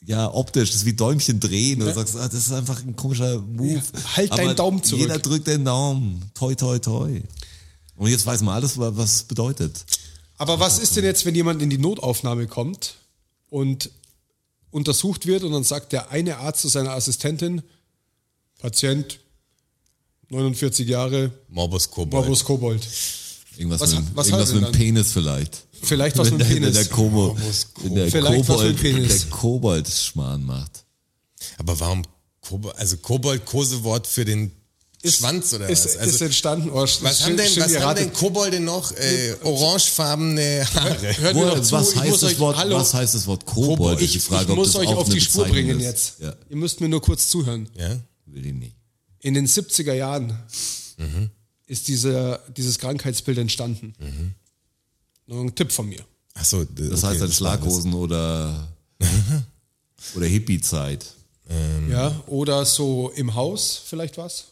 Speaker 4: ja, optisch, das ist wie Däumchen drehen. Du sagst, ah, das ist einfach ein komischer Move.
Speaker 2: halt
Speaker 4: aber
Speaker 2: deinen Daumen zurück.
Speaker 4: Jeder drückt den Daumen. Toi, toi, toi. Und jetzt weiß man alles, wa- was es bedeutet.
Speaker 2: Aber was ist denn jetzt, wenn jemand in die Notaufnahme kommt und untersucht wird und dann sagt der eine Arzt zu seiner Assistentin, Patient, 49 Jahre,
Speaker 3: Morbus Kobold.
Speaker 2: Morbus Kobold.
Speaker 4: Irgendwas
Speaker 2: Was
Speaker 4: mit,
Speaker 2: hat- was
Speaker 4: irgendwas
Speaker 2: hat
Speaker 4: mit
Speaker 2: er
Speaker 4: dem
Speaker 2: denn
Speaker 4: Penis vielleicht.
Speaker 2: Vielleicht was
Speaker 4: wenn
Speaker 2: mit dem
Speaker 4: der, wenn Der,
Speaker 2: Penis.
Speaker 4: Kobo, wenn der
Speaker 2: Vielleicht was
Speaker 4: Kobold,
Speaker 2: mit dem Penis.
Speaker 4: der Kobold Schmarrn macht.
Speaker 3: Aber warum Kobold? Also Kobold, Kosewort für den Schwanz oder
Speaker 2: ist,
Speaker 3: was?
Speaker 2: ist
Speaker 3: Also,
Speaker 2: entstanden. Oh, was
Speaker 3: was haben denn, was haben denn Kobolde noch? Äh, orangefarbene Haare.
Speaker 4: Wo,
Speaker 2: mir doch zu,
Speaker 4: was,
Speaker 2: ich
Speaker 4: heißt
Speaker 2: muss
Speaker 4: das
Speaker 2: euch-
Speaker 4: Wort,
Speaker 2: Hallo.
Speaker 4: was heißt das Wort Kobold? Ist
Speaker 2: ich,
Speaker 4: die Frage,
Speaker 2: ich
Speaker 4: ob
Speaker 2: muss
Speaker 4: das
Speaker 2: euch
Speaker 4: auch
Speaker 2: auf
Speaker 4: eine
Speaker 2: die Spur
Speaker 4: Bezeichnung
Speaker 2: bringen
Speaker 4: ist.
Speaker 2: jetzt.
Speaker 4: Ja,
Speaker 2: Ihr müsst mir nur kurz zuhören.
Speaker 3: Ja?
Speaker 4: will ich nicht.
Speaker 2: In den 70er Jahren
Speaker 4: Mhm.
Speaker 2: ist dieser, dieses Krankheitsbild entstanden.
Speaker 4: Mhm.
Speaker 2: Noch ein Tipp von mir.
Speaker 3: Ach so,
Speaker 4: Das heißt dann Schlaghosen oder, oder Hippie-Zeit.
Speaker 2: Ja, oder so im Haus vielleicht was.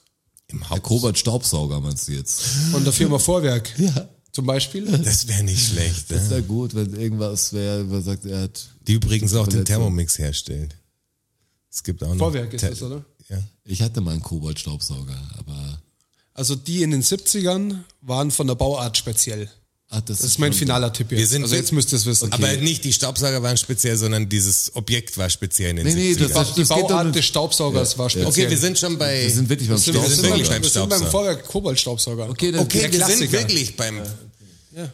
Speaker 3: Im
Speaker 4: Der
Speaker 3: Haupt.
Speaker 4: Kobold Staubsauger meinst du jetzt?
Speaker 2: Von der Firma Vorwerk
Speaker 4: Ja.
Speaker 2: zum Beispiel.
Speaker 3: Das wäre nicht schlecht.
Speaker 4: Das
Speaker 3: Ne?
Speaker 4: wäre gut, wenn irgendwas wäre, was sagt, er hat,
Speaker 3: Die übrigens auch den
Speaker 4: Verletzung.
Speaker 3: Thermomix herstellt. Es gibt auch noch.
Speaker 2: Vorwerk ist das,
Speaker 3: Te-
Speaker 2: oder?
Speaker 3: Ja.
Speaker 4: ich hatte mal einen Kobold Staubsauger, aber,
Speaker 2: Also die in den 70ern waren von der Bauart speziell.
Speaker 4: ah, das,
Speaker 2: Das ist mein finaler Tipp jetzt.
Speaker 3: Wir sind
Speaker 2: also jetzt müsst ihr es wissen.
Speaker 3: Aber nicht die Staubsauger waren speziell, sondern dieses Objekt war speziell in den
Speaker 4: Nee, nee,
Speaker 3: 70ern.
Speaker 4: das-
Speaker 2: die
Speaker 4: geht doch
Speaker 2: Bauart
Speaker 4: nicht.
Speaker 2: des Staubsaugers war speziell.
Speaker 3: okay, wir sind schon bei.
Speaker 4: Wir sind wirklich beim
Speaker 2: wir sind, wir sind,
Speaker 3: wirklich
Speaker 4: Staubsauger.
Speaker 2: beim, wir sind beim
Speaker 3: Staubsauger.
Speaker 2: Vorwerk Koboldstaubsauger.
Speaker 4: Okay, dann-
Speaker 3: Okay,
Speaker 2: Äh, der
Speaker 3: wir sind
Speaker 2: Klassiker.
Speaker 3: wirklich beim.
Speaker 2: Ja.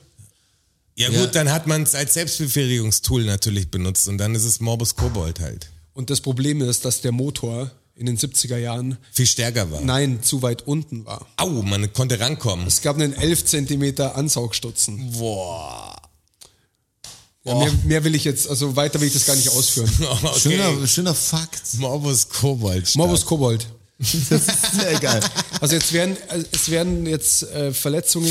Speaker 3: Ja
Speaker 4: Ja.
Speaker 3: gut, dann hat man es als Selbstbefriedigungstool natürlich benutzt und dann ist es Morbus Kobold halt.
Speaker 2: Und das Problem ist, dass der Motor in den 70er Jahren,
Speaker 3: Viel stärker war.
Speaker 2: nein, zu weit unten war.
Speaker 3: Au, man konnte rankommen.
Speaker 2: Es gab einen 11 cm Ansaugstutzen.
Speaker 3: Boah.
Speaker 2: Ja, mehr, mehr will ich jetzt, also weiter will ich das gar nicht ausführen.
Speaker 3: Okay.
Speaker 4: Schöner, schöner Fakt.
Speaker 3: Morbus Kobold. stark.
Speaker 2: Morbus Kobold.
Speaker 4: Das ist sehr geil.
Speaker 2: Also jetzt werden, also es werden jetzt äh, Verletzungen,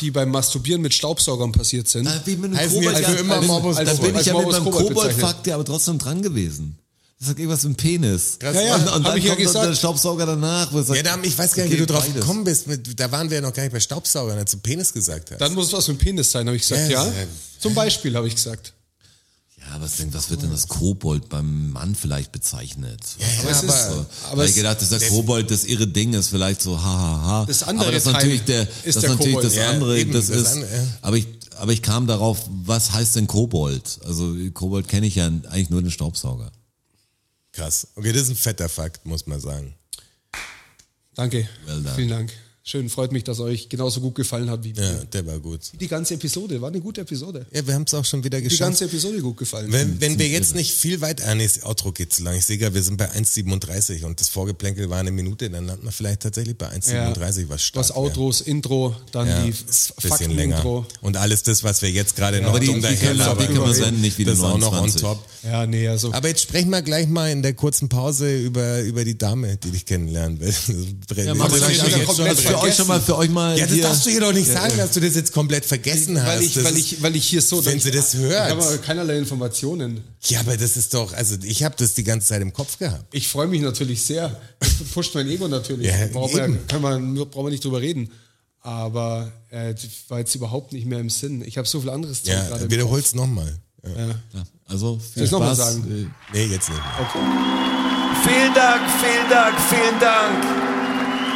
Speaker 2: die beim Masturbieren mit Staubsaugern passiert sind.
Speaker 4: Da bin ich mit einem
Speaker 3: Heißen
Speaker 4: Kobold
Speaker 3: jetzt
Speaker 4: ja-
Speaker 3: für immer
Speaker 4: da bin-
Speaker 3: Morbus
Speaker 4: Da bin
Speaker 2: Kobold. Also
Speaker 4: ich ja mit
Speaker 2: Morbus
Speaker 4: meinem
Speaker 2: Kobold
Speaker 4: Kobold-Fakt ja aber trotzdem dran gewesen. Das sagt irgendwas mit dem Penis.
Speaker 3: Krass.
Speaker 2: Ja, ja,
Speaker 4: und, und
Speaker 2: hab
Speaker 4: dann
Speaker 2: ich ja
Speaker 4: kommt noch
Speaker 2: gesagt.
Speaker 4: der Staubsauger danach. Wo er sagt,
Speaker 3: Ja, da, ich weiß gar nicht,
Speaker 4: okay,
Speaker 3: wie du drauf
Speaker 4: beides.
Speaker 3: gekommen bist. Mit, da waren wir ja noch gar nicht bei Staubsaugern, als du Penis gesagt hast.
Speaker 2: Dann muss es was mit dem Penis sein, habe ich gesagt, ja.
Speaker 3: Ja, sehr-
Speaker 2: Zum Beispiel habe ich gesagt.
Speaker 4: Ja, was, denn, was wird denn das Kobold beim Mann vielleicht bezeichnet?
Speaker 3: aber
Speaker 2: es ist-
Speaker 4: so.
Speaker 2: aber
Speaker 4: Weil
Speaker 2: es-
Speaker 4: ich gedacht, dass der Kobold das irre Ding ist, vielleicht so ha ha ha.
Speaker 2: Das andere
Speaker 4: aber das ist
Speaker 2: Teil
Speaker 4: natürlich der,
Speaker 2: ist
Speaker 4: das
Speaker 2: der
Speaker 4: ist natürlich
Speaker 2: Kobold.
Speaker 4: das
Speaker 3: Ja,
Speaker 4: andere,
Speaker 3: eben,
Speaker 4: das,
Speaker 3: das
Speaker 4: ist.
Speaker 3: andere, ja.
Speaker 4: Aber ich, aber ich kam darauf, was heißt denn Kobold? Also Kobold kenne ich ja eigentlich nur den Staubsauger.
Speaker 3: Krass. Okay, das ist ein fetter Fakt, muss man sagen.
Speaker 2: Danke.
Speaker 4: Well done.
Speaker 2: Vielen Dank. Schön, freut mich, dass euch genauso gut gefallen hat wie
Speaker 3: Ja, der war gut.
Speaker 2: die ganze Episode. War eine gute Episode.
Speaker 3: Ja, wir haben es auch schon wieder
Speaker 2: Die
Speaker 3: geschafft.
Speaker 2: ganze Episode gut gefallen.
Speaker 3: Wenn, wenn wir jetzt nicht viel weit, ah nee, das Outro geht zu lang. Ich sehe gerade, wir sind bei 1,37 und das Vorgeplänkel war eine Minute, dann landen wir vielleicht tatsächlich bei 1,37, was stark
Speaker 2: Was
Speaker 3: wär.
Speaker 2: Outros, Intro, dann
Speaker 3: Ja,
Speaker 2: die
Speaker 3: ist ein bisschen
Speaker 2: Fakten-Intro.
Speaker 3: länger. Und alles das, was wir jetzt gerade noch
Speaker 4: Aber die, die
Speaker 3: drunter
Speaker 4: können wir, die
Speaker 3: herlabern,
Speaker 4: können wir senden, nicht wie die
Speaker 3: das ist auch noch on
Speaker 4: 29.
Speaker 3: top.
Speaker 2: Ja, nee, also.
Speaker 3: Aber jetzt sprechen wir gleich mal in der kurzen Pause über, über die Dame, die dich kennenlernen will.
Speaker 4: Ja, machen wir
Speaker 2: das
Speaker 4: gleich
Speaker 2: hab ich
Speaker 4: an.
Speaker 2: jetzt
Speaker 4: Das
Speaker 2: komplett
Speaker 4: für euch schon mal, für euch mal.
Speaker 3: ja, das
Speaker 4: hier.
Speaker 3: darfst du ihr doch nicht sagen, dass du das jetzt komplett vergessen hast.
Speaker 2: weil, ich,
Speaker 3: Das
Speaker 2: weil,
Speaker 3: ist-
Speaker 2: ich, weil ich hier so.
Speaker 3: Wenn sie das
Speaker 2: Ich
Speaker 3: hört.
Speaker 2: habe aber keinerlei Informationen.
Speaker 3: ja, aber das ist doch, also ich habe das die ganze Zeit im Kopf gehabt.
Speaker 2: Ich freue mich natürlich sehr. Das pusht mein Ego natürlich.
Speaker 3: Ja,
Speaker 2: brauchen, wir,
Speaker 3: eben.
Speaker 2: können wir, nur- brauchen wir nicht drüber reden. Aber äh, das war jetzt überhaupt nicht mehr im Sinn. Ich habe so viel anderes Zeug gerade.
Speaker 3: Ja,
Speaker 2: im
Speaker 3: wiederhol's nochmal. Ja.
Speaker 4: Ja, Also, viel
Speaker 2: ich noch mal
Speaker 4: Spaß.
Speaker 2: sagen?
Speaker 4: Äh,
Speaker 3: Nee, jetzt nicht. mehr.
Speaker 6: Vielen Dank, vielen Dank, vielen Dank.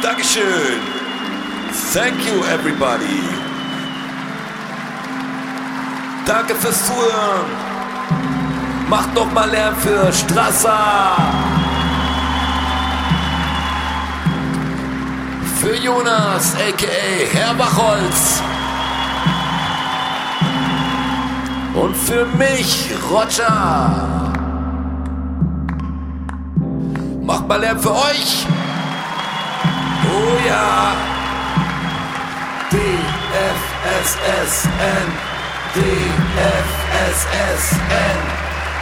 Speaker 6: Dankeschön. Thank you, everybody. Danke fürs Zuhören. Macht noch mal Lärm für Strasser. Für Jonas, a.k.a. Herr Bachholz. Und für mich, Roger. Macht mal Lärm für euch. Oh ja. DFSSN. DFSSN.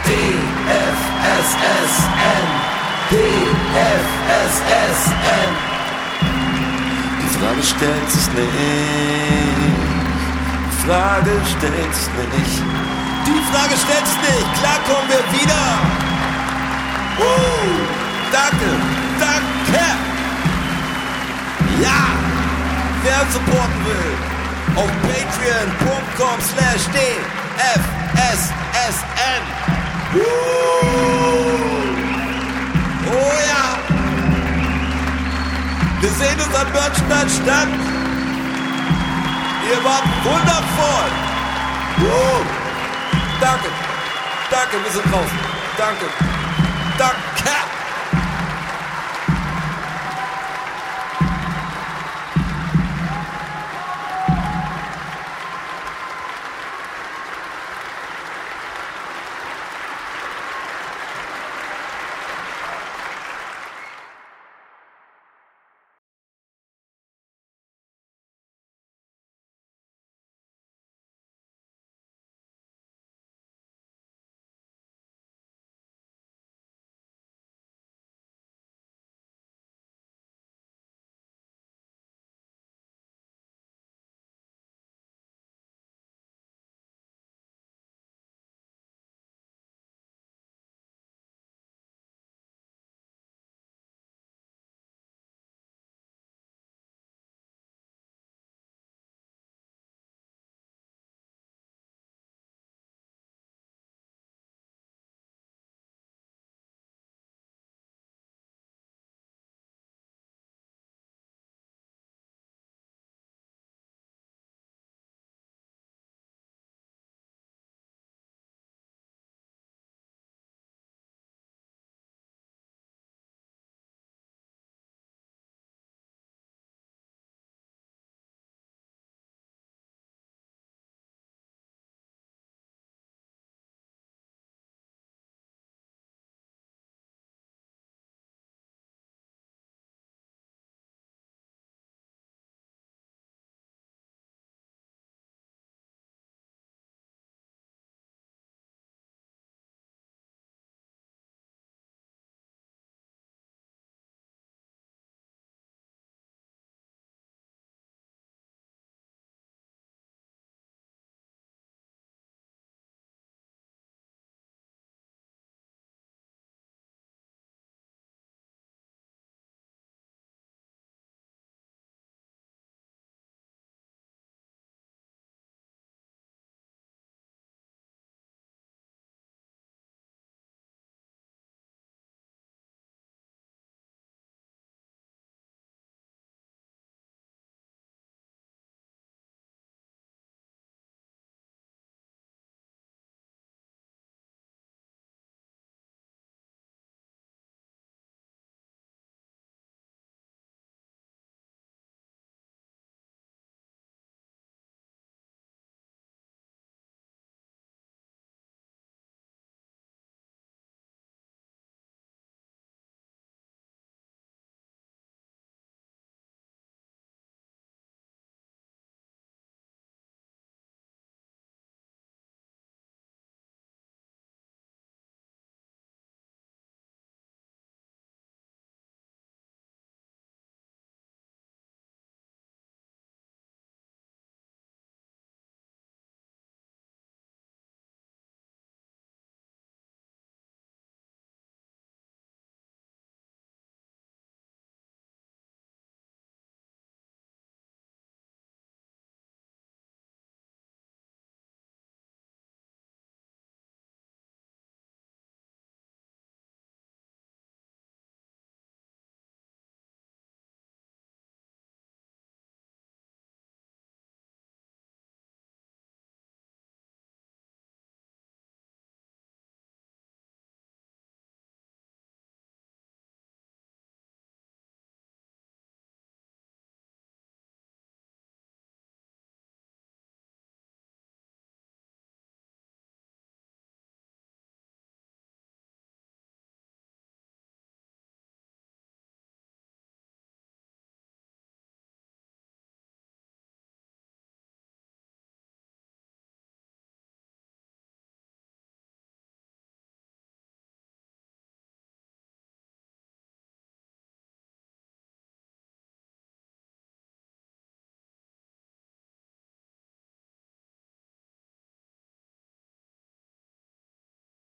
Speaker 6: DFSSN. DFSSN. Die Frage stellt sich nicht. Die Frage stellt sich nicht. Die Frage stellt sich nicht. Klar kommen wir wieder. Uh, danke, danke. Ja, wer uns supporten will, auf patreon.com slash dfssn. Uh, oh ja. Wir sehen uns an Börnstein statt. Ihr wart wundervoll. Oh. Uh, danke. Danke, wir sind draußen. Danke. Danke.